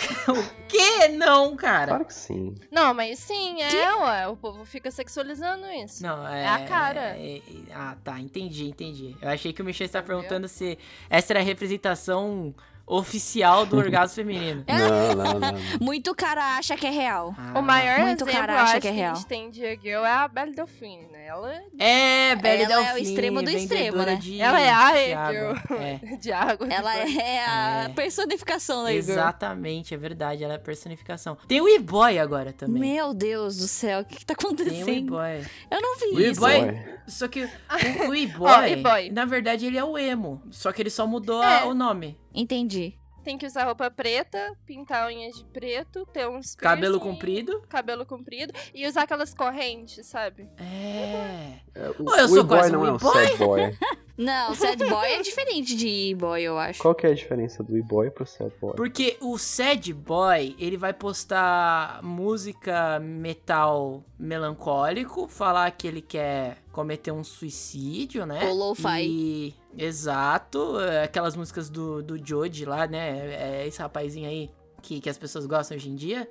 Speaker 2: Que não, cara.
Speaker 1: Claro que sim.
Speaker 3: Não, mas sim, é, ué. O povo fica sexualizando isso.
Speaker 2: Não, é.
Speaker 3: É a cara.
Speaker 2: é- é- ah, tá. Entendi, entendi. Eu achei que o Michel estava perguntando se essa era a representação oficial do orgasmo feminino.
Speaker 1: Não, não, não. não.
Speaker 4: Muito cara acha que é real.
Speaker 3: O maior
Speaker 4: Muito
Speaker 3: exemplo,
Speaker 4: cara
Speaker 3: eu
Speaker 4: acha
Speaker 3: acho,
Speaker 4: que
Speaker 3: que,
Speaker 4: é
Speaker 3: a
Speaker 4: real.
Speaker 3: gente tem de girl é a Belle Delphine, né? Ela
Speaker 2: É, Belle
Speaker 4: Ela é o
Speaker 2: Delphine,
Speaker 4: extremo do extremo,
Speaker 2: vendedora
Speaker 4: né?
Speaker 2: De,
Speaker 3: Ela é a
Speaker 2: de água.
Speaker 3: e-girl.
Speaker 2: É,
Speaker 3: é de água.
Speaker 4: Ela
Speaker 3: tipo,
Speaker 4: é a
Speaker 2: É.
Speaker 4: personificação da Igor.
Speaker 2: Exatamente, é verdade. Ela é a personificação. Tem o e-boy agora também.
Speaker 4: Meu Deus do céu, o que, que tá
Speaker 2: Tem o
Speaker 4: acontecendo?
Speaker 2: e-boy.
Speaker 4: Eu não vi
Speaker 2: O
Speaker 4: isso.
Speaker 2: e-boy-
Speaker 1: Ué,
Speaker 2: Só que o, o
Speaker 3: Ó,
Speaker 2: e-boy,
Speaker 3: e-boy.
Speaker 2: na verdade, ele é o emo. Só que ele só mudou
Speaker 3: É.
Speaker 2: a- o nome.
Speaker 4: Entendi.
Speaker 3: Tem que usar roupa preta, pintar a unha de preto, ter uns
Speaker 2: Cabelo
Speaker 3: piercing,
Speaker 2: comprido.
Speaker 3: cabelo comprido e usar aquelas correntes, sabe?
Speaker 2: É.
Speaker 1: é,
Speaker 2: Ô, eu
Speaker 1: o
Speaker 2: sou
Speaker 1: o boy
Speaker 2: quase
Speaker 1: não
Speaker 2: um
Speaker 1: é um
Speaker 2: e-boy.
Speaker 1: sad boy.
Speaker 4: Não, sad boy é diferente de e-boy, eu acho.
Speaker 1: Qual que é a diferença do e-boy pro sad boy?
Speaker 2: Porque o sad boy, ele vai postar música metal melancólico, falar que ele quer cometer um suicídio, né?
Speaker 4: Ou lo-fi.
Speaker 2: E- Exato, é, aquelas músicas do, do Joji lá, né? É esse rapazinho aí que, que as pessoas gostam hoje em dia.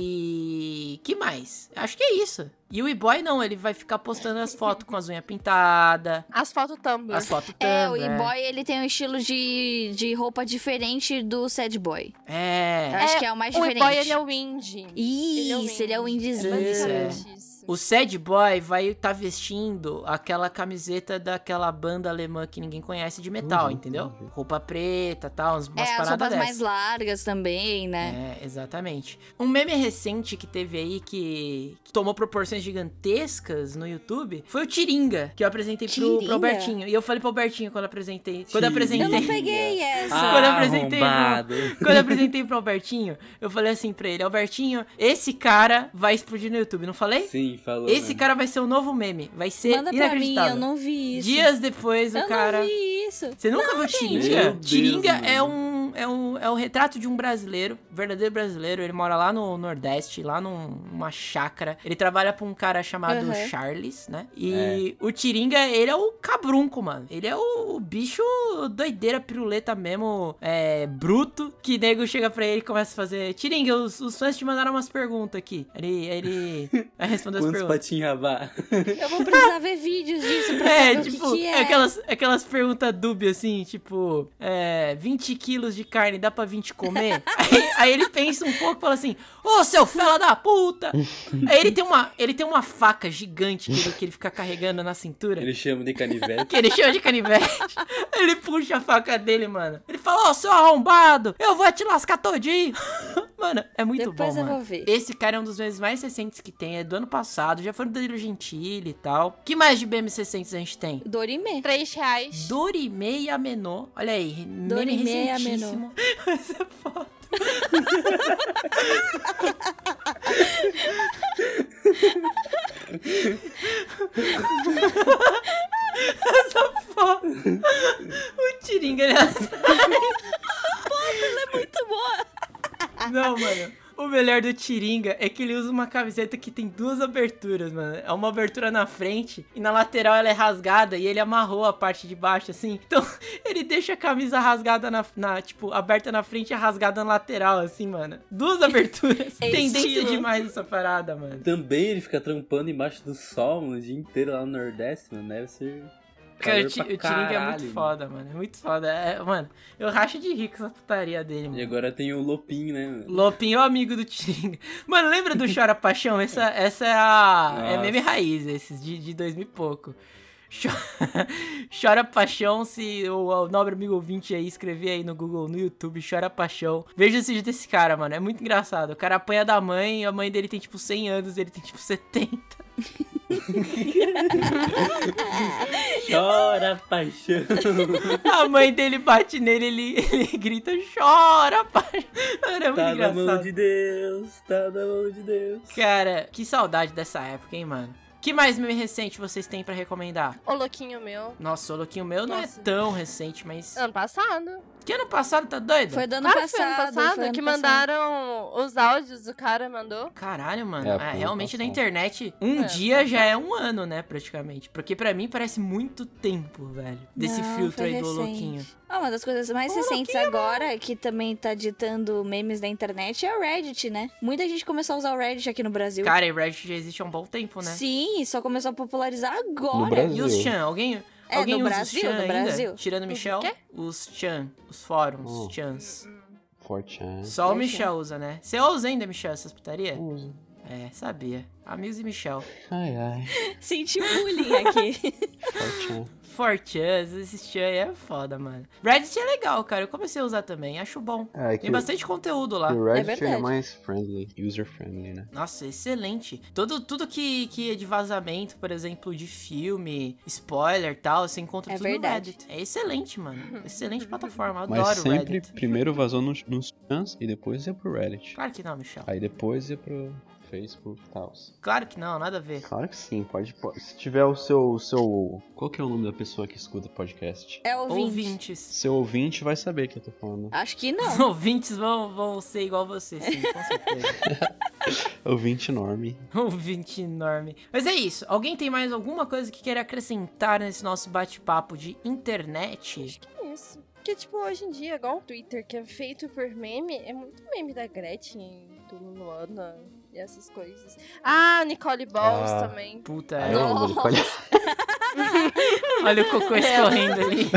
Speaker 2: E que mais? Acho que é isso. E o e-boy não, ele vai ficar postando as fotos com as unhas pintadas,
Speaker 3: Asfalto Tumblr.
Speaker 2: as fotos né?
Speaker 4: É, o
Speaker 2: Tumblr.
Speaker 4: e-boy ele tem um estilo de, de roupa diferente do sad boy.
Speaker 2: É.
Speaker 4: Eu acho que é o mais
Speaker 3: O
Speaker 4: diferente.
Speaker 3: e-boy, ele é o indie.
Speaker 4: Isso, ele é o indizão.
Speaker 3: basicamente isso.
Speaker 2: O sad boy vai estar vestindo aquela camiseta daquela banda alemã que ninguém conhece de metal,
Speaker 1: Uhum,
Speaker 2: entendeu?
Speaker 1: entendi.
Speaker 2: Roupa preta, tal, umas, umas
Speaker 4: É, as
Speaker 2: paradas
Speaker 4: roupas
Speaker 2: dessas.
Speaker 4: mais largas também, né?
Speaker 2: É, exatamente. Um meme recente que teve aí que que tomou proporções gigantescas no YouTube foi o Tiringa, que eu apresentei pro, pro
Speaker 4: Tiringa?
Speaker 2: Albertinho. E eu falei pro Albertinho quando eu apresentei. Quando eu
Speaker 5: Tiringa.
Speaker 4: Eu não
Speaker 2: apresentei.
Speaker 4: peguei essa.
Speaker 2: Quando eu apresentei,
Speaker 5: Ah, Arrombado.
Speaker 2: Quando eu apresentei pro Albertinho, eu falei assim pra ele, Albertinho, esse cara vai explodir no YouTube, não falei?
Speaker 5: Sim, falou.
Speaker 2: Esse
Speaker 5: mano.
Speaker 2: cara vai ser o novo meme. Vai ser
Speaker 4: Manda pra mim,
Speaker 2: inacreditável.
Speaker 4: eu não vi isso.
Speaker 2: Dias depois, o
Speaker 4: eu
Speaker 2: cara.
Speaker 4: não vi isso.
Speaker 2: Você nunca viu
Speaker 5: Meu
Speaker 2: Tiringa?
Speaker 5: Deus,
Speaker 2: Tiringa é
Speaker 5: mano.
Speaker 2: um, é, um, é um retrato de um brasileiro, verdadeiro brasileiro. Ele mora lá no Nordeste, lá num- numa chácara. Ele trabalha pra um cara chamado
Speaker 4: Uhum.
Speaker 2: Charles, né? E o Tiringa, ele é o cabrunco, mano. Ele é o, o bicho doideira, piruleta mesmo, é, bruto. Que nego chega pra ele e começa a fazer: Tiringa, os, os fãs te mandaram umas perguntas aqui. Ele, ele vai responder as
Speaker 5: Quantos
Speaker 2: perguntas.
Speaker 5: patinhos rabá?
Speaker 4: Eu vou precisar ver vídeos disso pra
Speaker 2: É,
Speaker 4: saber
Speaker 2: tipo,
Speaker 4: o que, que é.
Speaker 2: Aquelas, aquelas perguntas dúbias, assim, tipo, é, 20 quilos de carne, dá pra 20 comer? aí, aí ele pensa um pouco e fala assim, ô seu fela da puta! aí ele tem uma, ele tem uma faca gigante que ele, que ele fica carregando na cintura.
Speaker 5: Ele chama de canivete.
Speaker 2: Que ele chama de canivete. Ele puxa a faca dele, mano. Ele fala, ô, seu arrombado, eu vou te lascar todinho. mano, é muito
Speaker 4: Depois
Speaker 2: bom,
Speaker 4: eu
Speaker 2: mano.
Speaker 4: vou ver.
Speaker 2: Esse cara é um dos memes mais recentes que tem, é do ano passado, já foi no Danilo Gentili e tal. que mais de memes recentes a gente tem?
Speaker 4: Dorime.
Speaker 3: Três reais.
Speaker 2: Dorimei Amenô. Olha aí, meme
Speaker 4: Dorimei
Speaker 2: recentíssimo. Essa foto. Essa foto. o Tiringa né? ele atrás.
Speaker 4: ela é muito boa.
Speaker 2: Não, mano. O melhor do Tiringa é que ele usa uma camiseta que tem duas aberturas, mano. É uma abertura na frente e na lateral ela é rasgada e ele amarrou a parte de baixo, assim. Então ele deixa a camisa rasgada na. na tipo, aberta na frente e rasgada na lateral, assim, mano. Duas aberturas.
Speaker 4: É
Speaker 2: Tendência
Speaker 4: estilo.
Speaker 2: demais essa parada, mano.
Speaker 5: Também ele fica trampando embaixo do sol mano, o dia inteiro lá no Nordeste, mano. Deve ser.
Speaker 2: Cara, o,
Speaker 5: calor
Speaker 2: ti,
Speaker 5: pra
Speaker 2: o Tiringa é
Speaker 5: caralho,
Speaker 2: muito
Speaker 5: mano.
Speaker 2: foda, mano. É muito foda. É, mano, eu racho de rico essa putaria dele, mano.
Speaker 5: E agora tem o Lopin, né? mano?
Speaker 2: Lopin é o amigo do Tiringa. Mano, lembra do Chora Paixão? Essa, essa é a. É
Speaker 5: Nossa.
Speaker 2: meme raiz, esses de, de dois mil e pouco. Cho- Chora Paixão, se o, o nobre amigo ouvinte aí escrever aí no Google, no YouTube, Chora Paixão. Veja esse vídeo desse cara, mano. É muito engraçado. O cara apanha da mãe, a mãe dele tem tipo 100 anos, ele tem tipo 70.
Speaker 5: Chora, paixão.
Speaker 2: É A mãe dele bate nele, ele, ele grita, chora, pai. Mano, é muito
Speaker 5: tá na
Speaker 2: engraçado.
Speaker 5: mão de Deus, tá na mão de Deus.
Speaker 2: Cara, que saudade dessa época, hein, mano? Que mais meme recente vocês têm pra recomendar?
Speaker 3: Ô, louquinho meu.
Speaker 2: Nossa, o louquinho meu não
Speaker 3: Nossa.
Speaker 2: é tão recente, mas.
Speaker 3: Ano passado.
Speaker 2: Que ano passado, tá doido?
Speaker 4: Ah. Foi do ano
Speaker 3: Ah,
Speaker 4: passado.
Speaker 3: foi ano passado
Speaker 4: foi ano
Speaker 3: que
Speaker 4: passado.
Speaker 3: mandaram os áudios, o cara mandou.
Speaker 2: Caralho, mano.
Speaker 5: É,
Speaker 2: É,
Speaker 5: foi ano
Speaker 2: realmente na
Speaker 5: passado.
Speaker 2: internet, um
Speaker 3: É.
Speaker 2: dia já é um ano, né, praticamente. Porque pra mim parece muito tempo, velho. Desse
Speaker 4: Não,
Speaker 2: filtro
Speaker 4: foi
Speaker 2: aí do
Speaker 4: recente.
Speaker 2: louquinho.
Speaker 4: Ah, uma das coisas mais recentes agora, que também tá ditando memes da internet, é o Reddit, né? Muita gente começou a usar o Reddit aqui no Brasil.
Speaker 2: Cara, e Reddit já existe há um bom tempo, né?
Speaker 4: Sim, só começou a popularizar
Speaker 1: No
Speaker 4: agora.
Speaker 1: Brasil.
Speaker 2: E os Chan, alguém.
Speaker 4: É,
Speaker 2: alguém
Speaker 4: no
Speaker 2: usa
Speaker 4: Brasil,
Speaker 2: os Chan
Speaker 4: no
Speaker 2: ainda?
Speaker 4: Brasil.
Speaker 2: Tirando o Michel,
Speaker 3: quê?
Speaker 2: os Chan, os fóruns,
Speaker 1: Oh.
Speaker 5: Hum.
Speaker 2: os Chans.
Speaker 1: Fortran.
Speaker 2: Só o
Speaker 4: Poxa.
Speaker 2: Michel usa, né? Você usa ainda, Michel, essas putaria?
Speaker 5: Hum.
Speaker 1: Uso.
Speaker 2: É, sabia. Amigos e Michel.
Speaker 1: Ai, ai. né?
Speaker 4: Senti bullying aqui.
Speaker 1: Fortran.
Speaker 2: Fortunes, esses chan aí é foda, mano. Reddit é legal, cara. Eu comecei a usar também, acho bom.
Speaker 1: É, que
Speaker 2: Tem bastante conteúdo lá.
Speaker 1: o Reddit é,
Speaker 4: verdade.
Speaker 1: mais friendly, user friendly, né?
Speaker 2: Nossa, excelente. Tudo, tudo que, que é de vazamento, por exemplo, de filme, spoiler e tal, você encontra
Speaker 4: É
Speaker 2: tudo
Speaker 4: verdade.
Speaker 2: no Reddit. É excelente, mano. Excelente plataforma. Adoro
Speaker 1: Mas
Speaker 2: o
Speaker 1: sempre
Speaker 2: Reddit.
Speaker 1: primeiro vazou nos, nos chans e depois ia pro Reddit.
Speaker 2: Claro que não, Michel.
Speaker 1: Aí depois ia pro Facebook e tal.
Speaker 2: Claro que não, nada a ver.
Speaker 1: Claro que sim, pode, pode. Se tiver o seu, o seu. Qual que é o nome da pessoa que escuta podcast?
Speaker 4: É ouvinte.
Speaker 2: Ouvintes.
Speaker 1: Seu ouvinte vai saber o que eu tô falando.
Speaker 4: Acho que não.
Speaker 2: Os ouvintes vão, vão ser igual você, sim, com certeza.
Speaker 1: Ouvinte enorme.
Speaker 2: Um Ouvinte enorme. Mas é isso. Alguém tem mais alguma coisa que queira acrescentar nesse nosso bate-papo de internet?
Speaker 3: Acho que é isso. Porque, tipo, hoje em dia, igual o Twitter, que é feito por meme, é muito meme da Gretchen, do Luana e essas coisas. Ah, Nicole Balls
Speaker 1: Ah.
Speaker 3: também.
Speaker 2: Puta,
Speaker 1: Aí
Speaker 2: é.
Speaker 1: eu vou
Speaker 4: Nossa.
Speaker 1: colher.
Speaker 2: olha o cocô escorrendo ali.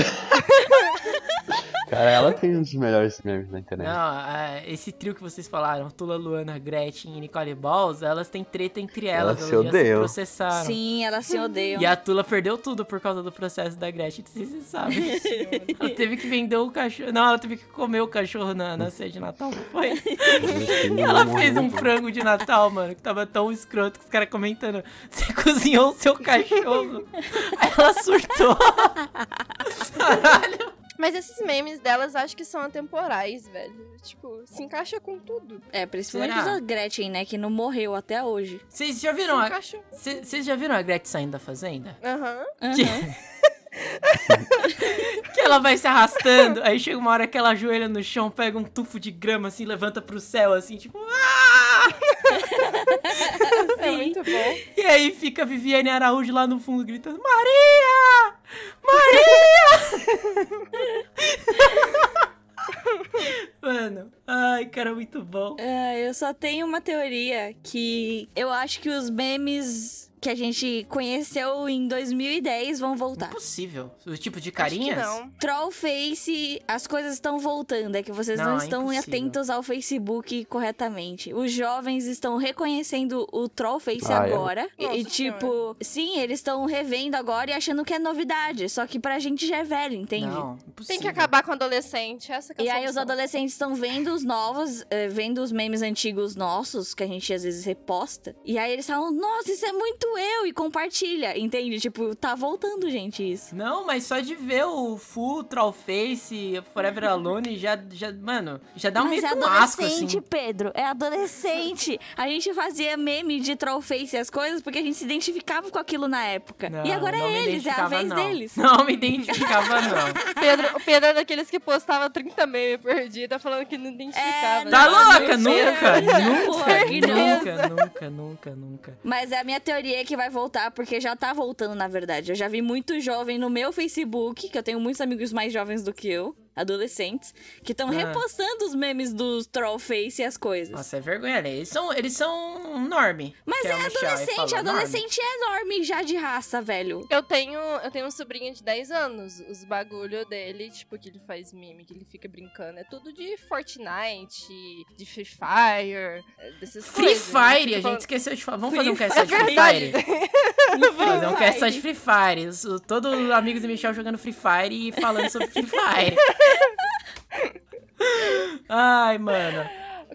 Speaker 1: Cara, ela tem um dos melhores memes na internet.
Speaker 2: Não, é, esse trio que vocês falaram, Tula, Luana, Gretchen e Nicole Balls, elas têm treta entre elas.
Speaker 1: Elas se
Speaker 2: já
Speaker 1: odeiam.
Speaker 2: processaram.
Speaker 4: Sim, elas se odeiam.
Speaker 2: E a Tula perdeu tudo por causa do processo da Gretchen, vocês sabem. Ela teve que vender o cachorro. Não, ela teve que comer o cachorro na, na ceia de Natal, não foi? E ela fez um frango de Natal, mano, que tava tão escroto que os caras comentando: Você cozinhou o seu cachorro? Aí ela surtou. Caralho.
Speaker 3: Mas esses memes delas acho que são atemporais, velho. Tipo, se encaixa com tudo.
Speaker 4: É, principalmente
Speaker 2: Será?
Speaker 4: a Gretchen, né? Que não morreu até hoje.
Speaker 2: Vocês já
Speaker 3: Se
Speaker 2: viram a.
Speaker 3: encaixa.
Speaker 2: cê- Vocês já viram a Gretchen saindo da fazenda?
Speaker 3: Aham.
Speaker 4: Aham.
Speaker 2: Que ela vai se arrastando, aí chega uma hora que ela ajoelha no chão, pega um tufo de grama assim, levanta pro céu, assim, tipo. "Ah!"
Speaker 3: É muito bom.
Speaker 2: E aí fica a Viviane Araújo lá no fundo gritando: Maria! Maria! Mano, ai, cara, é muito bom.
Speaker 4: Ah, eu só tenho uma teoria que eu acho que os memes que a gente conheceu em 2010 vão voltar.
Speaker 2: Impossível. é O tipo de
Speaker 3: Acho que
Speaker 2: carinhas?
Speaker 3: não.
Speaker 4: Trollface, as coisas estão voltando. É que vocês não,
Speaker 2: Não, é
Speaker 4: estão
Speaker 2: impossível.
Speaker 4: atentos ao Facebook corretamente. Os jovens estão reconhecendo o Trollface
Speaker 1: Ah, é?
Speaker 4: agora. E,
Speaker 3: Nossa
Speaker 4: e, tipo, sim, eles estão revendo agora e achando que é novidade. Só que pra gente já é velho, entende?
Speaker 2: Não,
Speaker 3: Tem
Speaker 2: impossível.
Speaker 3: que acabar com adolescente. Essa que é a
Speaker 4: E aí os
Speaker 3: solução.
Speaker 4: adolescentes estão vendo os novos, eh, vendo os memes antigos nossos, que a gente às vezes reposta. E aí eles falam, nossa, isso é muito eu! E compartilha, entende? Tipo, tá voltando, gente, isso.
Speaker 2: Não, mas só de ver o Full, Trollface, Forever Alone, já, já mano, já dá um
Speaker 4: Mas
Speaker 2: meio
Speaker 4: é
Speaker 2: que um asco,
Speaker 4: adolescente,
Speaker 2: assim.
Speaker 4: Pedro. É adolescente. A gente fazia meme de trollface e as coisas porque a gente se identificava com aquilo na época. e
Speaker 2: Não,
Speaker 4: agora
Speaker 2: não me
Speaker 4: é eles, é a
Speaker 2: identificava,
Speaker 4: vez
Speaker 2: não.
Speaker 4: deles.
Speaker 2: Não me identificava, não.
Speaker 3: Pedro, o Pedro é daqueles que postava 30 meme por dia, tá falando que não
Speaker 4: É,
Speaker 2: Tá
Speaker 3: identificava. né?
Speaker 2: louca?
Speaker 3: Não sei.
Speaker 2: Nunca,
Speaker 4: Porra, que
Speaker 2: nunca, nunca, nunca, nunca, nunca.
Speaker 4: Mas a minha teoria é que vai voltar, porque já tá voltando, na verdade. Eu já vi muito jovem no meu Facebook, que eu tenho muitos amigos mais jovens do que eu, adolescentes, que estão
Speaker 2: Ah.
Speaker 4: repostando os memes dos trollface e as coisas.
Speaker 2: Nossa, é vergonha, né? Eles são, eles são um norme.
Speaker 4: Mas
Speaker 2: que
Speaker 4: é
Speaker 2: a Michelle
Speaker 4: adolescente,
Speaker 2: falou,
Speaker 4: adolescente é enorme já de raça, velho.
Speaker 3: Eu tenho, eu tenho um sobrinho de 10 anos. Os bagulho dele, tipo, que ele faz meme, que ele fica brincando. É tudo de Fortnite, de Free Fire, é, dessas
Speaker 2: Free
Speaker 3: coisas. né?
Speaker 2: Fire,
Speaker 3: Tipo,
Speaker 2: a gente esqueceu de falar. Vamos
Speaker 3: Free
Speaker 2: fazer um cast
Speaker 3: Fire. É
Speaker 2: de Free Fire?
Speaker 3: Vamos
Speaker 2: fazer um cast só de Free Fire. Isso, Todo amigos de Michel jogando Free Fire e falando sobre Free Fire. Ai, mano.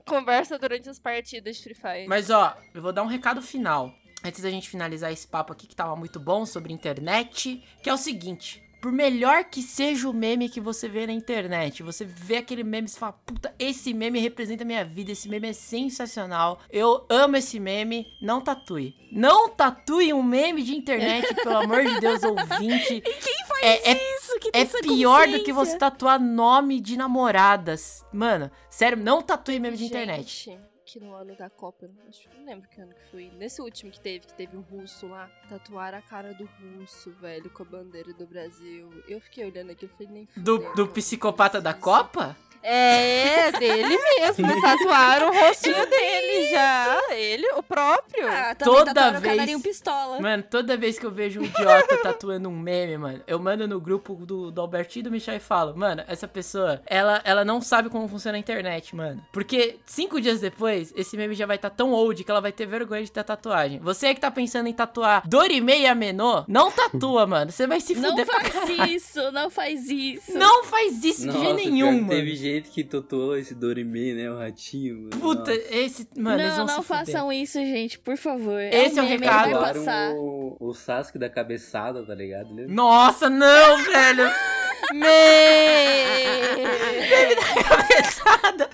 Speaker 3: Conversa durante as partidas de Free Fire.
Speaker 2: Mas ó, eu vou dar um recado final. Antes da gente finalizar esse papo aqui que tava muito bom sobre internet, que é o seguinte, por melhor que seja o meme que você vê na internet, você vê aquele meme e você fala, puta, esse meme representa a minha vida, esse meme é sensacional, eu amo esse meme, não tatue. Não tatue um meme de internet, pelo amor de Deus, ouvinte.
Speaker 4: Quem faz
Speaker 2: É- é-
Speaker 4: isso? Que tem
Speaker 2: É
Speaker 4: essa
Speaker 2: pior do que você
Speaker 4: consciência?
Speaker 2: tatuar nome de namoradas. Mano, sério, não tatue meme de internet.
Speaker 3: Gente, Que no ano da Copa, eu acho que não lembro que ano que foi. Nesse último que teve, que teve um russo lá, tatuaram a cara do russo, velho, com a bandeira do Brasil. Eu fiquei olhando aquilo e falei, nem
Speaker 2: Do,
Speaker 3: fudendo,
Speaker 2: do
Speaker 3: mano.
Speaker 2: psicopata da Copa?
Speaker 3: É, dele mesmo. tatuaram o rostinho dele já. Ele, o próprio.
Speaker 4: Ah, também
Speaker 2: Toda
Speaker 4: tatuaram o
Speaker 2: vez-
Speaker 4: canarinho pistola.
Speaker 2: Mano, toda vez que eu vejo um idiota tatuando um meme, mano, eu mando no grupo do, do Albertinho e do Michel e falo, mano, essa pessoa, ela, ela não sabe como funciona a internet, mano. Porque cinco dias depois, esse meme já vai estar tão old que ela vai ter vergonha de ter tatuagem. Você que tá pensando em tatuar Dorimei e Amenô, não tatua, mano. Você vai se
Speaker 4: Não
Speaker 2: fuder pra
Speaker 4: faz isso, não faz isso.
Speaker 2: Não faz isso de
Speaker 5: Nossa,
Speaker 2: jeito
Speaker 5: pior
Speaker 2: nenhum,
Speaker 5: que
Speaker 2: mano.
Speaker 5: Teve gente que tatuou esse Dorime, né? O ratinho. Mano.
Speaker 2: Puta,
Speaker 5: Nossa.
Speaker 2: esse. Mano, eles
Speaker 4: não,
Speaker 2: vão
Speaker 4: não
Speaker 2: se fuder.
Speaker 4: façam isso, gente, por favor. um
Speaker 2: Esse é o
Speaker 4: meme,
Speaker 2: recado.
Speaker 4: Vai
Speaker 5: Tatuaram
Speaker 4: passar.
Speaker 5: o, o Sasuke da cabeçada, tá ligado? Lembra?
Speaker 2: Nossa, não, velho! Pesada!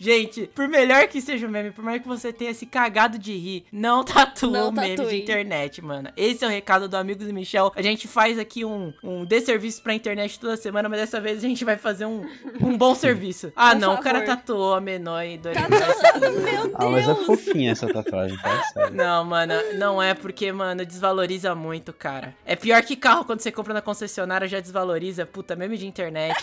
Speaker 2: Gente, por melhor que seja o meme, por mais que você tenha se cagado de rir, não tatua
Speaker 4: Não
Speaker 2: o meme de
Speaker 4: tatue.
Speaker 2: internet, mano. Esse é o recado do Amigos do Michel. A gente faz aqui um, um desserviço pra internet toda semana, mas dessa vez a gente vai fazer um, um bom serviço. Ah,
Speaker 4: Por
Speaker 2: não, o cara
Speaker 4: favor.
Speaker 2: tatuou a Menoi e Dorinha.
Speaker 4: Tá Meu
Speaker 1: Ah, mas é
Speaker 4: Deus!
Speaker 1: fofinha essa tatuagem, tá? Sério.
Speaker 2: Não, mano, não é porque, mano, desvaloriza muito, cara. É pior que carro quando você compra na concessionária já desvaloriza, puta, meme de internet.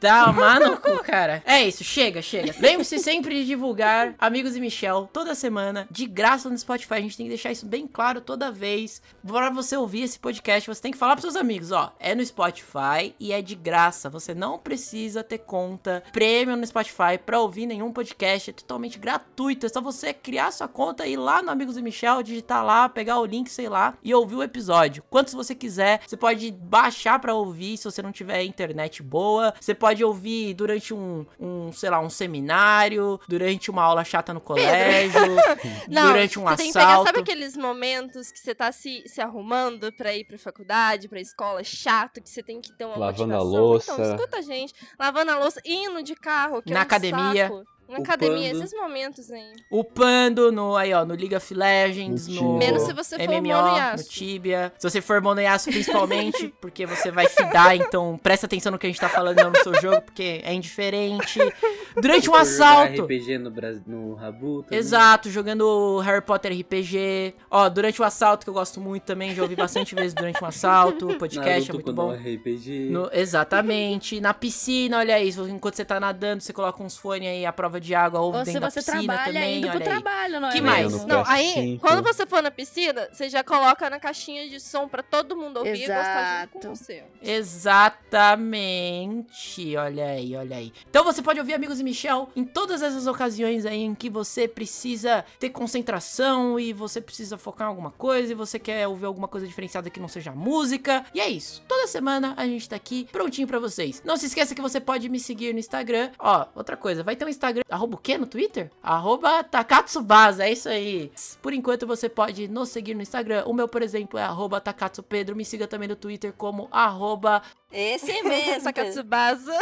Speaker 2: Dá uma no cu, cara. É isso, chega, chega. Lembre-se sempre de divulgar Amigos e Michel toda semana, de graça no Spotify. A gente tem que deixar isso bem claro toda vez. Pra você ouvir esse podcast, você tem que falar pros seus amigos, ó. É no Spotify e é de graça. Você não precisa ter conta premium no Spotify pra ouvir nenhum podcast. É totalmente gratuito. É só você criar sua conta e ir lá no Amigos e Michel, digitar lá, pegar o link, sei lá, e ouvir o episódio. Quantos você quiser, você pode baixar pra ouvir se você não tiver internet boa. Você pode ouvir durante um, um sei lá, um seminário, durante uma aula chata no colégio, durante um
Speaker 3: você
Speaker 2: assalto.
Speaker 3: tem que pegar, sabe aqueles momentos que você tá se, se arrumando pra ir pra faculdade, pra escola, é chato, que você tem que ter uma
Speaker 1: Lavando a
Speaker 3: motivação?
Speaker 1: louça.
Speaker 3: Então, escuta a gente, lavando a louça, indo de carro, que
Speaker 2: Na
Speaker 3: é um
Speaker 2: academia.
Speaker 3: saco. Na
Speaker 5: Upando.
Speaker 3: academia, esses momentos, hein?
Speaker 2: upando no aí, ó, no League of Legends,
Speaker 1: No
Speaker 2: no
Speaker 1: Tibia. Menos
Speaker 3: se você for
Speaker 2: MMO,
Speaker 3: Mono
Speaker 2: no
Speaker 3: Yasuo.
Speaker 2: Tibia. Se você for Mono Yasuo, principalmente, porque você vai fidar, então presta atenção no que a gente tá falando não no seu jogo, porque é indiferente. Durante um
Speaker 5: Por jogar
Speaker 2: assalto.
Speaker 5: RPG no, Brasil, no Rabu. tá também.
Speaker 2: Exato, jogando Harry Potter RPG. Ó, durante o assalto, que eu gosto muito também, já ouvi bastante vezes durante um assalto. O
Speaker 5: Naruto
Speaker 2: podcast é muito
Speaker 5: quando
Speaker 2: bom.
Speaker 5: RPG.
Speaker 2: No- exatamente. Na piscina, olha isso. Enquanto você tá nadando, você coloca uns fones aí, a prova de água, ou
Speaker 4: Ou
Speaker 2: dentro
Speaker 4: se
Speaker 2: da
Speaker 4: você
Speaker 2: piscina
Speaker 4: trabalha
Speaker 2: também,
Speaker 4: indo pro
Speaker 2: olha aí.
Speaker 4: trabalho, não é
Speaker 2: Que
Speaker 4: mesmo?
Speaker 2: mais?
Speaker 1: Jogando
Speaker 3: Não,
Speaker 1: PS5.
Speaker 3: aí, quando você for na piscina, você já coloca na caixinha de som pra todo mundo ouvir e gostar junto com
Speaker 4: Exato.
Speaker 3: você.
Speaker 2: Exatamente. Olha aí, olha aí. Então você pode ouvir Amigos e Michel em todas essas ocasiões aí em que você precisa ter concentração e você precisa focar em alguma coisa e você quer ouvir alguma coisa diferenciada que não seja música. E é isso. Toda semana a gente tá aqui prontinho pra vocês. Não se esqueça que você pode me seguir no Instagram. Ó, outra coisa, vai ter um Instagram. Arroba o quê no Twitter? Arroba Takatsubasa, é isso aí. Por enquanto você pode nos seguir no Instagram. O meu, por exemplo, é arroba TakatsuPedro. Me siga também no Twitter como arroba
Speaker 3: Assim
Speaker 4: esse mesmo.
Speaker 3: Sakatsubasa.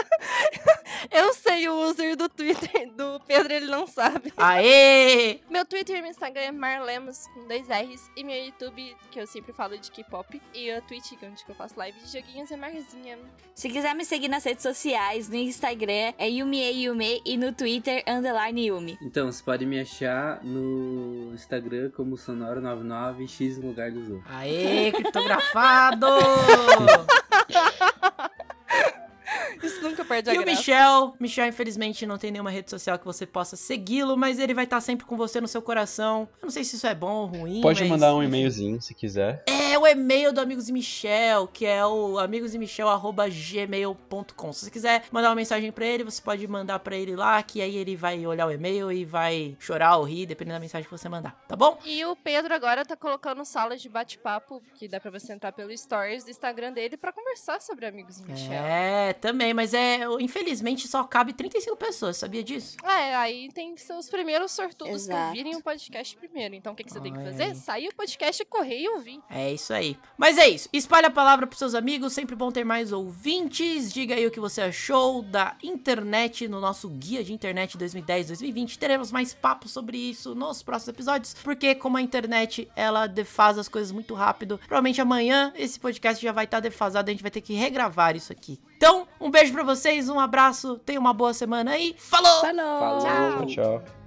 Speaker 3: Eu sei o user do Twitter do Pedro, ele não sabe.
Speaker 2: Aê!
Speaker 3: Meu Twitter e meu Instagram é Marlemos com dois R's. E meu YouTube, que eu sempre falo de K-pop. E a Twitch, que é onde eu faço live de joguinhos, é Marzinha.
Speaker 4: Se quiser me seguir nas redes sociais, no Instagram é Yumie Yume e no Twitter, underline Yumi.
Speaker 5: Então, você pode me achar no Instagram como Sonoro99X no lugar do Zou.
Speaker 2: Aê, criptografado!
Speaker 3: Isso nunca perde a
Speaker 2: E o
Speaker 3: graça.
Speaker 2: Michel, Michel infelizmente não tem nenhuma rede social que você possa segui-lo, mas ele vai estar sempre com você no seu coração. Eu não sei se isso é bom ou ruim.
Speaker 1: Pode
Speaker 2: mas-
Speaker 1: mandar um e-mailzinho se quiser.
Speaker 2: É o e-mail do Amigos e Michel, que é o amigosemichel@gmail.com. Se você quiser mandar uma mensagem pra ele, você pode mandar pra ele lá, que aí ele vai olhar o e-mail e vai chorar ou rir, dependendo da mensagem que você mandar, tá bom?
Speaker 3: E o Pedro agora tá colocando salas de bate-papo, que dá pra você entrar pelo stories do Instagram dele pra conversar sobre amigos e Michel.
Speaker 2: É, também, mas é, infelizmente só cabe 35 pessoas, sabia disso?
Speaker 3: É, aí tem que ser os primeiros sortudos que
Speaker 2: Exato.
Speaker 3: ouvirem o podcast primeiro. Então o que, que você tem que
Speaker 2: Olha
Speaker 3: fazer?
Speaker 2: aí.
Speaker 3: Sair o podcast e correr e ouvir.
Speaker 2: É isso aí. Mas é isso. Espalhe a palavra pros seus amigos. Sempre bom ter mais ouvintes. Diga aí o que você achou da internet no nosso guia de internet 2010-2020. Teremos mais papo sobre isso nos próximos episódios. Porque como a internet ela defaz as coisas muito rápido, provavelmente amanhã esse podcast já vai estar defasado. A gente vai ter que regravar isso aqui. Então, um beijo pra vocês, um abraço, tenha uma boa semana aí. Falou!
Speaker 4: Falou!
Speaker 1: Tchau, tchau.